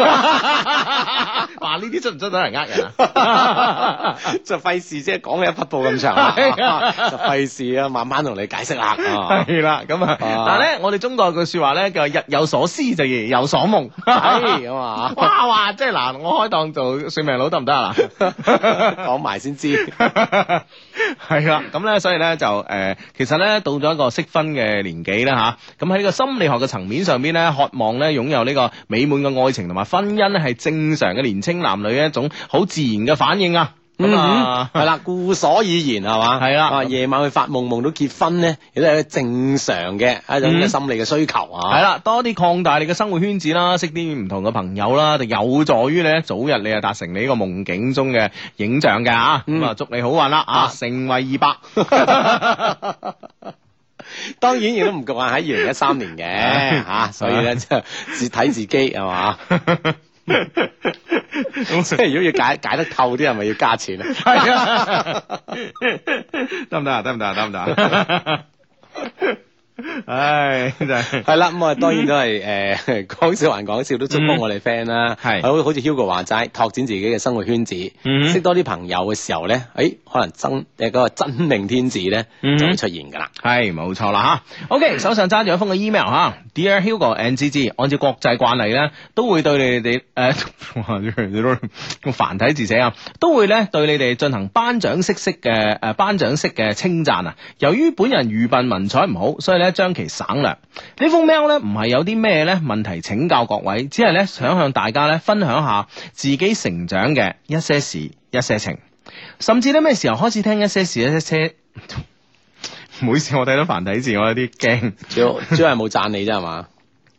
[SPEAKER 1] 話呢啲出唔出到嚟呃人 啊？
[SPEAKER 3] 就費事即係講你一匹布咁長啦，就費事啊，慢慢同你解釋啦。啊
[SPEAKER 1] 係啦，咁啊，
[SPEAKER 3] 啊
[SPEAKER 1] 但係咧，我哋中國有句説話咧叫日有所思就夜有所 哎夢，
[SPEAKER 3] 係咁啊，
[SPEAKER 1] 哇哇！即係嗱，我開檔做算命佬得唔得啊？ 嗱，
[SPEAKER 3] 講埋先知。
[SPEAKER 1] 係啦，咁咧，所以咧就誒、呃其實咧到咗一個適婚嘅年紀啦吓，咁喺呢個心理學嘅層面上邊咧，渴望咧擁有呢個美滿嘅愛情同埋婚姻咧，係正常嘅年青男女一種好自然嘅反應啊！咁
[SPEAKER 3] 咁
[SPEAKER 1] 啊
[SPEAKER 3] 啊，，係啦，故所以然係嘛，
[SPEAKER 1] 係啦
[SPEAKER 3] 啊夜晚去發夢夢到結婚咧，亦都係一個正常嘅一種
[SPEAKER 1] 嗯
[SPEAKER 3] 嘅心理嘅需求啊。
[SPEAKER 1] 係啦，多啲擴大你嘅生活圈子啦，識啲唔同嘅朋友啦，就有助於你咧早日你啊達成你呢個夢境中嘅影像嘅啊！咁啊，祝你好運啦啊，
[SPEAKER 3] 啊
[SPEAKER 1] 成為二百。
[SPEAKER 3] 當然亦都唔局限喺二零一三 年嘅
[SPEAKER 1] 啊
[SPEAKER 3] 嚇，所以咧就自睇自己係 嘛，即係如果要解解得透啲，係咪要加錢啊？
[SPEAKER 1] 系啊，得唔得啊？得唔得啊？得唔得啊？唉，真係
[SPEAKER 3] 係啦，咁啊當然 都係誒 講笑還講笑，都祝福我哋 friend 啦。
[SPEAKER 1] 嗯係
[SPEAKER 3] 好好似 Hugo 話齋，拓展自己嘅生活圈子，
[SPEAKER 1] 嗯
[SPEAKER 3] 識多啲朋友嘅時候咧，誒可能真誒嗰個真命天子咧
[SPEAKER 1] 嗯
[SPEAKER 3] 就會出現㗎啦。
[SPEAKER 1] 係冇錯啦吓。OK，手上揸住一封嘅 email 吓，Dear Hugo and G G，按照國際慣例咧，都會對你哋 誒，哇你都用繁體字寫啊，都會咧對你哋進行頒獎式式嘅誒頒獎式嘅稱讚啊。由於本人愚笨文采唔好，所以咧。咧將其省略。呢封 mail 咧唔係有啲咩咧問題請教各位，只係咧想向大家咧分享下自己成長嘅一些事、一些情，甚至咧咩時候開始聽一些事、一些車。唔好意思，我睇到繁體字，我有啲驚。
[SPEAKER 3] 主 要主要係冇讚你啫係嘛？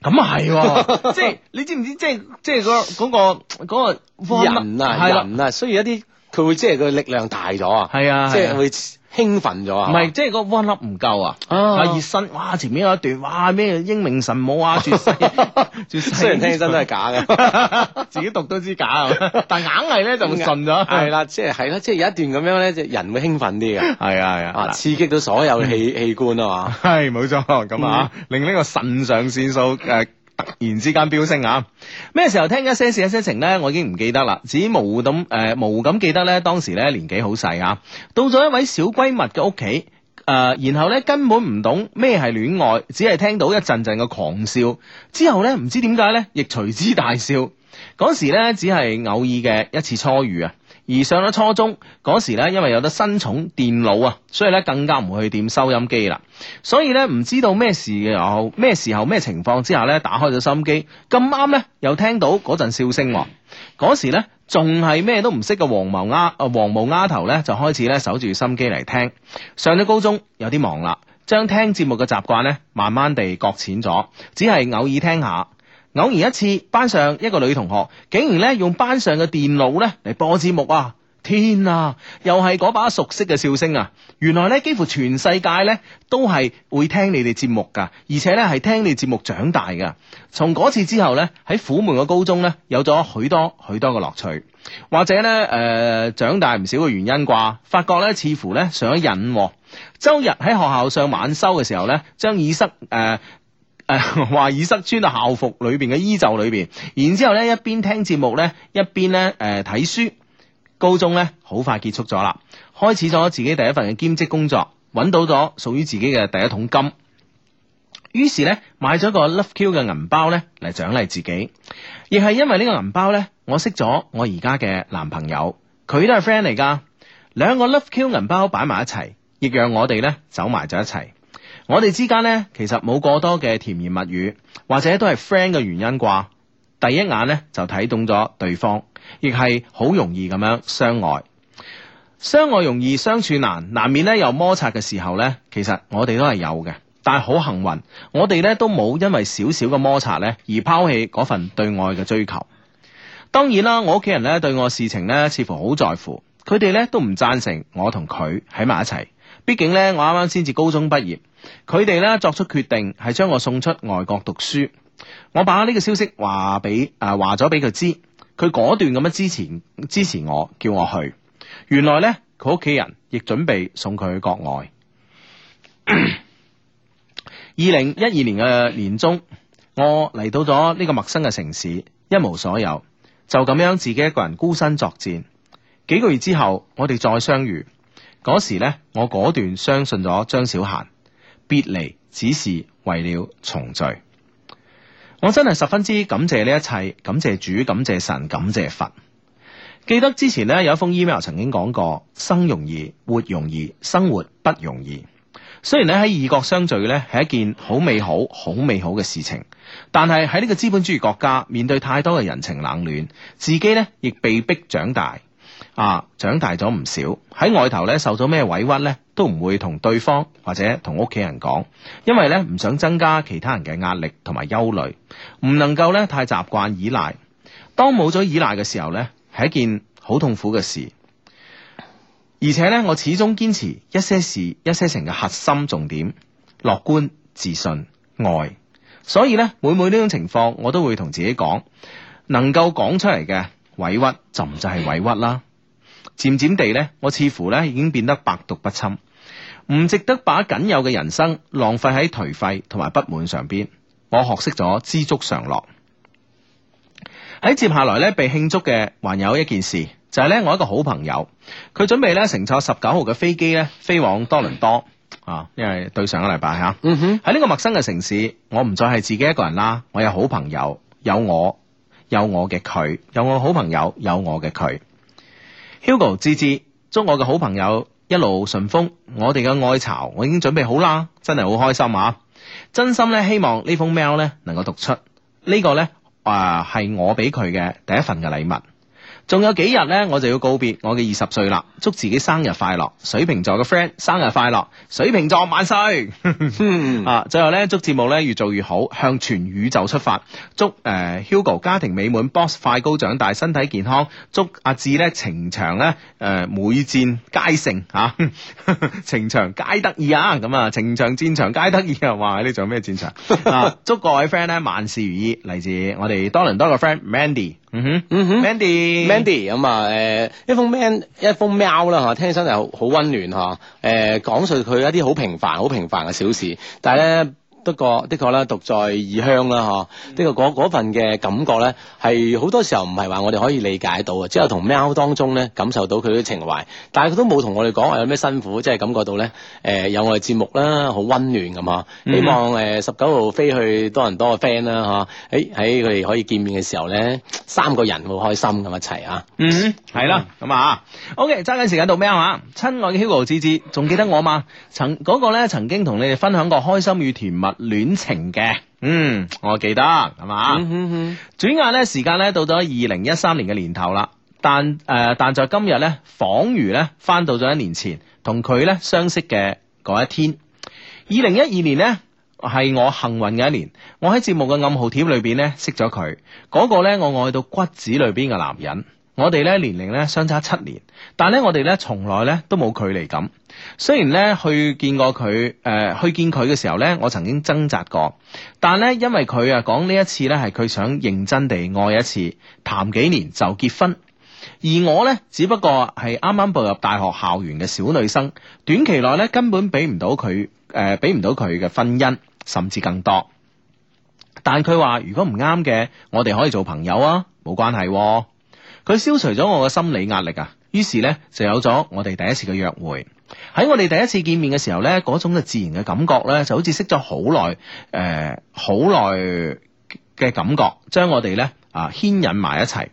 [SPEAKER 1] 咁啊係喎，即係你知唔知？即係即係嗰嗰個嗰個
[SPEAKER 3] 人啊
[SPEAKER 1] 係啦，
[SPEAKER 3] 人啊，需要一啲佢會即係佢力量大咗啊，
[SPEAKER 1] 係啊，
[SPEAKER 3] 即
[SPEAKER 1] 係啊
[SPEAKER 3] 係會興奮咗啊。
[SPEAKER 1] 唔係，即係個 one up 唔夠啊！
[SPEAKER 3] 啊
[SPEAKER 1] 啊，熱身，哇！前面有一段，哇！咩英明神武啊，絕世 絕 世，
[SPEAKER 3] 雖然聽起身都係假嘅。
[SPEAKER 1] 自己讀都知假啊，但硬係咧就順咗。
[SPEAKER 3] 係， 啦，即係係啦，即係有一段咁樣咧，就人會興奮啲 嘅，
[SPEAKER 1] 係啊，係
[SPEAKER 3] 啊，刺激到所有器器官啊 嘛。
[SPEAKER 1] 係冇錯，咁啊，令呢個腎上腺素誒。突然之間飆升啊！咩時候聽一些事一些情呢？我已經唔記得啦，只模糊咁誒模糊咁記得呢。當時呢年紀好細啊，到咗一位小閨蜜嘅屋企。誒、然後呢，根本唔懂咩係戀愛，只係聽到一陣陣嘅狂笑，之後呢，唔知點解呢，亦隨之大笑。嗰時呢，只係偶爾嘅一次初遇啊。而上咗初中嗰時呢，因為有得新寵電腦啊，所以呢更加唔會去掂收音機啦。所以呢，唔知道咩時候、咩時候、咩情況之下呢，打開咗收音機，咁啱呢，又聽到嗰陣笑聲喎。嗰時呢，仲係咩都唔識嘅黃毛丫、呃、黃毛丫頭呢，就開始呢守住心機嚟聽。上咗高中有啲忙啦，哦將聽節目嘅習慣呢，慢慢地擱淺咗，只係偶爾聽下。偶然一次，班上一個女同學竟然咧用班上嘅電腦咧嚟播節目啊！天啊，又係嗰把熟悉嘅笑聲啊！原來咧，幾乎全世界咧都係會聽你哋節目噶，而且咧係聽你節目長大噶。從嗰次之後咧，喺虎門嘅高中咧，有咗許多許多嘅樂趣，或者咧誒、呃、長大唔少嘅原因啩，發覺咧似乎咧上咗癮喎。周日喺學校上晚修嘅時候咧，將耳塞誒。呃 誒話耳塞穿到校服裏邊嘅衣袖裏邊，然之後咧一邊聽節目咧，一邊咧誒睇書。高中咧好快結束咗啦，開始咗自己第一份嘅兼職工作，揾到咗屬於自己嘅第一桶金。於是咧買咗個 Love Q 嘅銀包咧嚟獎勵自己，亦係因為呢個銀包咧，我識咗我而家嘅男朋友，佢都係 friend 嚟噶。兩個 Love Q 銀包擺埋一齊，亦讓我哋咧走埋咗一齊。我哋之間呢，其實冇過多嘅甜言蜜語，或者都係 friend 嘅原因啩。第一眼呢，就睇懂咗對方，亦係好容易咁樣相愛。相愛容易相處難，難免呢有摩擦嘅時候呢，其實我哋都係有嘅。但係好幸運，我哋呢都冇因為少少嘅摩擦呢而拋棄嗰份對愛嘅追求。當然啦，我屋企人咧對我事情咧似乎好在乎，佢哋咧都唔贊成我同佢喺埋一齊。畢竟咧，我啱啱先至高中畢業，佢哋咧作出決定係將我送出外國讀書。我把呢個消息話俾誒話咗俾佢知，佢果斷咁樣支持支持我，叫我去。原來咧，佢屋企人亦準備送佢去國外。 二零一二年嘅年中，我嚟到咗呢個陌生嘅城市，一無所有。就咁樣自己一個人孤身作戰。幾個月之後，我哋再相遇。嗰時呢，我果斷相信咗張小嫻，別離只是為了重聚。我真係十分之感謝呢一切，感謝主，感謝神，感謝佛。記得之前呢，有一封 email 曾經講過：生容易，活容易，生活不容易。雖然咧喺異國相聚咧係一件好美好、好美好嘅事情，但係喺呢個資本主義國家，面對太多嘅人情冷暖，自己咧亦被逼長大。啊，長大咗唔少，喺外頭咧受咗咩委屈咧，都唔會同對方或者同屋企人講，因為咧唔想增加其他人嘅壓力同埋憂慮，唔能夠咧太習慣依賴。當冇咗依賴嘅時候咧，係一件好痛苦嘅事。而且咧，我始終堅持一些事、一些情嘅核心重點：樂觀、自信、愛。所以咧，每每呢種情況，我都會同自己講，能夠講出嚟嘅委屈就唔就係委屈啦。漸漸地咧，我似乎咧已經變得百毒不侵，唔值得把僅有嘅人生浪費喺頹廢同埋不滿上邊。我學識咗知足常樂。喺接下來咧被慶祝嘅還有一件事，就係、呢咧我一個好朋友，佢準備咧乘坐十九號嘅飛機咧飛往多倫多啊，因為對上個禮拜嚇。
[SPEAKER 3] 嗯哼，
[SPEAKER 1] 喺呢個陌生嘅城市，我唔再係自己一個人啦，我有好朋友，有我，有我嘅佢，有我好朋友，有我嘅佢。Hugo 芝芝，祝我嘅好朋友一路順風，我哋嘅愛巢我已經準備好啦，真係好開心啊！真心咧希望呢封 mail 咧能夠讀出，呢、個咧啊係我俾佢嘅第一份嘅禮物。仲有幾日咧，我就要告別我嘅二十歲啦！祝自己生日快樂，水瓶座嘅 friend 生日快樂，水瓶座萬歲！
[SPEAKER 3] 嗯，
[SPEAKER 1] 啊，最後咧，祝節目咧越做越好，向全宇宙出發。祝誒、呃 Hugo 家庭美滿，Boss 快高長大，身體健康。祝阿志咧情場咧誒、呃每戰皆勝嚇、啊 情場皆得意啊！咁啊，情場戰場皆得意啊！哇，呢仲有咩戰場啊？祝各位 friend 咧萬事如意。嚟自我哋多倫多嘅 friend Mandy，嗯哼，
[SPEAKER 3] 嗯哼
[SPEAKER 1] m a n d y
[SPEAKER 3] Mandy 咁啊，誒一封 man 一封 mail 啦嚇，聽起身就好好温暖嚇。誒講述佢一啲好平凡、好平凡嘅小事，但係咧。不過的確啦，獨在異鄉啦，嗬，的確嗰嗰份嘅感覺咧，係好多時候唔係話我哋可以理解到嘅，只有同 mail 當中咧感受到佢啲情懷，但係佢都冇同我哋講話有咩辛苦，即係感覺到咧，誒、有我哋節目啦，好温暖咁嗬。
[SPEAKER 1] 嗯
[SPEAKER 3] 希望誒十九號飛去多倫多嘅 friend 啦，嗬，喺喺佢哋可以見面嘅時候咧，三個人好開心咁一齊啊！
[SPEAKER 1] 嗯，系啦，咁啊，OK，揸緊時間到咩啊？親愛嘅 Hugo 志志，仲記得我嘛？曾嗰、個咧曾經同你哋分享過開心與甜蜜戀情嘅，嗯，我記得，係嘛？
[SPEAKER 3] 嗯哼哼。
[SPEAKER 1] 轉眼咧，時間咧到咗二零一三年嘅年頭啦，但誒、呃但在今日咧，彷如咧翻到咗一年前同佢咧相識嘅嗰一天。二零一二年呢，係我幸運嘅一年，我喺節目嘅暗號貼裏邊呢，識咗佢，嗰、個呢，我愛到骨子裏邊嘅男人。我哋呢年齡呢相差七年，但呢，我哋呢從來呢都冇距離感。雖然呢去見過佢，誒、去見佢嘅時候呢，我曾經掙扎過，但呢，因為佢啊講呢一次呢係佢想認真地愛一次，談幾年就結婚。而我呢，只不過係啱啱步入大學校園嘅小女生，短期內呢，根本俾唔到佢，誒、呃俾唔到佢嘅婚姻，甚至更多。但佢話如果唔啱嘅，我哋可以做朋友啊，冇關係喎、佢消除咗我嘅心理壓力啊，於是呢，就有咗我哋第一次嘅約會。喺我哋第一次見面嘅時候呢，嗰種嘅自然嘅感覺呢，就好似識咗好耐，誒、好耐嘅感覺，將我哋呢啊牽引埋一齊。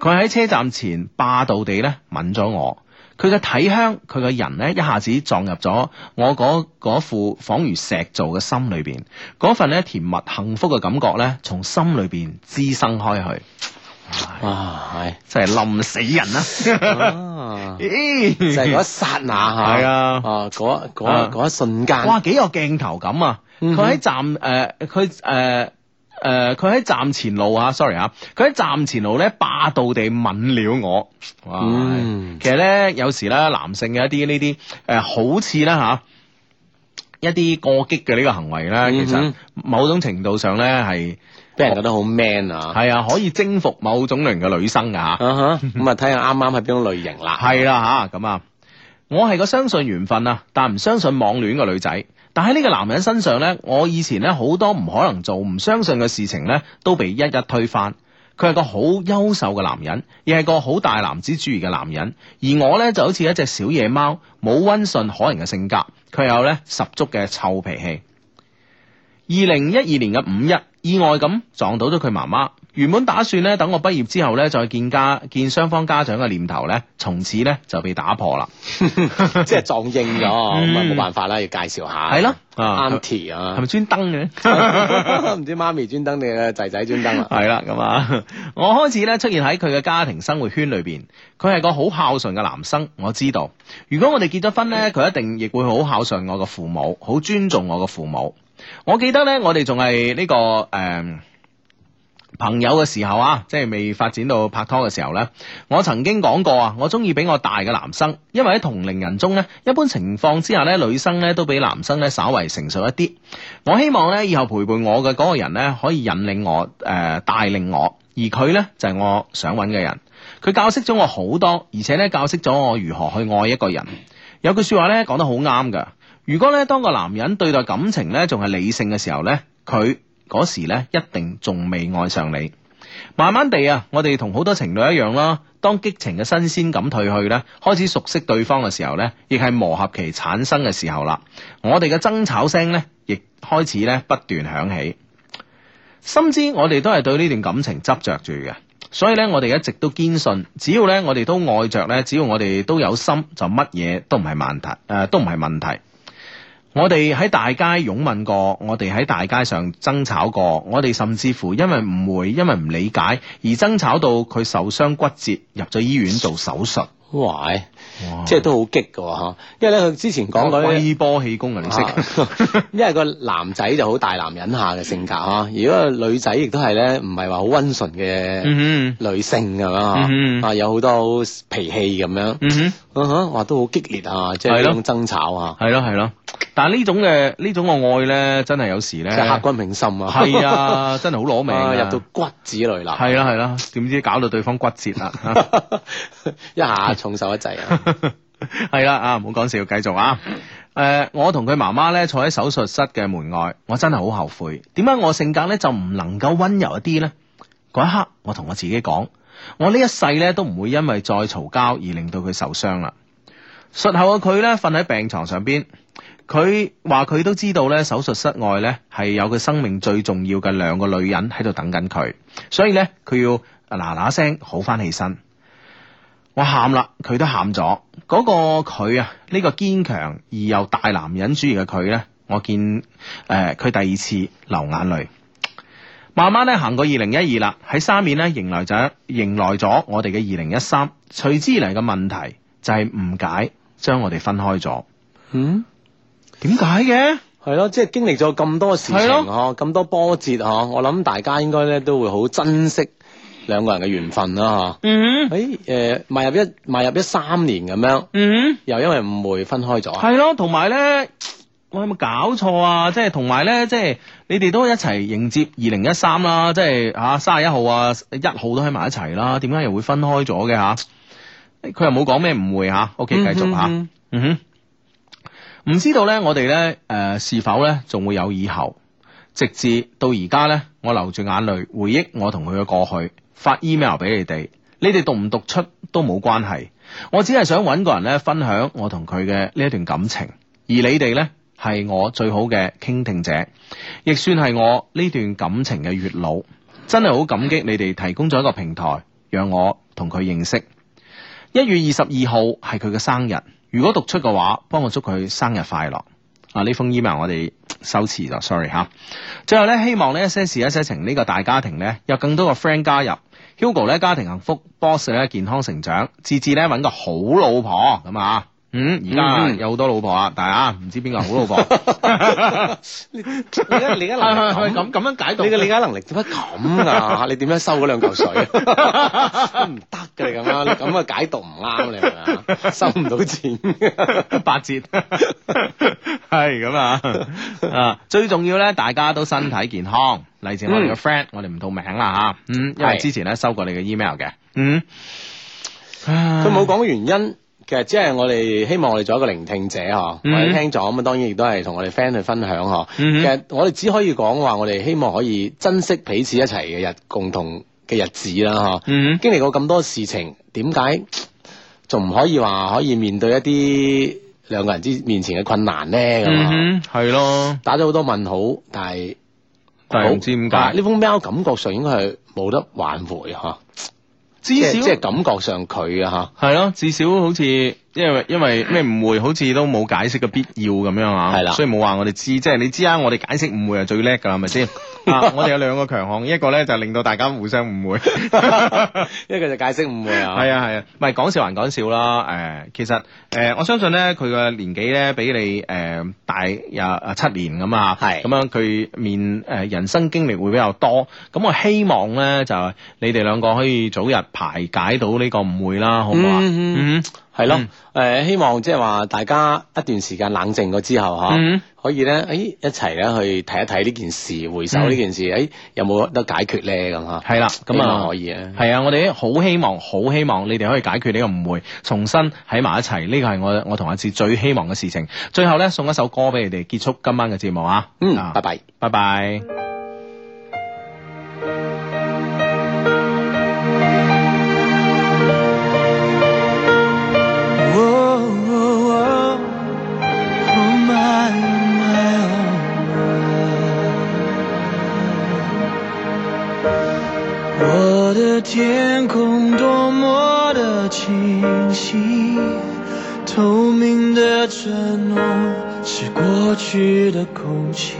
[SPEAKER 1] 佢喺車站前霸道地咧吻咗我，佢嘅體香，佢嘅人咧一下子撞入咗我嗰嗰副仿如石做嘅心裏邊，嗰份咧甜蜜幸福嘅感覺咧，從心裏邊滋生開去，
[SPEAKER 3] 啊，係，
[SPEAKER 1] 真係冧死人 啦！
[SPEAKER 3] 啊，就係嗰一
[SPEAKER 1] 咦
[SPEAKER 3] 剎那嚇，
[SPEAKER 1] 係啊
[SPEAKER 3] 啊，嗰
[SPEAKER 1] 啊
[SPEAKER 3] 嗰嗰一瞬間，
[SPEAKER 1] 哇，幾個鏡頭咁啊！佢
[SPEAKER 3] 嗯哼
[SPEAKER 1] 喺站誒，佢誒誒，佢喺站前路啊，sorry 啊，佢喺站前路咧霸道地吻了我，哇！
[SPEAKER 3] 嗯，
[SPEAKER 1] 其實咧，有時咧，男性嘅一啲呢啲誒，好似啦嚇。一啲過激嘅呢個行為咧，
[SPEAKER 3] 嗯哼
[SPEAKER 1] 其實某種程度上咧係
[SPEAKER 3] 俾人覺得好 man 啊，
[SPEAKER 1] 係啊，可以征服某種類型嘅女生噶嚇。
[SPEAKER 3] 啊哈，咁啊睇下啱啱係邊種類型 啦，
[SPEAKER 1] 係啦吓，咁啊，我係個相信緣分啊，但唔相信網戀嘅女仔。但喺呢個男人身上呢，我以前呢好多唔可能做、唔相信嘅事情呢，都被一一推翻。佢係個好優秀嘅男人，亦係個好大男子主義嘅男人，而我呢，就好似一隻小野貓，冇温順可人嘅性格，佢有呢十足嘅臭脾氣。二零一二年嘅五一，意外咁撞到咗佢媽媽。原本打算咧，等我畢業之後咧，再見家見雙方家長嘅念頭咧，從此咧就被打破啦。
[SPEAKER 3] 即係撞應咗，
[SPEAKER 1] 嗯
[SPEAKER 3] 咁啊冇辦法啦，要介紹下，
[SPEAKER 1] 係咯啊
[SPEAKER 3] ，auntie 啊
[SPEAKER 1] 係。咪專登嘅？
[SPEAKER 3] 唔知媽咪專登定係仔仔專登啦。
[SPEAKER 1] 係啦，咁啊， 我開始咧出現喺佢嘅家庭生活圈裏邊。佢係個好孝順嘅男生，我知道。如果我哋結咗婚咧，佢一定亦會好孝順我嘅父母，好尊重我嘅父母。我記得咧，我哋仲係呢個誒。朋友嘅時候啊，即係未發展到拍拖嘅時候呢，我曾經講過啊，我中意比我大嘅男生，因為喺同齡人中呢，一般情況之下呢，女生呢都比男生呢稍為成熟一啲。我希望呢，以後陪伴我嘅嗰個人呢，可以引領我，誒、帶領我，而佢呢，就係、我想揾嘅人。佢教識咗我好多，而且呢，教識咗我如何去愛一個人。有句說話呢，講得好啱㗎，如果呢，當個男人對待感情呢，仲係理性嘅時候呢，佢嗰時呢，一定仲未愛上你。慢慢地啊，我哋同好多情侶一樣啦。當激情嘅新鮮感退去咧，開始熟悉對方嘅時候咧，亦係磨合期產生嘅時候啦。我哋嘅爭吵聲咧，亦開始咧不斷響起。深知我哋都係對呢段感情執着住嘅，所以咧我哋一直都堅信，只要咧我哋都愛着咧，只要我哋都有心，就乜嘢都唔係問題，誒、都唔係問題。我哋喺大街擁吻過，我哋喺大街上爭吵過，我哋甚至乎因為誤會、因為唔理解而爭吵到佢受傷骨折，入咗醫院做手術。
[SPEAKER 3] 哇！嗯即係都好激噶吓，因為咧佢之前講過咧。
[SPEAKER 1] 龜波氣功啊，你識？
[SPEAKER 3] 啊 因為個男仔就好大男人下嘅性格嚇，如果個女仔亦都係咧，唔係話好温順嘅
[SPEAKER 1] 嗯
[SPEAKER 3] 女性咁樣啊
[SPEAKER 1] 嗯
[SPEAKER 3] 啊有好多脾氣咁樣
[SPEAKER 1] 哼，，嗯哼。
[SPEAKER 3] 啊哈，哇都好激烈啊，即係
[SPEAKER 1] 係咯
[SPEAKER 3] 呢種爭吵啊，
[SPEAKER 1] 係咯係咯，但係呢種嘅呢種嘅愛咧，真係有時咧
[SPEAKER 3] 即係刻骨銘心啊，
[SPEAKER 1] 係啊，真係好攞命啊
[SPEAKER 3] 啊入到骨子裏啦，
[SPEAKER 1] 係啦係啦，點知搞到對方骨折啦，
[SPEAKER 3] 一下重手一滯啊，
[SPEAKER 1] 係啦啊，唔好講笑，繼續啊。诶、我同佢媽媽咧坐喺手術室嘅門外，我真係好後悔，點解我性格咧就唔能夠温柔一啲呢？嗰一刻，我同我自己講，我呢一世咧都唔會因為再嘈交而令到佢受傷啦。術後嘅佢咧瞓喺病床上邊，佢話佢都知道咧手術室外咧係有佢生命最重要嘅兩個女人喺度等緊佢，所以咧佢要嗱嗱聲好翻起身。我喊啦，佢都喊咗。嗰、個佢啊，呢、個堅強而又大男人主義嘅佢呢，我見誒佢、第二次流眼淚。慢慢咧行過二零一二啦，喺三面呢，迎來咗迎來咗我哋嘅二零一三，隨之而嚟嘅問題就係誤解將我哋分開咗。
[SPEAKER 3] 嗯。
[SPEAKER 1] 點解嘅？
[SPEAKER 3] 係咯，即係經歷咗咁多事情
[SPEAKER 1] 係
[SPEAKER 3] 嗬，咁多波折嗬，我諗大家應該咧都會好珍惜兩個人嘅緣分啦
[SPEAKER 1] 嗯
[SPEAKER 3] 嗬。誒誒，邁入一邁入一三年咁樣，
[SPEAKER 1] 嗯。
[SPEAKER 3] 又因為誤會分開咗，啊
[SPEAKER 1] 係咯，同埋咧，我有冇搞錯啊？即係同埋咧，即係你哋都一齊迎接二零一三啦，即係吓三十一號啊，一號都喺埋一齊啦，點解又會分開咗嘅吓？佢又冇講咩誤會吓，OK，繼續吓。
[SPEAKER 3] 嗯
[SPEAKER 1] 嗯哼，唔知道咧，我哋咧誒是否咧仲會有以後？直至到而家咧，我流住眼淚回憶我同佢嘅過去，發 email 俾你哋，你哋讀唔讀出都冇關係。我只係想揾個人咧分享我同佢嘅呢一段感情，而你哋咧係我最好嘅傾聽者，亦算係我呢段感情嘅月老。真係好感激你哋提供咗一個平台，讓我同佢認識。一月二十二號係佢嘅生日，如果讀出嘅話，幫我祝佢生日快樂。啊，呢封 email 我哋收遲咗，sorry 吓。最後咧，希望呢一些事一些情呢個大家庭咧，有更多嘅 friend 加入。Hugo 咧家庭幸福，Boss 咧健康成長，志志咧揾個好老婆咁啊。嗯，而家
[SPEAKER 3] 嗯
[SPEAKER 1] 有好多老婆啊，但係啊，唔知邊個好老 婆。
[SPEAKER 3] 你而家 你而家能力咁，
[SPEAKER 1] 咁咁樣解讀
[SPEAKER 3] 你嘅理解能力點解咁啊？你點樣收嗰兩嚿水？唔得嘅你咁啊樣，你咁嘅解讀唔啱你係咪啊？收唔到錢
[SPEAKER 1] 八 折，係咁啊！啊，最重要咧，大家都身體健康。嚟自我哋嘅
[SPEAKER 3] 嗯
[SPEAKER 1] friend，、我哋唔到名啦吓，嗯，因為
[SPEAKER 3] 係
[SPEAKER 1] 之前咧收過你嘅 email 嘅，嗯，
[SPEAKER 3] 佢
[SPEAKER 1] 佢
[SPEAKER 3] 冇講原因，其實只係我哋希望我哋做一個聆聽者嗬，
[SPEAKER 1] 嗯
[SPEAKER 3] 我哋聽咗咁啊，當然亦都係同我哋 friend 去分享嗬。
[SPEAKER 1] 嗯哼
[SPEAKER 3] 其實我哋只可以講話，我哋希望可以珍惜彼此一齊嘅日共同嘅日子啦嗬。
[SPEAKER 1] 嗯
[SPEAKER 3] 經歷過咁多事情，點解仲唔可以話可以面對一啲兩個人之面前嘅困難咧？咁啊
[SPEAKER 1] 嗯哼，係咯，
[SPEAKER 3] 打咗好多問號，但係
[SPEAKER 1] 但係唔知點
[SPEAKER 3] 啊
[SPEAKER 1] 解，
[SPEAKER 3] 呢封 mail 感覺上應該係冇得挽回嚇，
[SPEAKER 1] 至
[SPEAKER 3] 即係
[SPEAKER 1] 少
[SPEAKER 3] 即係感覺上佢啊嚇。
[SPEAKER 1] 係咯，至少好似因為因為咩誤會，好似都冇解釋嘅必要咁樣啊，
[SPEAKER 3] 係啦
[SPEAKER 1] 所以冇話我哋知，即係你知啊，我哋解釋誤會係最叻㗎啦，係 咪先？啊，我哋有兩個強項，一個咧就令到大家互相誤會。
[SPEAKER 3] 一個就解釋誤會 啊，
[SPEAKER 1] 係啊係啊，唔係講笑還講笑啦。誒、其實誒、我相信咧，佢嘅年紀咧比你誒、大廿啊七年咁啊，
[SPEAKER 3] 係
[SPEAKER 1] 咁樣佢面誒、人生經歷會比較多。咁我希望咧就係你哋兩個可以早日排解到呢個誤會啦，好唔好啊？
[SPEAKER 3] 嗯
[SPEAKER 1] 嗯
[SPEAKER 3] 係咯，誒、
[SPEAKER 1] 嗯
[SPEAKER 3] 希望即係話大家一段時間冷靜咗之後嚇，
[SPEAKER 1] 嗯
[SPEAKER 3] 可以咧，誒、一齊咧去睇一睇呢件事，回
[SPEAKER 1] 嗯
[SPEAKER 3] 首呢件事，誒、有冇得解決咧咁嚇，
[SPEAKER 1] 係啦，咁
[SPEAKER 3] 咁啊可
[SPEAKER 1] 啊。
[SPEAKER 3] 以啊，
[SPEAKER 1] 係啊，我哋好希望，好希望你哋可以解決呢個誤會，重新喺埋一齊。呢個係我我同阿志最希望嘅事情。最後咧，送一首歌俾你哋，結束今晚嘅節目啊！
[SPEAKER 3] 嗯，
[SPEAKER 1] 啊
[SPEAKER 3] 拜拜。
[SPEAKER 1] 拜拜。
[SPEAKER 2] Whoa, whoa, whoa. Oh, my, my, oh, my. 我的天空多么的清晰，透明的承诺是过去的空气。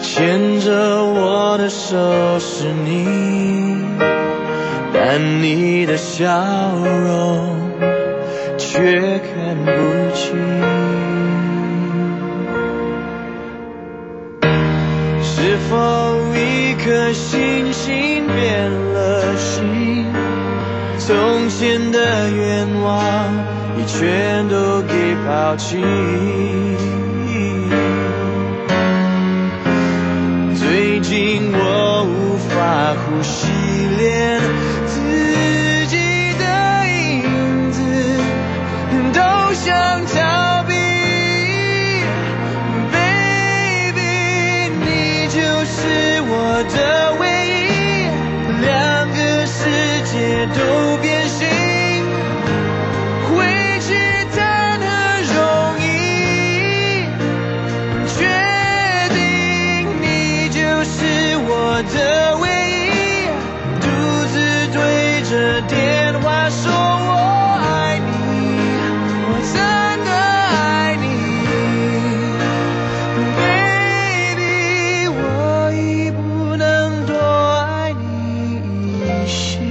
[SPEAKER 2] 牵着我的手是你，但你的笑容却看不清。是否一颗星星变了心？从前的愿望已全都给抛弃。最近我无法呼吸，连自己的影子都想逃避。Baby，你就是我的唯一，两个世界都变形，回去谈何容易？确定你就是我的唯一，独自对着电话说我爱你，我真的爱你，baby，我已不能多爱你一些。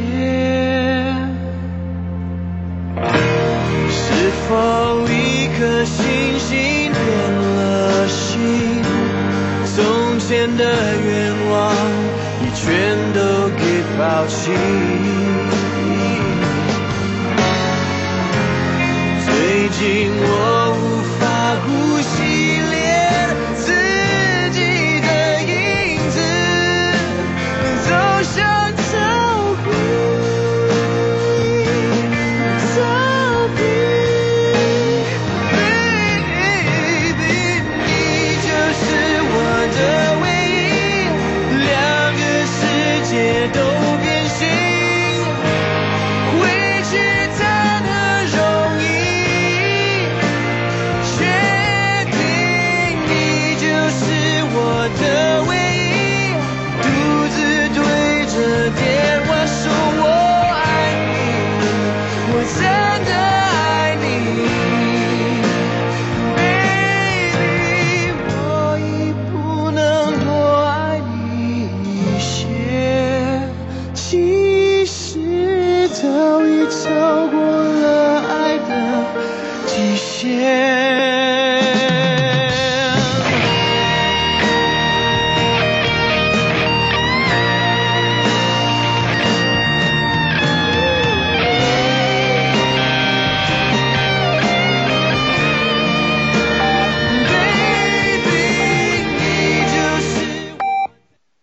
[SPEAKER 2] 是否一颗星星变了心？从前的愿望已全都给抛弃。最近我